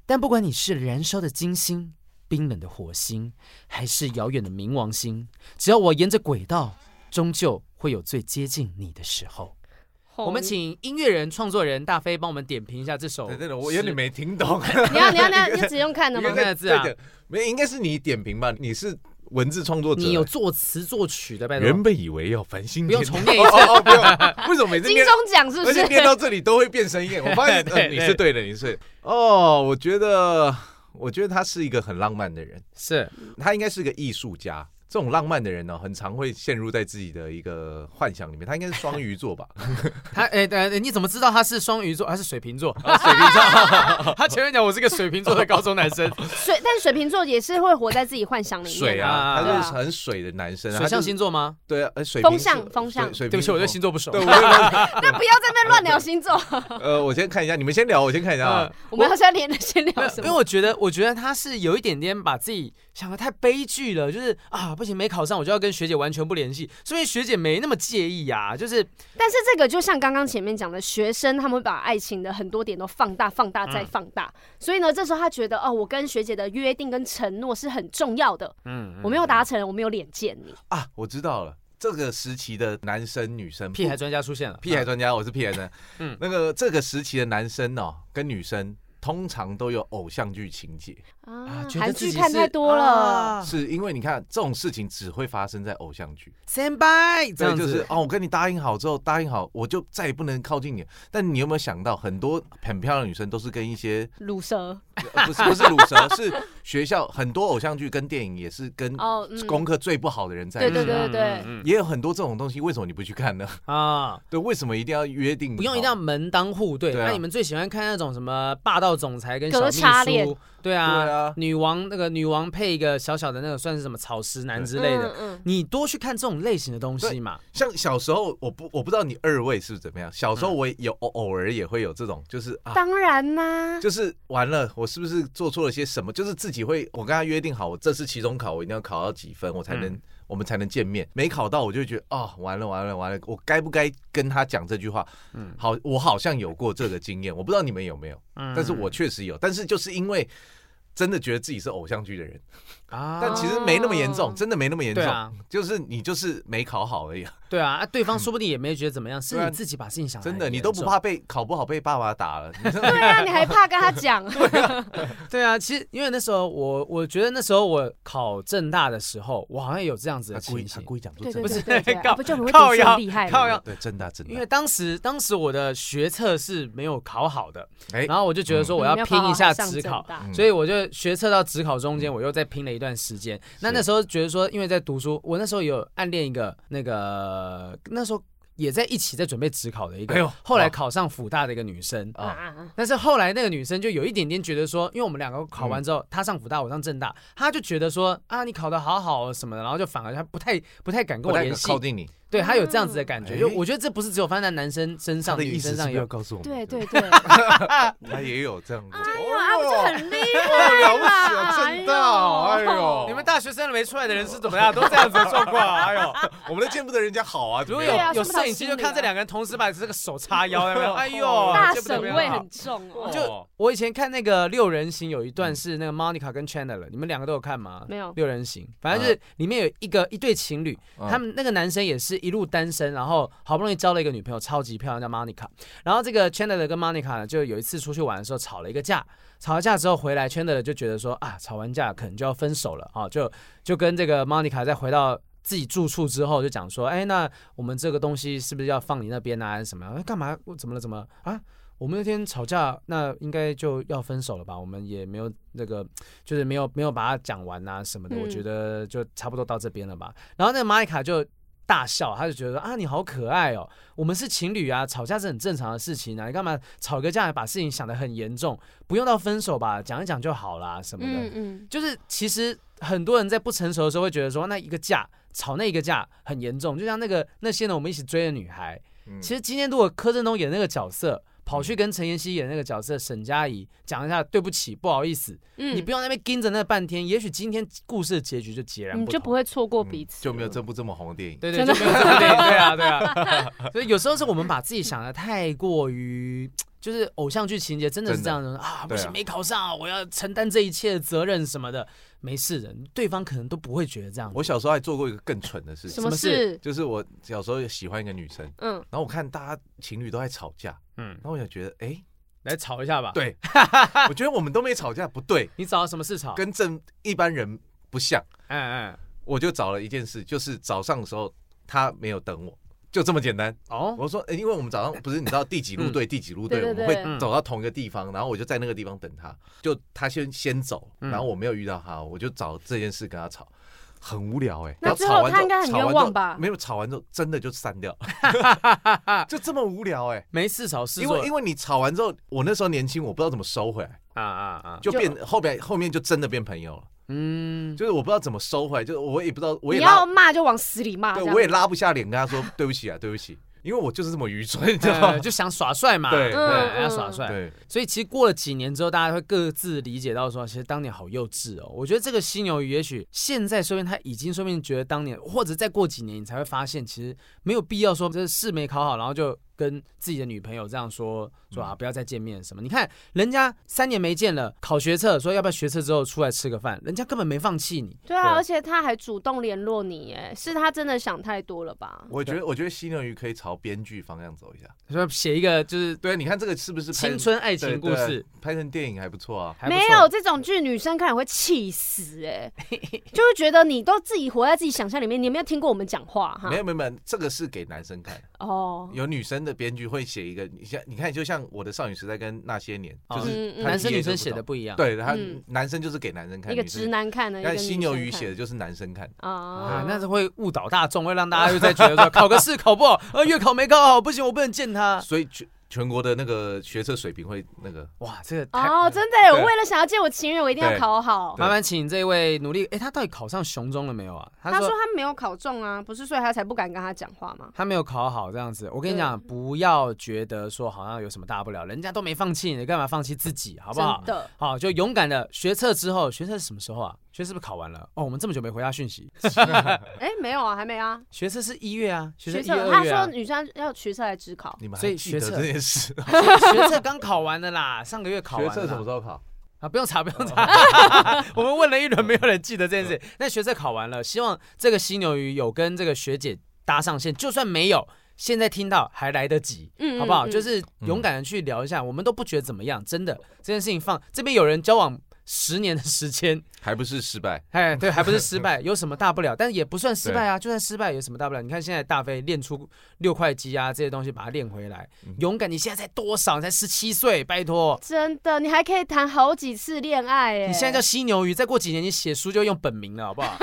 Speaker 1: 但不管你是燃烧的金星、冰冷的火星，还是遥远的冥王星，只要我沿着轨道，终究会有最接近你的时候。
Speaker 2: 哦
Speaker 1: 我们请音乐人、创作人大飞帮我们点评一下这首诗。
Speaker 4: 对对对，我有点没听懂。
Speaker 2: 你要你要你要你只用看的
Speaker 4: 应
Speaker 2: 吗
Speaker 4: 该
Speaker 1: 看？得字啊
Speaker 4: 对的没有，应该是你点评吧？你是呃
Speaker 3: 文字创作者，
Speaker 1: 你有作词作曲的，拜托，
Speaker 3: 原本以为要繁星
Speaker 1: 不用
Speaker 3: 点
Speaker 1: 重
Speaker 3: 头
Speaker 1: 念一次
Speaker 4: 哦哦，不用，为什么 每次
Speaker 2: 金
Speaker 4: 念
Speaker 2: 钟，奖是不
Speaker 4: 而且
Speaker 2: 是？
Speaker 4: 念到这里都会变声 音？我发现
Speaker 1: 对
Speaker 4: 呃
Speaker 1: 对
Speaker 4: 你是对的，你是对的哦。我觉得，我觉得他是一个很浪漫的人，
Speaker 1: 是
Speaker 4: 他应该是个艺术家。这种浪漫的人呢，很常会陷入在自己的一个幻想里面。他应该是双鱼座吧？
Speaker 1: 他哎呃，你怎么知道他是双鱼座，他是水瓶座？
Speaker 4: 啊水瓶座。
Speaker 1: 他前面讲我是个水瓶座的高中男 生，
Speaker 2: 水，但水瓶座也是会活在自己幻想里面。
Speaker 4: 水啊，
Speaker 1: 啊
Speaker 4: 他就是很水的男生啊，
Speaker 1: 水
Speaker 4: 他就
Speaker 1: 象
Speaker 4: 是
Speaker 1: 星座吗？
Speaker 4: 对啊，呃水
Speaker 2: 风
Speaker 4: 瓶
Speaker 2: 象
Speaker 4: 座
Speaker 2: 风象
Speaker 4: 水水
Speaker 1: 对不起，
Speaker 4: 瓶
Speaker 1: 我对星座不熟
Speaker 4: 对，。我也
Speaker 2: 那不要在那边乱聊星座，
Speaker 4: 呃，我先看一下，你们先聊，我先看一下啊。
Speaker 2: 我们要先连先
Speaker 1: 没
Speaker 2: 聊
Speaker 1: 有
Speaker 2: 什
Speaker 1: 因为嗯
Speaker 2: 么？
Speaker 1: 我觉得，我觉得他是有一点点把自己想的太悲剧了，就是啊，不行，没考上我就要跟学姐完全不联系，所以学姐没那么介意呀、就是
Speaker 2: 但是这个就像刚刚前面讲的，学生他们会把爱情的很多点都放大、放大
Speaker 1: 嗯
Speaker 2: 再放大，所以呢，这时候他觉得哦，我跟学姐的约定跟承诺是很重要的，
Speaker 1: 嗯，
Speaker 2: 我没有达成，我没有脸见你。
Speaker 4: 啊，我知道了，这个时期的男生女生
Speaker 1: 屁孩专家出现了，
Speaker 4: 屁孩专家，我是屁孩专家。嗯
Speaker 1: 嗯，
Speaker 4: 那个这个时期的男生哦，跟女生通常都有偶像剧情节，
Speaker 2: 啊
Speaker 1: 嗯觉得
Speaker 2: 韩
Speaker 1: 自
Speaker 2: 剧
Speaker 1: 己
Speaker 2: 看
Speaker 1: 是
Speaker 2: 太多了，
Speaker 1: 啊
Speaker 4: 是因为你看这种事情只会发生在偶像剧，
Speaker 1: 先拜这
Speaker 4: 对，
Speaker 1: 样
Speaker 4: 就
Speaker 1: 子，
Speaker 4: 是哦，我跟你答应好之后，答应好我就再也不能靠近你。但你有没有想到，很多很漂亮的女生都是跟一些
Speaker 2: 乳蛇
Speaker 4: 呃不是不是乳蛇，是学校很多偶像剧跟电影也是跟
Speaker 2: 哦，嗯，
Speaker 4: 功课最不好的人在一
Speaker 2: 对
Speaker 4: 起。啊
Speaker 2: 对对对
Speaker 1: 嗯
Speaker 4: 也有很多这种东西，为什么你不去看呢？
Speaker 1: 啊，
Speaker 4: 对，为什么一定要约定好？
Speaker 1: 不用一定要门当户对。
Speaker 4: 对啊
Speaker 1: 那你们最喜欢看那种什么霸道总裁跟小
Speaker 2: 隔
Speaker 1: 秘
Speaker 2: 差恋
Speaker 1: 书？对啊，
Speaker 4: 对啊
Speaker 1: 女王那个女王配一个小小的那个算是什么草食男之类的。
Speaker 2: 嗯嗯
Speaker 1: 你多去看这种类型的东西嘛，
Speaker 4: 像小时候，我不我不知道你二位是不是怎么样。小时候我也有偶偶尔也会有这种，就是啊，
Speaker 2: 当然 啦、
Speaker 4: 就是完了，我是不是做错了些什么？就是自己会，我跟他约定好，我这次期中考我一定要考到几分，我才
Speaker 1: 嗯
Speaker 4: 能、我们才能见面。没考到，我就觉得哦，完了完了完了，我该不该跟他讲这句话？嗯，好，我好像有过这个经验，我不知道你们有没有，
Speaker 1: 嗯
Speaker 4: 但是我确实有。但是就是因为真的觉得自己是偶像剧的人，
Speaker 1: 啊，
Speaker 4: 但其实没那么严重，
Speaker 2: 哦
Speaker 4: 真的没那么严
Speaker 1: 对
Speaker 4: 重，
Speaker 1: 啊，
Speaker 4: 就是你就是没考好而已。
Speaker 1: 对啊，啊对方说不定也没觉得怎么样，是
Speaker 4: 嗯对啊
Speaker 1: 你自己把事情想得
Speaker 4: 真的，
Speaker 1: 很
Speaker 4: 你
Speaker 1: 严
Speaker 4: 都不
Speaker 1: 重
Speaker 4: 怕被考不好被爸爸打了？ 你知道
Speaker 2: 对啊，你还怕跟他讲？
Speaker 1: 对啊，其实因为那时候我，我觉得那时候我考正大的时候，我好像有这样子的
Speaker 4: 他故意
Speaker 1: 情
Speaker 4: 他
Speaker 1: 形。
Speaker 4: 故意讲出
Speaker 2: 对
Speaker 4: 真
Speaker 2: 对
Speaker 4: 的，
Speaker 2: 对
Speaker 1: 是
Speaker 2: 对对，啊
Speaker 1: 靠
Speaker 2: 不就很会
Speaker 1: 靠
Speaker 2: 读书
Speaker 1: 腰
Speaker 2: 很厉害
Speaker 1: 靠
Speaker 2: 吗？
Speaker 1: 腰
Speaker 4: 对真的真
Speaker 1: 因为
Speaker 4: 的，
Speaker 1: 当时当时我的学测是没有考好的，
Speaker 4: 哎
Speaker 1: 然后我就觉得说我要
Speaker 2: 嗯
Speaker 1: 拼一下职
Speaker 2: 要好好上
Speaker 1: 考
Speaker 2: 正大，
Speaker 4: 嗯
Speaker 1: 所以我就学测到职考中间，我又再拼了一段时间。那那时候觉得说，因为在读书，我那时候有暗恋一个那个那时候也在一起在准备职考的一
Speaker 4: 哎呦
Speaker 1: 个，后来
Speaker 4: 哇
Speaker 1: 考上辅大的一个女生。
Speaker 2: 啊
Speaker 4: 啊
Speaker 2: 啊啊
Speaker 1: 但是后来那个女生就有一点点觉得说，因为我们两个考
Speaker 4: 嗯
Speaker 1: 完之后，她上福大，我上正大，她就觉得说啊，你考得好好哦什么的，然后就反而她不太不太敢跟
Speaker 4: 不
Speaker 1: 我
Speaker 4: 太
Speaker 1: 联系
Speaker 4: 靠，近你。
Speaker 1: 对她有这样子的感觉。
Speaker 4: 哎
Speaker 1: 就我觉得这不是只有发生在男生身上，女生上也有。
Speaker 4: 告诉我
Speaker 2: 对 对对，
Speaker 4: 他也有这样过。
Speaker 2: 哎呦，啊，不就很厉
Speaker 4: 了
Speaker 2: 害
Speaker 4: 不起啊，
Speaker 2: 啦！
Speaker 4: 真的哦，哎呦，
Speaker 1: 你们大学生没出来的人是怎么 样？都这样子的状况啊，哎呦！
Speaker 4: 我们都见不得人家好啊，
Speaker 1: 如果
Speaker 4: 怎
Speaker 1: 有
Speaker 4: 么样
Speaker 2: 对啊
Speaker 1: 有
Speaker 2: 说不定
Speaker 1: 摄影机，
Speaker 2: 他心里
Speaker 1: 就
Speaker 2: 啊
Speaker 1: 看这两个人同时把这个手叉腰，有没有？哎呦，
Speaker 2: 大
Speaker 1: 见不得
Speaker 2: 神
Speaker 1: 别人
Speaker 2: 味
Speaker 1: 好
Speaker 2: 很重哦。
Speaker 1: 就我以前看那个六人行有一段是那个 Monica 跟 Chandler，你们两个都有看吗？
Speaker 2: 没有
Speaker 1: 六人行，反正就是里面有一个一对情侣，
Speaker 4: 嗯
Speaker 1: 他们那个男生也是一路单身，然后好不容易交了一个女朋友，超级漂亮，叫 Monica。然后这个 Chandler 跟 Monica 呢，就有一次出去玩的时候吵了一个架，吵了架之后回来，Chandler 就觉得说啊，吵完架可能就要分手了啊，就就跟这个 Monica 再回到。自己住处之后就讲说，哎，那我们这个东西是不是要放你那边啊？还是什么样？哎干嘛？我怎么了？怎么了啊？我们那天吵架，那应该就要分手了吧？我们也没有那个，就是没有没有把它讲完啊什么的。
Speaker 2: 嗯
Speaker 1: 我觉得就差不多到这边了吧。然后那个玛丽卡就大笑，她就觉得说啊，你好可爱哦，我们是情侣啊，吵架是很正常的事情啊，你干嘛吵个架把事情想得很严重？不用到分手吧，讲一讲就好啦什么的。
Speaker 2: 嗯嗯，
Speaker 1: 就是其实很多人在不成熟的时候会觉得说，那一个架吵那一个架很严重，就像那个那些呢我们一起追的女孩，
Speaker 4: 嗯
Speaker 1: 其实今天如果柯震东演那个角色。跑去跟陈妍希演那个角色沈佳宜讲一下对不起，不好意思，
Speaker 2: 嗯
Speaker 1: 你不用在那边盯着那半天，也许今天故事的结局就截然
Speaker 2: 你
Speaker 1: 不
Speaker 2: 就
Speaker 1: 同，
Speaker 2: 不会错过
Speaker 4: 嗯
Speaker 2: 彼此，
Speaker 4: 就没有这部这么红的电影。
Speaker 1: 对对，
Speaker 2: 真
Speaker 1: 就
Speaker 2: 的
Speaker 1: 没有这么累，对啊对啊，所以有时候是我们把自己想的太过于，就是偶像剧情节真的是这样的啊，不
Speaker 4: 对啊
Speaker 1: 行没考上，我要承担这一切的责任什么的，没事的，对方可能都不会觉得这样。
Speaker 4: 我小时候还做过一个更蠢的事
Speaker 2: 什
Speaker 4: 情，
Speaker 2: 么
Speaker 1: 么事
Speaker 2: 事？
Speaker 4: 就是我小时候喜欢一个女生，
Speaker 2: 嗯，
Speaker 4: 然后我看大家情侣都在吵架，
Speaker 1: 嗯啊
Speaker 4: 然，后我就觉得，哎，
Speaker 1: 来吵一下吧。，
Speaker 4: 对，我觉得我们都没吵架，不对，
Speaker 1: 啊你找到什么事吵？
Speaker 4: 跟正一般人不像。
Speaker 1: 嗯嗯，
Speaker 4: 我就找了一件事，就是早上的时候他没有等我，就这么简单。
Speaker 1: 哦，
Speaker 4: 我说，欸诶因为我们早上不是你知道第 几路队、第几路队，
Speaker 2: 对
Speaker 4: 我
Speaker 2: 对
Speaker 4: 们
Speaker 2: 对
Speaker 4: 会走到同一个地方，然后我就在那个地方等他，就他先先走，
Speaker 1: 嗯
Speaker 4: 然后我没有遇到他，我就找这件事跟他吵。很无聊哎、
Speaker 2: 那
Speaker 4: 然后
Speaker 2: 最
Speaker 4: 吵
Speaker 2: 后
Speaker 4: 完
Speaker 2: 他
Speaker 4: 之
Speaker 2: 应该很
Speaker 4: 吵
Speaker 2: 冤
Speaker 4: 完之后
Speaker 2: 枉吧
Speaker 4: 没有吵完之后真的就散 掉，就这么无聊哎、
Speaker 1: 没事找事
Speaker 4: 因
Speaker 1: 做
Speaker 4: 为因为你吵完之后，我那时候年轻，我不知道怎么收回来，
Speaker 1: 啊啊啊，
Speaker 4: 就
Speaker 2: 就
Speaker 4: 变后边后面就真的变朋友了。
Speaker 1: 嗯，
Speaker 4: 就是我不知道怎么收回来，就是我也不知道，我
Speaker 2: 你
Speaker 4: 也拉
Speaker 2: 要，骂就往死里骂，这
Speaker 4: 对，
Speaker 2: 样
Speaker 4: 我也拉不下脸跟他说对不起啊，对不起，因为我就是这么愚蠢，你知道吗
Speaker 1: 呃？就想耍帅嘛，
Speaker 4: 对
Speaker 1: 哎
Speaker 2: 嗯
Speaker 1: 要耍帅，
Speaker 4: 对，
Speaker 1: 所以其实过了几年之后，大家会各自理解到说，其实当年好幼稚哦。我觉得这个犀牛鱼，也许现在说不定他已经说不定觉得当年，或者再过几年，你才会发现，其实没有必要说这试没考好，然后就跟自己的女朋友这样说说啊，不要再见面什么。你看人家三年没见了，考学测说要不要学测之后出来吃个饭，人家根本没放弃 你。
Speaker 2: 对啊，
Speaker 4: 对
Speaker 2: 而且他还主动联络你，哎，是他真的想太多了吧？
Speaker 4: 我觉得我觉得犀牛鱼可以朝编剧方向走一下。
Speaker 1: 说写一个就是
Speaker 4: 对，你看这个是不是拍
Speaker 1: 青春爱
Speaker 4: 对
Speaker 1: 情故
Speaker 4: 对
Speaker 1: 事，
Speaker 4: 拍成电影还不错 啊？
Speaker 1: 还不
Speaker 2: 没
Speaker 1: 错
Speaker 2: 有这种剧，女生看了会气死哎、就会觉得你都自己活在自己想象里面，你有没有听过我们讲话哈
Speaker 4: 没？有没有没有，这个是给男生看，
Speaker 2: 哦，
Speaker 4: 有女生的编剧会写一个，你像你看，就像我的少女时代跟那些年，
Speaker 1: 哦
Speaker 4: 就是
Speaker 2: 嗯嗯
Speaker 4: 他
Speaker 1: 男生
Speaker 4: 一眼
Speaker 1: 女
Speaker 4: 就
Speaker 1: 生
Speaker 4: 不
Speaker 1: 写的
Speaker 4: 懂，
Speaker 1: 不一样。
Speaker 4: 对，他
Speaker 2: 嗯
Speaker 4: 男生就是给男生看，
Speaker 2: 一个
Speaker 4: 女生
Speaker 2: 直男看的，一个
Speaker 4: 但
Speaker 2: 女
Speaker 4: 犀牛
Speaker 2: 生
Speaker 4: 鱼
Speaker 2: 看
Speaker 4: 写的就是男生看，
Speaker 1: 啊
Speaker 2: 啊，，
Speaker 1: 那是会误导大众，会让大家又再觉得 说考个试考不好，呃，月考没考好，不行，我不能见他。
Speaker 4: 所以全全国的那个学测水平会那个
Speaker 1: 哇，这个太
Speaker 2: 哦，真的耶，
Speaker 4: 对
Speaker 2: 我为了想要见我情人，我一定要
Speaker 4: 对
Speaker 2: 考好。
Speaker 1: 麻烦请这位努力，哎，他到底考上雄中了没有啊？
Speaker 2: 他
Speaker 1: 他
Speaker 2: 说
Speaker 1: 说。
Speaker 2: 他没有考中啊，不是，所以他才不敢跟他讲话嘛。
Speaker 1: 他没有考好，这样子，我跟你
Speaker 2: 对
Speaker 1: 讲，不要觉得说好像有什么大不了，人家都没放弃，你干嘛放弃自己，好
Speaker 2: 好
Speaker 1: 不好
Speaker 2: 真？的，
Speaker 1: 好，就勇敢的学测之后，学测是什么时候啊？学测是不是考完了？哦，我们这么久没回他讯息，
Speaker 2: 哎，没有啊，还没啊。
Speaker 1: 学测是一月啊，学测一
Speaker 2: 测，
Speaker 1: 月
Speaker 2: 他
Speaker 1: 二月
Speaker 2: 说
Speaker 1: 啊，
Speaker 2: 女生要学测来只考，
Speaker 4: 你们
Speaker 1: 所
Speaker 4: 还
Speaker 1: 以
Speaker 4: 记
Speaker 1: 学
Speaker 4: 得
Speaker 1: 测
Speaker 4: 这件事？
Speaker 1: 学测刚考完了啦，上个月考完
Speaker 4: 学
Speaker 1: 了啦。
Speaker 4: 测什么时 候考？
Speaker 1: 啊，不用查，不用查。 我们问了一轮，没有人记得这件事。那学测考完了，希望这个犀牛鱼有跟这个学姐搭上线，就算没有，现在听到还来得及，
Speaker 2: 嗯
Speaker 1: 好不好？
Speaker 2: 嗯嗯
Speaker 1: 就是勇敢的去聊一下，我们都不觉得怎么样，真的这件事情放这边有人交往。十年的时间，
Speaker 4: 还不是失败？
Speaker 1: 哎，对，还不是失败，有什么大不了？但也不算失败啊，就算失败有什么大不了？你看现在大飞练出六块肌啊，这些东西把它练回来，勇敢。你现在才多少？你才十七岁，拜托，
Speaker 2: 真的，你还可以谈好几次恋爱哎。
Speaker 1: 你现在叫犀牛鱼，再过几年你写书就用本名了，好不好？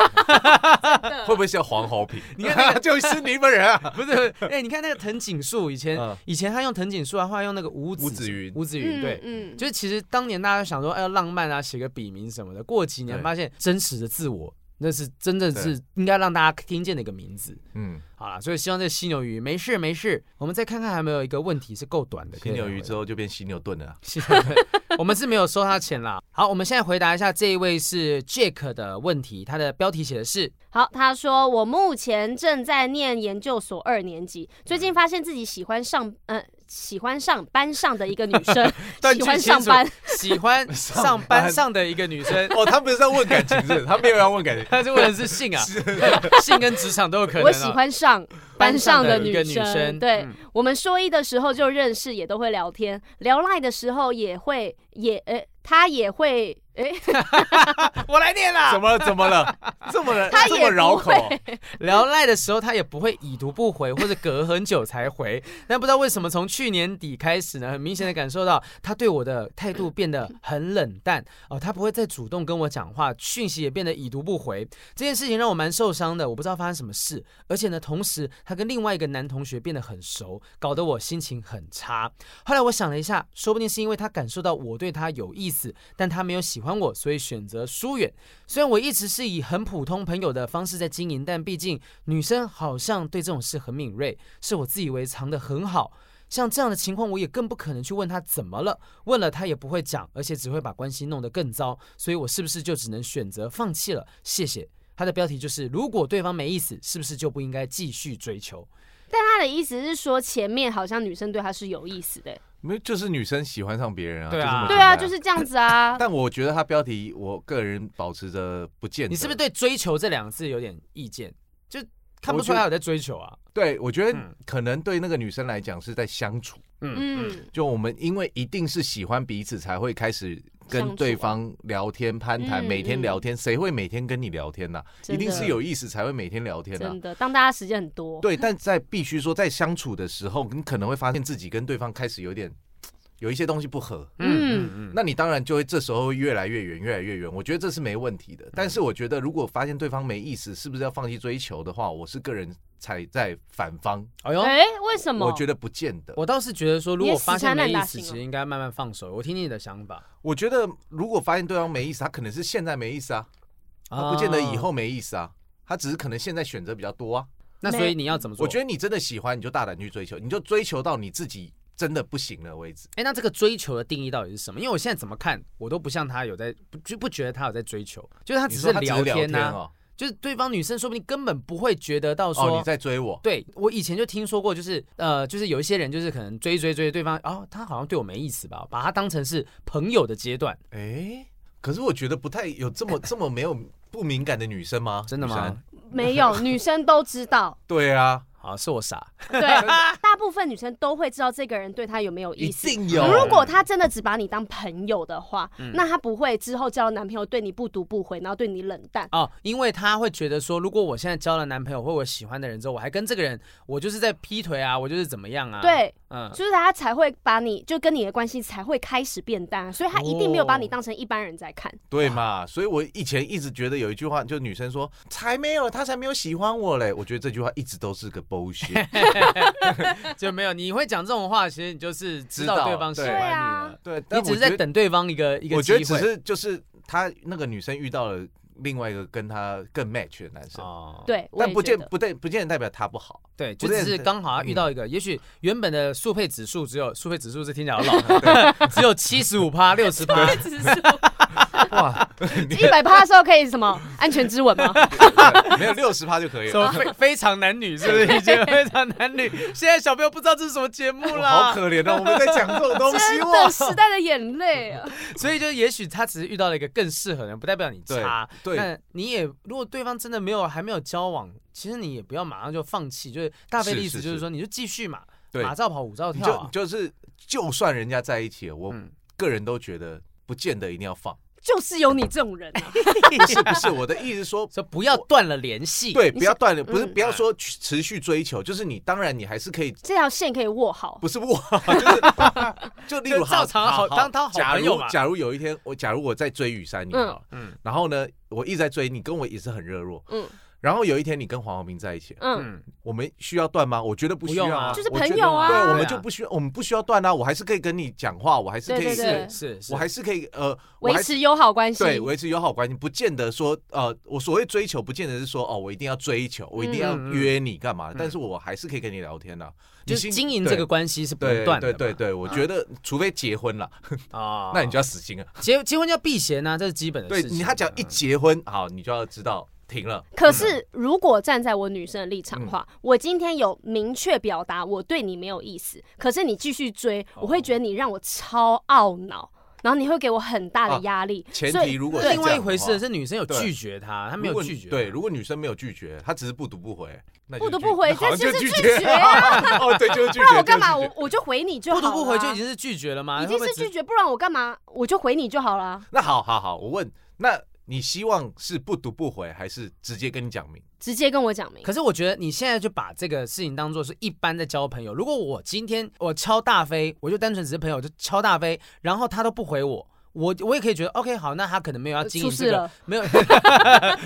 Speaker 4: 会不会叫黄豪平？
Speaker 1: 你看那
Speaker 4: 就是你们人啊！
Speaker 1: 不是，哎、你看那个藤井树，以前、
Speaker 4: 嗯
Speaker 1: 以前他用藤井树，他后来用那个吴
Speaker 4: 吴子云
Speaker 1: 吴子云
Speaker 2: 嗯
Speaker 1: 对。
Speaker 2: 嗯，
Speaker 1: 就是其实当年大家想说，哎，浪漫啊，写个笔名什么的。过几年
Speaker 4: 对
Speaker 1: 发现，真实的自我，那是真正是应该让大家听见的一个名字。
Speaker 4: 嗯，
Speaker 1: 好啦，所以希望这个犀牛鱼没事没事。我们再看看还有没有一个问题是够短的。可
Speaker 4: 犀
Speaker 1: 以
Speaker 4: 牛
Speaker 1: 来
Speaker 4: 鱼
Speaker 1: 回
Speaker 4: 之后就变犀牛盾了啊。
Speaker 1: 是的 我们是没有收他钱啦。好，我们现在回答一下这一位是 Jack 的问题，他的标题写的是
Speaker 2: 好，他说我目前正在念研究所二年级，
Speaker 1: 嗯
Speaker 2: 最近发现自己喜欢上，呃，喜欢上班上的一个女 生，喜欢上班，
Speaker 1: 喜欢
Speaker 4: 上
Speaker 1: 上班
Speaker 4: 班，
Speaker 1: 上的一个女生
Speaker 4: 哦，他不是在问感情，是他没有要问感情。
Speaker 1: 她是问的是性啊，性跟职场都有可能、哦。
Speaker 2: 我喜欢上班上的
Speaker 1: 一
Speaker 2: 女
Speaker 1: 个
Speaker 2: 生。
Speaker 1: 生，
Speaker 2: 对、
Speaker 1: 嗯
Speaker 2: 我们说一的时候就认识，也都会聊天，聊赖的时候也会也，呃，他也会，诶，
Speaker 1: 我来念啦
Speaker 4: 怎。么了？怎么了？这么了
Speaker 2: 他也
Speaker 4: 这么绕口？
Speaker 1: 聊赖的时候，她也不会已读不回，或者隔很久才回。但不知道为什么，从去年底开始呢，很明显的感受到她对我的态度变得很冷淡哦，她不会再主动跟我讲话，讯息也变得已读不回。这件事情让我蛮受伤的，我不知道发生什么事。而且呢，同时她跟另外一个男同学变得很熟，搞得我心情很差。后来我想了一下，说不定是因为她感受到我对她有意思，但她没有喜欢我，所以选择疏远。虽然我一直是以很普通朋友的方式在经营，但毕竟女生好像对这种事很敏锐，是我自以为藏得很好。像这样的情况，我也更不可能去问她怎么了，问了她也不会讲，而且只会把关系弄得更糟。所以我是不是就只能选择放弃了？谢谢。他的标题就是：如果对方没意思，是不是就不应该继续追求？
Speaker 2: 但他的意思是说前面好像女生对他是有意思的、
Speaker 4: 没有，就是女生喜欢上别人啊。
Speaker 1: 对啊
Speaker 4: 就这么简
Speaker 2: 对
Speaker 4: 单
Speaker 2: 啊，就是。这样子啊。
Speaker 4: 但我觉得他标题，我个人保持着不见得。
Speaker 1: 你是不是对“追求”这两个字有点意见？就看不出
Speaker 4: 我觉得
Speaker 1: 来有在追求啊。
Speaker 4: 对？我觉得
Speaker 1: 嗯
Speaker 4: 可能对那个女生来讲是在相处。
Speaker 1: 嗯
Speaker 2: 嗯，
Speaker 4: 就我们因为一定是喜欢彼此，才会开始
Speaker 2: 相
Speaker 4: 跟
Speaker 2: 处
Speaker 4: 对
Speaker 2: 啊
Speaker 4: 方聊天攀谈，
Speaker 2: 嗯
Speaker 4: 每天聊天，谁会每天跟你聊天呐、
Speaker 2: 真
Speaker 4: 一定是
Speaker 2: 的
Speaker 4: 有意思才会每天聊天呐、
Speaker 2: 真的，当大家时间很
Speaker 1: 哦
Speaker 2: 多，
Speaker 4: 对，但在必须说，在相处的时候，你可能会发现自己跟对方开始有点有一些东西不合，
Speaker 2: 嗯
Speaker 1: 嗯
Speaker 4: 那你当然就会这时候会越来越远，越来越远。我觉得这是没问题的。
Speaker 1: 嗯
Speaker 4: 但是我觉得，如果发现对方没意思，是不是要放弃追求的话，我是个人踩在反方，
Speaker 1: 哎呦，
Speaker 2: 哎、为什么？
Speaker 4: 哦我觉得不见得。
Speaker 1: 我倒是觉得说，如
Speaker 2: 你
Speaker 1: 果
Speaker 2: 也
Speaker 1: 发
Speaker 2: 死
Speaker 1: 现
Speaker 2: 缠
Speaker 1: 没
Speaker 2: 烂
Speaker 1: 意
Speaker 2: 打
Speaker 1: 思，其
Speaker 2: 型哦
Speaker 1: 实应该慢慢放手。我听你的想法，
Speaker 4: 我觉得如果发现对方没意思，他可能是现在没意思啊，他不见得以
Speaker 1: 啊。
Speaker 4: 后没意思啊。他只是可能现在选择比较多啊。
Speaker 1: 啊那所以你要怎么做？
Speaker 4: 我觉
Speaker 1: 得，
Speaker 4: 得你真的喜欢，你就大胆去追求，你就追求到你自己真的不行了为止。
Speaker 1: 哎，那这个追求的定义到底是什么？因为我现在怎么看，我都不像他有在，不就不觉得他有在追求，就是他
Speaker 4: 你
Speaker 1: 只
Speaker 4: 说
Speaker 1: 是
Speaker 4: 他只
Speaker 1: 聊啊
Speaker 4: 是聊天
Speaker 1: 呐、
Speaker 4: 哦，
Speaker 1: 就是对方女生说不定根本不会觉得到说、
Speaker 4: 哦，你在追我。
Speaker 1: 对我以前就听说过，就是呃，就是有一些人就是可能追追追对方，哦，他好像对我没意思吧，把他当成是朋友的阶段，
Speaker 4: 哎、可是我觉得不太有 这么这么没有不敏感的女生吗？
Speaker 1: 真的
Speaker 4: 雨
Speaker 1: 吗
Speaker 4: 珊？？
Speaker 2: 没 有，女生都知道，
Speaker 4: 对啊，
Speaker 1: 好，是我傻，
Speaker 2: 对，大部分女生都会知道这个人对她有没有意
Speaker 4: 一
Speaker 2: 思。
Speaker 4: 定有。嗯
Speaker 2: 如果他真的只把你当朋友的话，那他不会之后交了男朋友对你不读不回，然后对你冷淡。
Speaker 1: 哦，因为他会觉得说，如果我现在交了男朋友或我喜欢的人之后，我还跟这个人，我就是在劈腿啊，我就是怎么样啊？，
Speaker 2: 对，
Speaker 1: 嗯，
Speaker 2: 就是他才会把你就跟你的关系才会开始变淡，啊所以他一定没有
Speaker 1: 哦
Speaker 2: 把你当成一般人在看。
Speaker 4: 对嘛，所以我以前一直觉得有一句话，就女生说才没有，她才没有喜欢我嘞。我觉得这句话一直都是个 bullshit。
Speaker 1: 就没有你会讲这种话，其实你就是知
Speaker 4: 知
Speaker 1: 道
Speaker 4: 道
Speaker 1: 对方喜欢你
Speaker 2: 对啊
Speaker 1: 了，
Speaker 4: 对，但
Speaker 1: 你只
Speaker 4: 我
Speaker 1: 是
Speaker 4: 觉
Speaker 1: 在
Speaker 4: 得，
Speaker 1: 等对方一个一个
Speaker 4: 我觉得
Speaker 1: 机
Speaker 4: 只
Speaker 1: 会。
Speaker 4: 是就是她那个女生遇到了另外一个跟她更 match 的男生，
Speaker 1: 哦，
Speaker 2: 对，我
Speaker 4: 但
Speaker 2: 也
Speaker 4: 不
Speaker 2: 觉
Speaker 4: 见
Speaker 2: 得
Speaker 4: 不对，不见得代表他不好。
Speaker 1: 对，就
Speaker 4: 不嗯
Speaker 1: 只
Speaker 4: 是
Speaker 1: 是
Speaker 4: 很
Speaker 1: 刚好他遇到一个，也许原本的速配指数只有速配指数是听起来好 老，只有七十五趴、六十 趴，
Speaker 4: 哇，
Speaker 2: 一百趴的时候可以什么安全之吻吗？
Speaker 4: 没有六十趴就可以
Speaker 1: 什么
Speaker 4: 了。
Speaker 1: 非非常男女是不是？以前非常男女，现在小朋友不知道这是什么节目
Speaker 4: 我
Speaker 1: 啦，
Speaker 4: 好可怜哦，我们在讲这种东西
Speaker 2: 真
Speaker 4: 哇
Speaker 2: 的。时代的眼泪啊！
Speaker 1: 所以就也许他只是遇到了一个更适合的人，不代表你差。
Speaker 4: 对对
Speaker 1: 那你也如果对方真的没有还没有交往，其实你也不要马上就放弃。就是大飞的意思
Speaker 4: 是是
Speaker 1: 就是说，你就继续嘛，
Speaker 4: 对
Speaker 1: 马照跑，舞照
Speaker 4: 你
Speaker 1: 跳、
Speaker 4: 就
Speaker 1: 啊
Speaker 4: 你。就是，就算人家在一起了，我
Speaker 1: 嗯
Speaker 4: 个人都觉得不见得一定要 放。
Speaker 2: 就是有你这种人 啊，
Speaker 4: 不是不是，我的意思是说，
Speaker 1: 说不要断了联系。，
Speaker 4: 对，
Speaker 2: 你
Speaker 4: 不要
Speaker 2: 是
Speaker 4: 断了，不是
Speaker 2: 嗯
Speaker 4: 不要说去持续追求，就是你当然你还是可以，
Speaker 2: 这条线可以握好。
Speaker 4: 不 是我就是就例
Speaker 1: 就
Speaker 4: 如
Speaker 1: 照常好当当好
Speaker 4: 假
Speaker 1: 朋友
Speaker 4: 如
Speaker 1: 嘛
Speaker 4: 假如有一天我假如我在追雨珊你
Speaker 2: 嗯
Speaker 4: 好了，
Speaker 1: 嗯
Speaker 4: 然后呢我一直在追你，跟我也是很热络，
Speaker 2: 嗯
Speaker 4: 然后有一天你跟黄晓明在一起了，
Speaker 2: 嗯，
Speaker 1: 嗯，
Speaker 4: 我们需要断吗？我觉得不需
Speaker 1: 不
Speaker 4: 要
Speaker 1: 用啊
Speaker 2: 就是
Speaker 4: 我觉
Speaker 2: 朋
Speaker 4: 得
Speaker 2: 友啊
Speaker 4: 对，我
Speaker 1: 对
Speaker 4: 们
Speaker 1: 啊
Speaker 4: 就不需要，我们不需要断啊，我还是可以跟你讲话，我还是可以
Speaker 2: 对对
Speaker 1: 是是是，
Speaker 4: 我还是可以呃，我
Speaker 2: 维
Speaker 4: 还是
Speaker 2: 持友好关系。
Speaker 4: 对维持友好关系，不见得说呃，我所谓追求，不见得是说哦，我一定要追求，我一定要
Speaker 1: 嗯嗯嗯
Speaker 4: 约你干嘛？但是我还是可以跟你聊天的、你
Speaker 1: 就是
Speaker 4: 心
Speaker 1: 经营这个。关系是不能
Speaker 4: 对
Speaker 1: 断
Speaker 4: 对
Speaker 1: 的
Speaker 4: 对
Speaker 1: 嘛。嗯
Speaker 4: 对对，我觉得除非结婚了，
Speaker 1: 啊，
Speaker 4: 那你就要死心了。
Speaker 1: 结结婚要避嫌啊，嗯这是基本的
Speaker 4: 对
Speaker 1: 事情。
Speaker 4: 你，他只要一结婚，好，你就要知道停了。
Speaker 2: 可是，如果站在我女生的立场的话，我今天有明确表达我对你没有意思，可是你继续追，我会觉得你让我超懊恼，然后你会给我很大的压力。
Speaker 4: 前
Speaker 2: 所
Speaker 4: 提
Speaker 2: 以
Speaker 4: 如果
Speaker 1: 那
Speaker 4: 是
Speaker 1: 另外一
Speaker 4: 这样的
Speaker 1: 回事
Speaker 4: 话
Speaker 1: 是女生有
Speaker 4: 对
Speaker 1: 拒绝他，他没有
Speaker 4: 如果
Speaker 1: 拒
Speaker 4: 你
Speaker 1: 绝。
Speaker 4: 对，如果女生没有拒绝，她只是不读不回，那就
Speaker 2: 不读
Speaker 4: 拒
Speaker 2: 不回
Speaker 4: 那 好像
Speaker 2: 这就是
Speaker 4: 拒
Speaker 2: 拒
Speaker 4: 绝
Speaker 2: 绝啊。
Speaker 4: 哦，对，就是拒绝。
Speaker 2: 不然我干嘛？
Speaker 4: 就是拒
Speaker 2: 我
Speaker 4: 绝
Speaker 2: 我就回你就好
Speaker 1: 不
Speaker 2: 了
Speaker 1: 读
Speaker 2: 啊。
Speaker 1: 不回就已经是拒绝了吗？
Speaker 2: 已经
Speaker 1: 会不
Speaker 2: 是
Speaker 1: 会只
Speaker 2: 拒绝，不然我干嘛？我就回你就好了，啊
Speaker 4: 那好好好，我问，那你希望是不读不回，还是直接跟你讲明？
Speaker 2: 直接跟我讲明。
Speaker 1: 可是我觉得你现在就把这个事情当做是一般在交朋友。如果我今天我敲大飞，我就单纯只是朋友，就敲大飞，然后他都不回我。我我也可以觉得 OK 好，那他可能没有要经营
Speaker 2: 呃出
Speaker 1: 这
Speaker 2: 事
Speaker 1: 个
Speaker 2: 了，
Speaker 1: 没有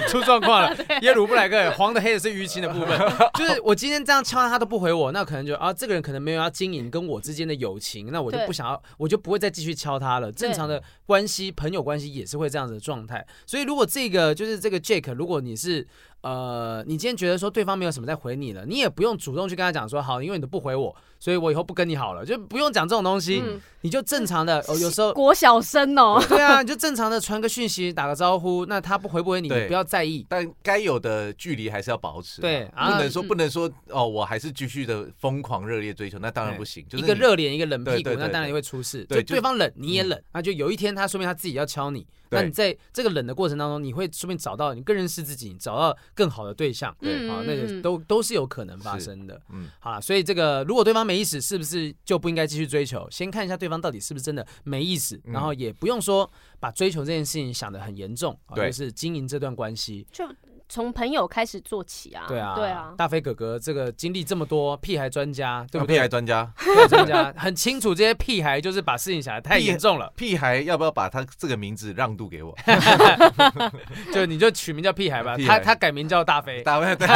Speaker 1: 出状况 了。耶鲁布莱克黄的黑的是淤青的部分，就是我今天这样敲他，他都不回我，那可能就啊这个人可能没有要经营跟我之间的友情，那我就
Speaker 2: 对
Speaker 1: 不想要，我就不会再继续敲他了。正常的关系，朋友关系也是会这样子的状态。所以如果这个就是这个 Jack，如果你是呃，你今天觉得说对方没有什么在回你了，你也不用主动去跟他讲说好，因为你都不回我，所以我以后不跟你好了，就不用讲这种东西，
Speaker 2: 嗯
Speaker 1: 你就正常的，哦、有时候。
Speaker 2: 国小生哦，
Speaker 1: 对啊，你就正常的传个讯息，打个招呼，那他不回不回你，
Speaker 4: 对
Speaker 1: 你不要在意。
Speaker 4: 但该有的距离还是要保持嘛，
Speaker 1: 对啊
Speaker 4: 不能说
Speaker 2: 嗯
Speaker 4: 不能说哦，我还是继续的疯狂热烈追求，那当然
Speaker 1: 对
Speaker 4: 不行，就是
Speaker 1: 一个
Speaker 4: 你
Speaker 1: 热脸，一个冷
Speaker 4: 对
Speaker 1: 屁股，
Speaker 4: 对对
Speaker 1: 那当然
Speaker 4: 对
Speaker 1: 也会出事。就
Speaker 4: 对
Speaker 1: 对
Speaker 4: 就嗯
Speaker 1: 方冷，你也冷，那就有一天他说明他自己要敲你。
Speaker 4: 对
Speaker 1: 那你在这个冷的过程当中，你会说明找到你更认识自己，你找到更好的对象，
Speaker 4: 对
Speaker 1: 啊，那个都都是有可能发生的。
Speaker 4: 嗯，
Speaker 1: 好了，所以这个如果对方没意思，是不是就不应该继续追求？先看一下对方到底是不是真的没意思，
Speaker 4: 嗯
Speaker 1: 然后也不用说把追求这件事情想得很严重，啊、
Speaker 4: 对
Speaker 1: 就是经营这段关系。
Speaker 2: 就从朋友开始做起啊。
Speaker 1: 对啊，
Speaker 2: 对啊，
Speaker 1: 大飞哥哥这个经历这么多屁孩专家，对
Speaker 4: 对
Speaker 1: 不
Speaker 4: 不
Speaker 1: 对？
Speaker 4: 啊对？屁孩专家，
Speaker 1: 屁孩专 家很清楚，这些屁孩就是把事情想得太严重了，
Speaker 4: 屁孩要不要把他这个名字让渡 给我？
Speaker 1: 就你就取名叫屁孩吧。
Speaker 4: 屁
Speaker 1: 他
Speaker 4: 孩
Speaker 1: 他改名叫大飞，
Speaker 4: 大对对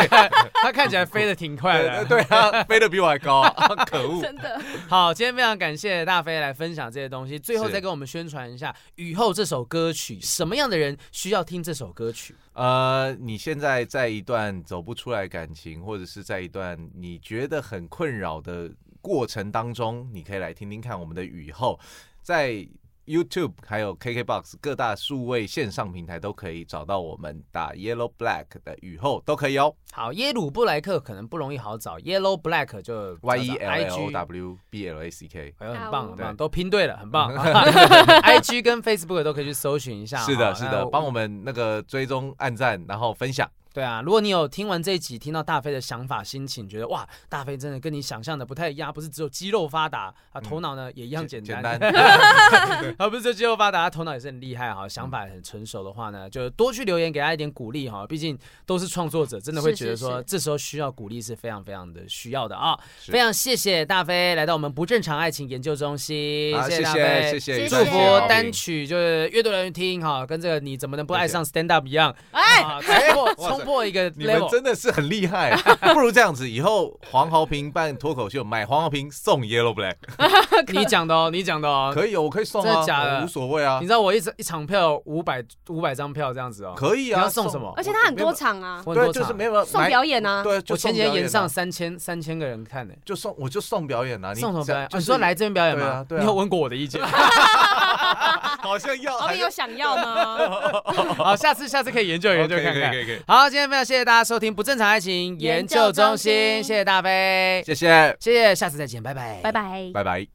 Speaker 1: 他看起来飞得挺快的。
Speaker 4: 对对啊，飞得比我还高， 可恶！
Speaker 2: 真的，
Speaker 1: 好，今天非常感谢大飞来分享这些东西，最后
Speaker 4: 是
Speaker 1: 再跟我们宣传一下《雨后》这首歌曲，什么样的人需要听这首歌曲？
Speaker 4: 呃，你现在在一段走不出来感情，或者是在一段你觉得很困扰的过程当中，你可以来听听看我们的雨后，在 YouTube 还有 KKBox 各大数位线上平台都可以找到我们打 Yellow Black 的雨后都可以哦
Speaker 1: 好，耶鲁布莱克可能不容易好找，Yellow Black 就
Speaker 4: ，Y E L
Speaker 1: I
Speaker 4: L O
Speaker 1: G。
Speaker 4: W B L A C K。
Speaker 1: 哎呦，很棒，很棒，
Speaker 4: 对
Speaker 1: 都拼对了，很 棒。I G 跟 Facebook 都可以去搜寻一下。啊
Speaker 4: 是的，是的，帮
Speaker 1: 我。
Speaker 4: 我们那个追踪、按赞，然后分享。
Speaker 1: 对啊，如果你有听完这一集，听到大飞的想法、心情，觉得哇，大飞真的跟你想象的不太一样，不是只有肌肉发达啊，头脑呢、也一样简单，
Speaker 4: 嗯简
Speaker 1: 而不是只有肌肉发达，头脑也是很厉害哈，想法也很成熟的话
Speaker 4: 嗯
Speaker 1: 呢，就多去留言给他一点鼓励哈，毕竟都是创作者，真的会
Speaker 2: 是
Speaker 1: 觉得
Speaker 2: 是
Speaker 1: 说
Speaker 2: 是
Speaker 1: 这时候需要鼓励是非常非常的需要的啊，
Speaker 4: 是
Speaker 1: 非常谢谢大飞来到我们不正常爱情研究中心，
Speaker 4: 好，谢
Speaker 1: 大
Speaker 4: 谢，
Speaker 1: 飞。
Speaker 4: 谢谢，
Speaker 2: 谢
Speaker 1: 祝
Speaker 2: 谢
Speaker 1: 福单
Speaker 4: 单曲。
Speaker 1: 曲就是越多人听哈，跟这个你怎么能不爱上 stand up 一样，
Speaker 2: 哎，
Speaker 1: 啊，冲破
Speaker 4: 哇塞
Speaker 1: 冲破一个
Speaker 4: 你们
Speaker 1: level。
Speaker 4: 真的是很厉害， 不如这样子，以后黄豪平办脱口秀，买黄豪平送 Yellow Black，
Speaker 1: 你讲的哦，你讲的哦。
Speaker 4: 可以哦，我可以送
Speaker 1: 真
Speaker 4: 啊，
Speaker 1: 的假的
Speaker 4: 我无所谓啊
Speaker 1: 你，知道我一场一场票五百五百张票这样子哦。
Speaker 4: 可以
Speaker 1: 你
Speaker 4: 啊，
Speaker 1: 要送什么
Speaker 2: 而且他很多场啊，
Speaker 1: 我
Speaker 4: 我，
Speaker 1: 很多场
Speaker 4: 对，就是没有
Speaker 2: 送表演啊
Speaker 4: 买对，就
Speaker 1: 我前
Speaker 4: 送
Speaker 1: 几
Speaker 4: 表
Speaker 1: 天
Speaker 4: 演啊
Speaker 1: 演上三千三千个人看呢，
Speaker 4: 就送我就送表演啊，你
Speaker 1: 送什么表演？
Speaker 4: 就
Speaker 1: 哦
Speaker 4: 是
Speaker 1: 你说来这边表演
Speaker 4: 对
Speaker 1: 吗
Speaker 4: 啊？对啊
Speaker 1: 你有问过我的意见？
Speaker 4: 好像要，
Speaker 2: 我
Speaker 1: 哦
Speaker 4: 还
Speaker 2: 们哦有想要吗？
Speaker 1: 好，下次下次可以研究研究看看
Speaker 4: 可。以可以可以，
Speaker 1: 好，今天非常谢谢大家收听《不正常爱情研究中心》，
Speaker 2: 研究中心
Speaker 1: 谢谢大飞，
Speaker 4: 谢谢，
Speaker 1: 谢谢，下次再见，拜拜，
Speaker 2: 拜。拜。
Speaker 4: 拜拜。